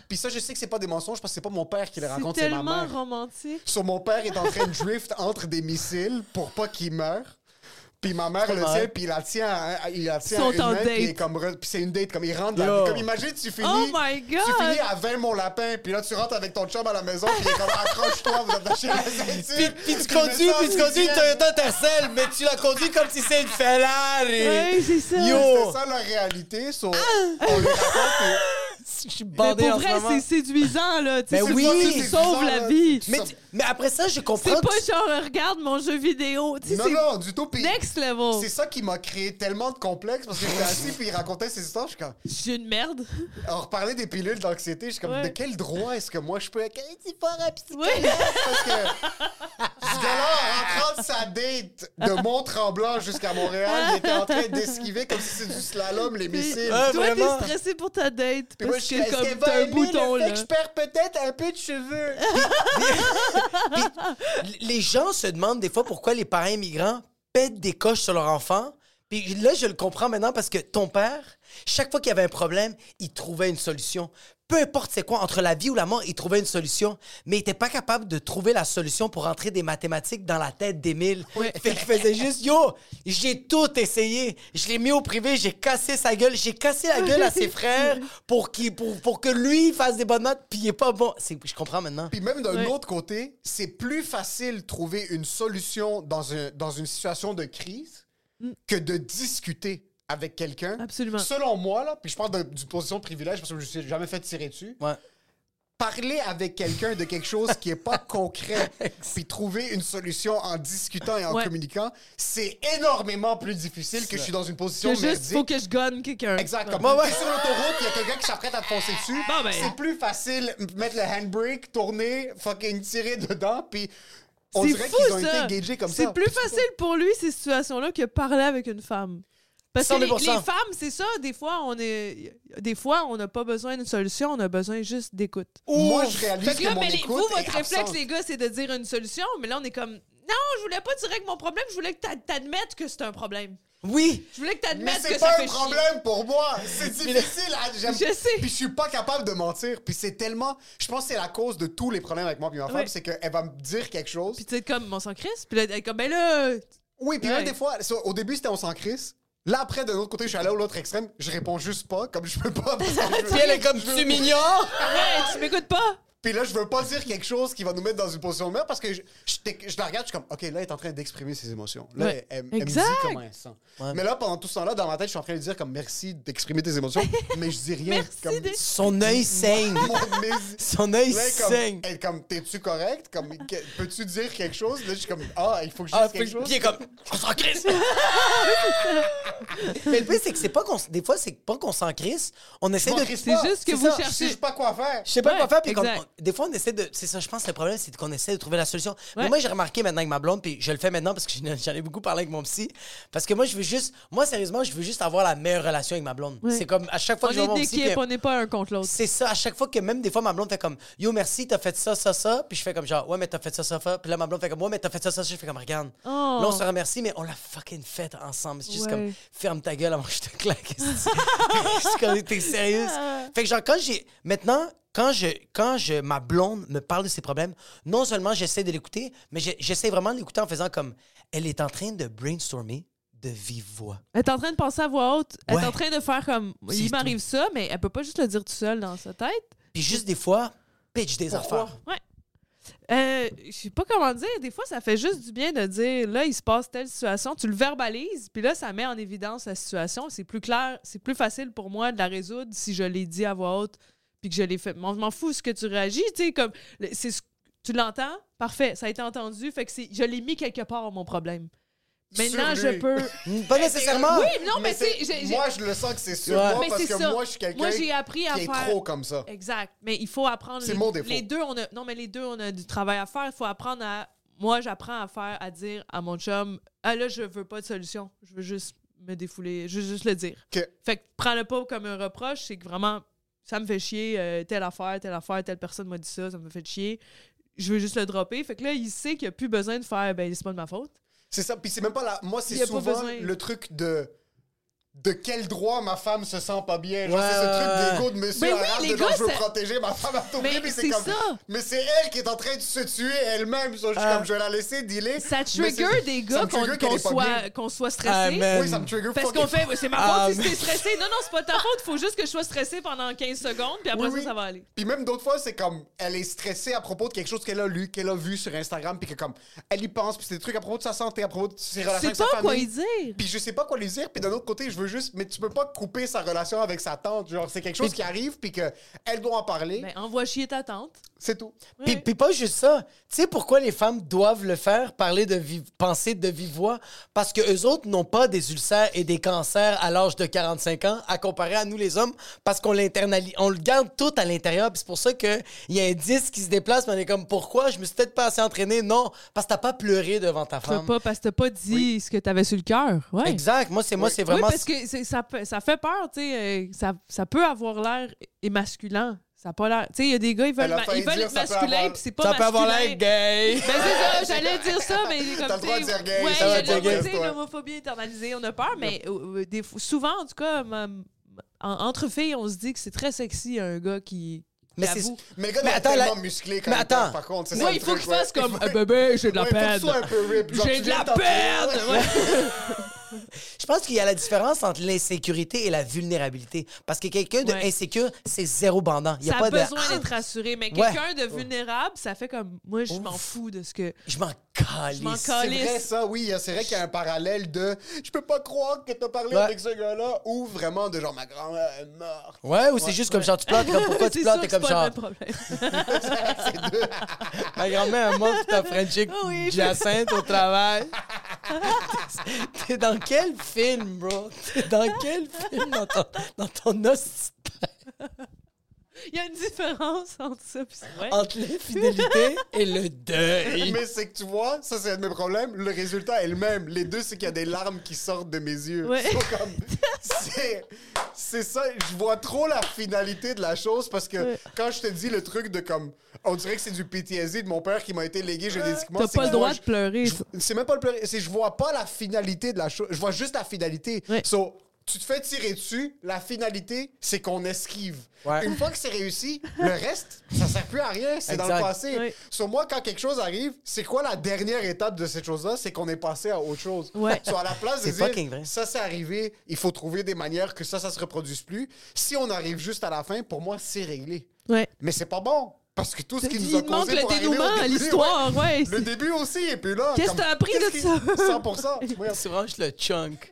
Speaker 7: Puis ça, je sais que c'est pas des mensonges parce que c'est pas mon père qui le
Speaker 9: Ah! C'est
Speaker 7: raconte, c'est ma
Speaker 9: tellement
Speaker 7: mère.
Speaker 9: romantique.
Speaker 7: Sur mon père est en train de drift entre des missiles pour pas qu'il meure. Puis ma mère le
Speaker 8: vrai.
Speaker 7: sait, puis il la tient, à- il la tient
Speaker 9: Ils sont
Speaker 7: à une
Speaker 9: en
Speaker 7: main, puis il est
Speaker 9: date.
Speaker 7: comme re- puis c'est une date comme il rentre. dans-
Speaker 8: Yo.
Speaker 7: Comme imagine tu finis,
Speaker 9: Oh my God.
Speaker 7: tu finis à 20 mon lapin, puis là tu rentres avec ton chum à la maison, puis il est comme accroche-toi, vous attachez
Speaker 9: (laughs)
Speaker 7: la ceinture.
Speaker 8: Puis, puis tu
Speaker 7: mets
Speaker 8: conduis,
Speaker 7: ça
Speaker 8: puis tu
Speaker 7: en
Speaker 8: conduis une
Speaker 7: sixième.
Speaker 8: Toyota Tercel, mais tu la conduis comme si c'est une Ferrari.
Speaker 9: Ouais, c'est ça.
Speaker 8: Yo!
Speaker 7: C'est ça la réalité, so-
Speaker 9: Ah,
Speaker 7: on les raconte.
Speaker 8: Je suis
Speaker 9: Mais
Speaker 8: bandé
Speaker 9: pour
Speaker 8: en ce
Speaker 9: vrai,
Speaker 8: moment.
Speaker 9: c'est séduisant, là. tu sais,
Speaker 8: Ben
Speaker 9: c'est
Speaker 8: oui.
Speaker 9: pas-
Speaker 8: C'est
Speaker 9: Tu sauves
Speaker 7: bizarre,
Speaker 9: la
Speaker 7: là.
Speaker 9: vie.
Speaker 8: Mais, tu- mais après ça, je comprends.
Speaker 9: C'est pas
Speaker 8: que-
Speaker 9: genre, euh, regarde mon jeu vidéo. Tu sais,
Speaker 7: et- Non,
Speaker 9: c'est
Speaker 7: non, du tout. Puis
Speaker 9: next level.
Speaker 7: C'est ça qui m'a créé tellement de complexes parce que j'étais assis puis il racontait ses histoires. Je suis comme,
Speaker 9: Je suis une merde.
Speaker 7: on reparlait des pilules d'anxiété. Je suis comme,
Speaker 9: Ouais.
Speaker 7: de quel droit est-ce que moi je peux être c'est pas rapide
Speaker 9: Oui.
Speaker 7: parce que ce gars-là, en rentrant de sa date de Mont-Tremblant jusqu'à Montréal, il était en train d'esquiver comme si c'était du slalom
Speaker 9: (laughs)
Speaker 7: les missiles.
Speaker 8: Ouais,
Speaker 9: Toi, t'es
Speaker 8: vraiment.
Speaker 9: stressé pour ta date.
Speaker 7: Puis moi, je
Speaker 9: Parce
Speaker 7: suis
Speaker 9: que
Speaker 7: est-ce
Speaker 9: comme
Speaker 7: qu'elle va
Speaker 9: t'as un
Speaker 7: aimer
Speaker 9: bouton,
Speaker 7: le fait
Speaker 9: là.
Speaker 7: que je perds peut-être un peu de
Speaker 9: (laughs)
Speaker 7: cheveux.
Speaker 8: Puis les gens se demandent des fois pourquoi les parents immigrants pètent des coches sur leur enfant. Puis là, je le comprends maintenant parce que ton père, chaque fois qu'il y avait un problème, il trouvait une solution. peu importe c'est quoi, entre la vie ou la mort, il trouvait une solution, mais il était pas capable de trouver la solution pour entrer des mathématiques dans la tête d'Émile. Fait qu'il faisait juste, yo, j'ai tout essayé. Je l'ai mis au privé, j'ai cassé sa gueule, j'ai cassé la gueule à ses frères pour, qu'il- pour, pour que lui fasse des bonnes notes, puis il est pas bon. C'est- Je comprends maintenant.
Speaker 7: Puis même d'un
Speaker 9: Ouais.
Speaker 7: autre côté, c'est plus facile de trouver une solution dans, un- dans une situation de crise que de discuter avec quelqu'un.
Speaker 9: Mm. Absolument.
Speaker 7: Selon moi, là, puis je parle de- d'une position de privilège parce que je me suis jamais fait tirer dessus.
Speaker 8: Ouais.
Speaker 7: Parler avec quelqu'un de quelque chose qui est pas
Speaker 8: (laughs)
Speaker 7: concret, puis trouver une solution en discutant et en
Speaker 9: Ouais.
Speaker 7: communiquant, c'est énormément plus difficile que je suis dans une position
Speaker 9: C'est juste, faut
Speaker 7: merdique.
Speaker 9: que je gagne quelqu'un.
Speaker 7: Exactement.
Speaker 8: Ouais, ouais.
Speaker 7: sur l'autoroute, il y a quelqu'un qui s'apprête à te foncer dessus.
Speaker 9: Bon, ben.
Speaker 7: C'est plus facile de mettre le handbrake, tourner, fucking tirer dedans, puis on
Speaker 9: C'est
Speaker 7: dirait
Speaker 9: fou,
Speaker 7: qu'ils ont
Speaker 9: ça.
Speaker 7: été engagés comme ça.
Speaker 9: C'est plus facile pour lui, ces situations-là, que parler avec une femme. Parce que les,
Speaker 8: 100%.
Speaker 9: les femmes, c'est ça, des fois, on est, des fois, on n'a pas besoin d'une solution, on a besoin juste d'écoute.
Speaker 7: Moi, je réalise
Speaker 9: Fait
Speaker 7: que,
Speaker 9: que là,
Speaker 7: mon
Speaker 9: ben, les-
Speaker 7: écoute
Speaker 9: vous, votre
Speaker 7: est
Speaker 9: réflexe,
Speaker 7: absente.
Speaker 9: les gars, c'est de dire une solution, mais là, on est comme, non, je voulais pas dire que mon problème, je voulais que t'a- t'admettes que c'est un problème.
Speaker 8: Oui!
Speaker 9: Je voulais que
Speaker 7: Mais
Speaker 9: t'admettes que
Speaker 7: c'est
Speaker 9: ça
Speaker 7: pas
Speaker 9: fait
Speaker 7: un
Speaker 9: chier.
Speaker 7: problème pour moi. C'est
Speaker 9: (laughs)
Speaker 7: difficile. à- j'aime-
Speaker 9: Je sais.
Speaker 7: Puis je suis pas capable de mentir. Puis c'est tellement. Je pense que c'est la cause de tous les problèmes avec moi puis ma femme,
Speaker 9: Ouais.
Speaker 7: c'est qu'elle va me dire quelque chose.
Speaker 9: Puis tu sais, comme, on s'en crisse, puis là, elle est comme, ben là,
Speaker 7: Oui, puis
Speaker 9: Ouais.
Speaker 7: même des fois, ça, au début, c'était on s'en crisse. Là, après, de l'autre côté, je suis allé au l'autre extrême. Je réponds juste pas, comme je peux pas. parce que je veux-
Speaker 9: (laughs)
Speaker 8: Puis elle est comme,
Speaker 7: je veux-
Speaker 8: tu m'ignores!
Speaker 9: arrête, tu m'écoutes pas.
Speaker 7: Puis là, je veux pas dire quelque chose qui va nous mettre dans une position de merde parce que je, je t'ai- je la regarde, je suis comme, OK, là, elle est en train d'exprimer ses émotions. Là,
Speaker 9: Ouais.
Speaker 7: elle, elle- elle me dit
Speaker 9: Exact.
Speaker 7: comment elle se sent. Mais là, pendant tout ce temps-là, dans ma tête, je suis en train de dire comme, merci d'exprimer tes
Speaker 9: (laughs)
Speaker 7: émotions, mais je dis rien.
Speaker 9: Merci
Speaker 7: comme,
Speaker 9: de-
Speaker 8: Son œil
Speaker 7: (laughs)
Speaker 8: saigne!
Speaker 7: Mon nez-
Speaker 8: Son œil
Speaker 7: Là, comme,
Speaker 8: saigne!
Speaker 7: elle est comme, t'es-tu correct? Comme, que- peux-tu dire quelque chose? Là, je suis comme, ah, il faut que je dise
Speaker 8: Ah,
Speaker 7: quelque
Speaker 8: puis
Speaker 7: chose.
Speaker 8: puis il est comme, on s'en crisse! Mais le pire, c'est que c'est pas qu'on. Des fois, c'est pas qu'on s'en crisse, on essaie de.
Speaker 7: C'est
Speaker 9: C'est juste que vous
Speaker 7: Je sais
Speaker 9: cherchez-
Speaker 7: juste pas quoi faire.
Speaker 8: Je sais pas
Speaker 9: Ouais,
Speaker 8: quoi faire, puis comme,
Speaker 9: exact.
Speaker 8: on- des fois, on essaie de. C'est ça, je pense que le problème, c'est qu'on essaie de trouver la solution. Mais
Speaker 9: Ouais.
Speaker 8: moi, j'ai remarqué maintenant avec ma blonde, puis je le fais maintenant parce que j'en j'en ai beaucoup parlé avec mon psy. Parce que moi, je veux juste. Moi, sérieusement, je veux juste avoir la meilleure relation avec ma blonde. C'est comme à chaque fois
Speaker 9: On
Speaker 8: que je
Speaker 9: est
Speaker 8: vois mon
Speaker 9: une
Speaker 8: psy.
Speaker 9: équipe,
Speaker 8: puis-
Speaker 9: on n'est pas un contre l'autre.
Speaker 8: C'est ça, à chaque fois que même des fois ma blonde fait comme Yo, merci, t'as fait ça, ça, ça. Puis je fais comme genre, Ouais, mais t'as fait ça, ça, ça. Puis là, ma blonde fait comme Ouais, mais t'as fait ça, ça, ça. Je fais comme Regarde.
Speaker 9: Oh.
Speaker 8: Là, on se remercie, mais on l'a fucking faite ensemble. C'est juste
Speaker 9: Ouais.
Speaker 8: comme Ferme ta gueule avant que je te claque. (laughs) Juste comme, T'es sérieuse.
Speaker 9: Ah.
Speaker 8: Fait que genre, quand j'ai. Maintenant, quand je. Quand je. Ma blonde me parle de ses problèmes, non seulement j'essaie de l'écouter, mais j'ai- j'essaie vraiment de l'écouter en faisant comme Elle est en train de brainstormer de vive voix.
Speaker 9: Elle est en train de penser à voix haute. Elle
Speaker 8: Ouais.
Speaker 9: est en train de faire comme.
Speaker 8: C'est
Speaker 9: Il m'arrive ça, mais elle peut pas juste le dire tout seul dans sa tête.
Speaker 8: Puis juste des fois, pitch des affaires.
Speaker 9: Ouais. Euh, je sais pas comment dire. Des fois, ça fait juste du bien de dire là, il se passe telle situation. Tu le verbalises, puis là, ça met en évidence la situation. C'est plus clair, c'est plus facile pour moi de la résoudre si je l'ai dit à voix haute, puis que je l'ai fait. Mais je m'en fous ce que tu réagis. Tu sais, comme. le- c'est ce- tu l'entends? Parfait, ça a été entendu. Fait que c'est- je l'ai mis quelque part, mon problème. Maintenant,
Speaker 7: Sur
Speaker 9: je
Speaker 7: lui.
Speaker 9: peux.
Speaker 8: Pas nécessairement.
Speaker 9: Oui, mais non, mais,
Speaker 7: c'est-
Speaker 9: c'est. j'ai- j'ai-
Speaker 7: Moi, je le sens que c'est sur
Speaker 8: Ouais.
Speaker 7: moi
Speaker 9: Mais
Speaker 7: parce
Speaker 9: c'est
Speaker 7: que
Speaker 9: ça.
Speaker 7: moi, je suis quelqu'un
Speaker 9: Moi, j'ai appris à
Speaker 7: qui est
Speaker 9: faire-
Speaker 7: trop comme ça.
Speaker 9: Exact. Mais il faut apprendre.
Speaker 7: C'est
Speaker 9: les,
Speaker 7: mon défaut.
Speaker 9: Les deux, on a. Non, mais les deux, on a du travail à faire. Il faut apprendre à. Moi, j'apprends à faire, à dire à mon chum, ah là, je veux pas de solution. Je veux juste me défouler. Je veux juste le dire.
Speaker 7: Que-
Speaker 9: Fait que prends-le pas comme un reproche. C'est que vraiment, ça me fait chier. euh, telle affaire, telle affaire, telle personne m'a dit ça, ça me fait chier. Je veux juste le dropper. Fait que là, il sait qu'il a plus besoin de faire, ben, c'est pas de ma faute.
Speaker 7: C'est ça. Puis c'est même pas la. Moi,
Speaker 9: Il y
Speaker 7: c'est
Speaker 9: a pas
Speaker 7: souvent
Speaker 9: besoin.
Speaker 7: le truc de. De quel droit ma femme se sent pas bien? Genre,
Speaker 8: Ouais,
Speaker 7: c'est
Speaker 8: ouais,
Speaker 7: ce
Speaker 8: ouais.
Speaker 7: truc d'égo de
Speaker 9: Mais
Speaker 7: monsieur
Speaker 9: oui,
Speaker 7: arabe,
Speaker 9: les
Speaker 7: de genre,
Speaker 9: gars,
Speaker 7: je veux
Speaker 9: ça-
Speaker 7: protéger ma femme à tout prix,
Speaker 9: Mais
Speaker 7: mais c'est
Speaker 9: c'est
Speaker 7: comme.
Speaker 9: ça.
Speaker 7: Mais c'est elle qui est en train de se tuer elle-même. So, Je, suis
Speaker 8: Ah.
Speaker 7: comme, je vais la laisser dealer.
Speaker 9: Ça
Speaker 7: mais
Speaker 9: trigger
Speaker 7: c'est-
Speaker 9: des
Speaker 7: ça
Speaker 9: gars
Speaker 7: me trigger
Speaker 9: qu'on
Speaker 7: qu'elle
Speaker 9: qu'on
Speaker 7: est pas bien. Euh,
Speaker 9: soit, qu'on soit stressé.
Speaker 8: Amen.
Speaker 7: Oui, ça me trigger
Speaker 9: Parce
Speaker 7: fucking-
Speaker 9: qu'on fait, c'est ma
Speaker 8: Ah,
Speaker 9: faute si
Speaker 8: mais-
Speaker 9: t'es stressé. Non, non, c'est pas ta faute. Faut juste que je sois stressé pendant 15 secondes, puis après
Speaker 7: Oui,
Speaker 9: ça,
Speaker 7: oui.
Speaker 9: ça va aller.
Speaker 7: Puis même d'autres fois, c'est comme elle est stressée à propos de quelque chose qu'elle a lu, qu'elle a vu sur Instagram, puis que comme elle y pense, puis c'est des trucs à propos de sa santé, à propos de ses relations
Speaker 9: C'est
Speaker 7: avec sa
Speaker 9: pas
Speaker 7: famille.
Speaker 9: quoi y dire.
Speaker 7: Puis je sais pas quoi lui dire, puis d'un autre côté, je veux juste mais tu peux pas couper sa relation avec sa tante, genre c'est quelque chose qui arrive puis que elle doit en parler,
Speaker 9: Ben, envoie chier ta tante.
Speaker 7: c'est tout.
Speaker 8: Puis, puis pas juste ça. Tu sais pourquoi les femmes doivent le faire, parler de vive- penser de vive voix? Parce que eux autres n'ont pas des ulcères et des cancers à l'âge de 45 ans, à comparer à nous les hommes, parce qu'on l'internalise, on le garde tout à l'intérieur. Puis c'est pour ça qu'il y a un disque qui se déplace, mais on est comme, pourquoi? Je me suis peut-être pas assez entraîné. Non, parce que t'as pas pleuré devant ta
Speaker 9: T'as
Speaker 8: femme.
Speaker 9: pas, parce que t'as pas dit ce que t'avais sur le cœur. Ouais.
Speaker 8: Exact. Moi, c'est moi, c'est
Speaker 9: Oui,
Speaker 8: vraiment.
Speaker 9: parce que c'est- ça, peut- ça fait peur, tu sais. euh, ça, ça peut avoir l'air émasculant. Ça a pas l'air. Tu sais, il y a des gars, ils veulent,
Speaker 7: Elle a
Speaker 9: ma-
Speaker 7: failli
Speaker 9: ils veulent
Speaker 7: dire,
Speaker 9: être
Speaker 7: ça peut
Speaker 9: masculins,
Speaker 7: avoir-
Speaker 9: puis c'est pas
Speaker 8: ça peut
Speaker 9: masculin.
Speaker 8: avoir l'air gay.
Speaker 9: Ben c'est ça, j'allais dire ça, mais
Speaker 7: (laughs)
Speaker 9: comme
Speaker 7: T'as le droit de
Speaker 9: tu sais,
Speaker 7: dire gay,
Speaker 9: ouais,
Speaker 7: ça va
Speaker 9: il y a
Speaker 7: être
Speaker 9: de la-
Speaker 7: gay,
Speaker 9: tu sais,
Speaker 7: toi.
Speaker 9: l'homophobie internalisée, on a peur, mais euh, euh, des fois- souvent en tout cas, ma- ma- en- entre filles, on se dit que c'est très sexy un gars qui.
Speaker 8: Mais
Speaker 9: qui
Speaker 8: c'est-
Speaker 9: avoue.
Speaker 7: Mais le gars,
Speaker 8: Mais
Speaker 7: il est
Speaker 8: attends,
Speaker 7: tellement
Speaker 8: la-
Speaker 7: musclé quand
Speaker 8: mais
Speaker 7: il
Speaker 8: attends.
Speaker 7: parle, par contre. c'est
Speaker 9: Moi,
Speaker 7: ça,
Speaker 9: il
Speaker 7: le
Speaker 9: faut que
Speaker 7: truc,
Speaker 9: je
Speaker 7: (laughs) ouais.
Speaker 9: fasse comme.
Speaker 7: Il faut-
Speaker 9: Ah, bébé, j'ai de la
Speaker 7: Ouais, il faut que
Speaker 9: peine.
Speaker 7: tu sois un peu rip, genre,
Speaker 9: J'ai
Speaker 7: tu
Speaker 9: de
Speaker 7: viens
Speaker 9: la
Speaker 7: de t'enfuir.
Speaker 9: peine. Ouais.
Speaker 8: Je pense qu'il y a la différence entre l'insécurité et la vulnérabilité. Parce que quelqu'un de
Speaker 9: Ouais.
Speaker 8: insécure, c'est zéro bandant. Il y a
Speaker 9: ça
Speaker 8: pas
Speaker 9: a
Speaker 8: de.
Speaker 9: besoin
Speaker 8: Ah,
Speaker 9: d'être rassuré. Mais
Speaker 8: Ouais.
Speaker 9: quelqu'un de vulnérable, ça fait comme. Moi, je m'en
Speaker 8: Ouf.
Speaker 9: fous de ce que.
Speaker 8: Ah, Je m'en calisse.
Speaker 9: Je m'en
Speaker 7: C'est vrai,
Speaker 9: calisse.
Speaker 7: ça, oui. hein, C'est vrai qu'il y a un parallèle de je peux pas croire que t'as parlé
Speaker 8: Ouais.
Speaker 7: avec ce gars-là ou vraiment de genre ma grand-mère est morte.
Speaker 8: Ouais, ou c'est juste comme genre, tu pleures, t'es comme pourquoi tu
Speaker 9: (laughs) C'est
Speaker 8: pleures,
Speaker 9: sûr
Speaker 8: t'es
Speaker 9: que
Speaker 8: comme
Speaker 9: c'est pas
Speaker 8: genre. (laughs)
Speaker 9: le même problème. (laughs)
Speaker 7: C'est deux.
Speaker 8: Ma grand-mère est morte, t'as Frenchick
Speaker 9: Ah oui, je-
Speaker 8: Jacinthe au travail. (laughs) T'es dans quel film, bro? T'es dans quel film dans ton, dans ton hostie
Speaker 9: Il y a une différence entre ça et ça. Ouais.
Speaker 8: entre l'infidélité et le deuil?
Speaker 7: Mais c'est que tu vois, ça c'est un de mes problèmes. Le résultat est le même. Les deux, c'est qu'il y a des larmes qui sortent de mes yeux.
Speaker 9: Ouais.
Speaker 7: C'est comme- C'est, c'est ça. Je vois trop la finalité de la chose parce que quand je te dis le truc de comme, on dirait que c'est du PTSD de mon père qui m'a été légué génétiquement.
Speaker 9: T'as
Speaker 7: c'est que
Speaker 9: pas le
Speaker 7: moi,
Speaker 9: droit
Speaker 7: je-
Speaker 9: de pleurer.
Speaker 7: je- C'est même pas le pleurer. C'est je vois pas la finalité de la chose. Je vois juste la finalité.
Speaker 9: Ouais.
Speaker 7: So, tu te fais tirer dessus, la finalité, c'est qu'on esquive.
Speaker 8: Ouais.
Speaker 7: Une fois que c'est réussi, le reste, ça sert plus à rien. C'est dans le
Speaker 8: Exact.
Speaker 7: passé.
Speaker 9: Ouais.
Speaker 7: Sur moi, quand quelque chose arrive, c'est quoi la dernière étape de cette chose-là? C'est qu'on est passé à autre chose.
Speaker 9: Ouais.
Speaker 7: So, à la place de
Speaker 8: C'est
Speaker 7: dire,
Speaker 8: fucking vrai.
Speaker 7: ça, c'est arrivé, il faut trouver des manières que ça, ça se reproduise plus. Si on arrive juste à la fin, pour moi, c'est réglé.
Speaker 9: Ouais.
Speaker 7: Mais c'est pas bon. Parce que tout ce qui
Speaker 9: Il
Speaker 7: nous a
Speaker 9: manque
Speaker 7: causé
Speaker 9: le
Speaker 7: pour arriver au
Speaker 9: dénouement à
Speaker 7: début,
Speaker 9: l'histoire. Ouais.
Speaker 7: le début aussi, et puis là.
Speaker 9: Qu'est-ce
Speaker 7: comme-
Speaker 9: que t'as appris de
Speaker 7: qu'est-ce qui-
Speaker 9: ça?
Speaker 7: 100 oui,
Speaker 8: Tu ranges le chunk.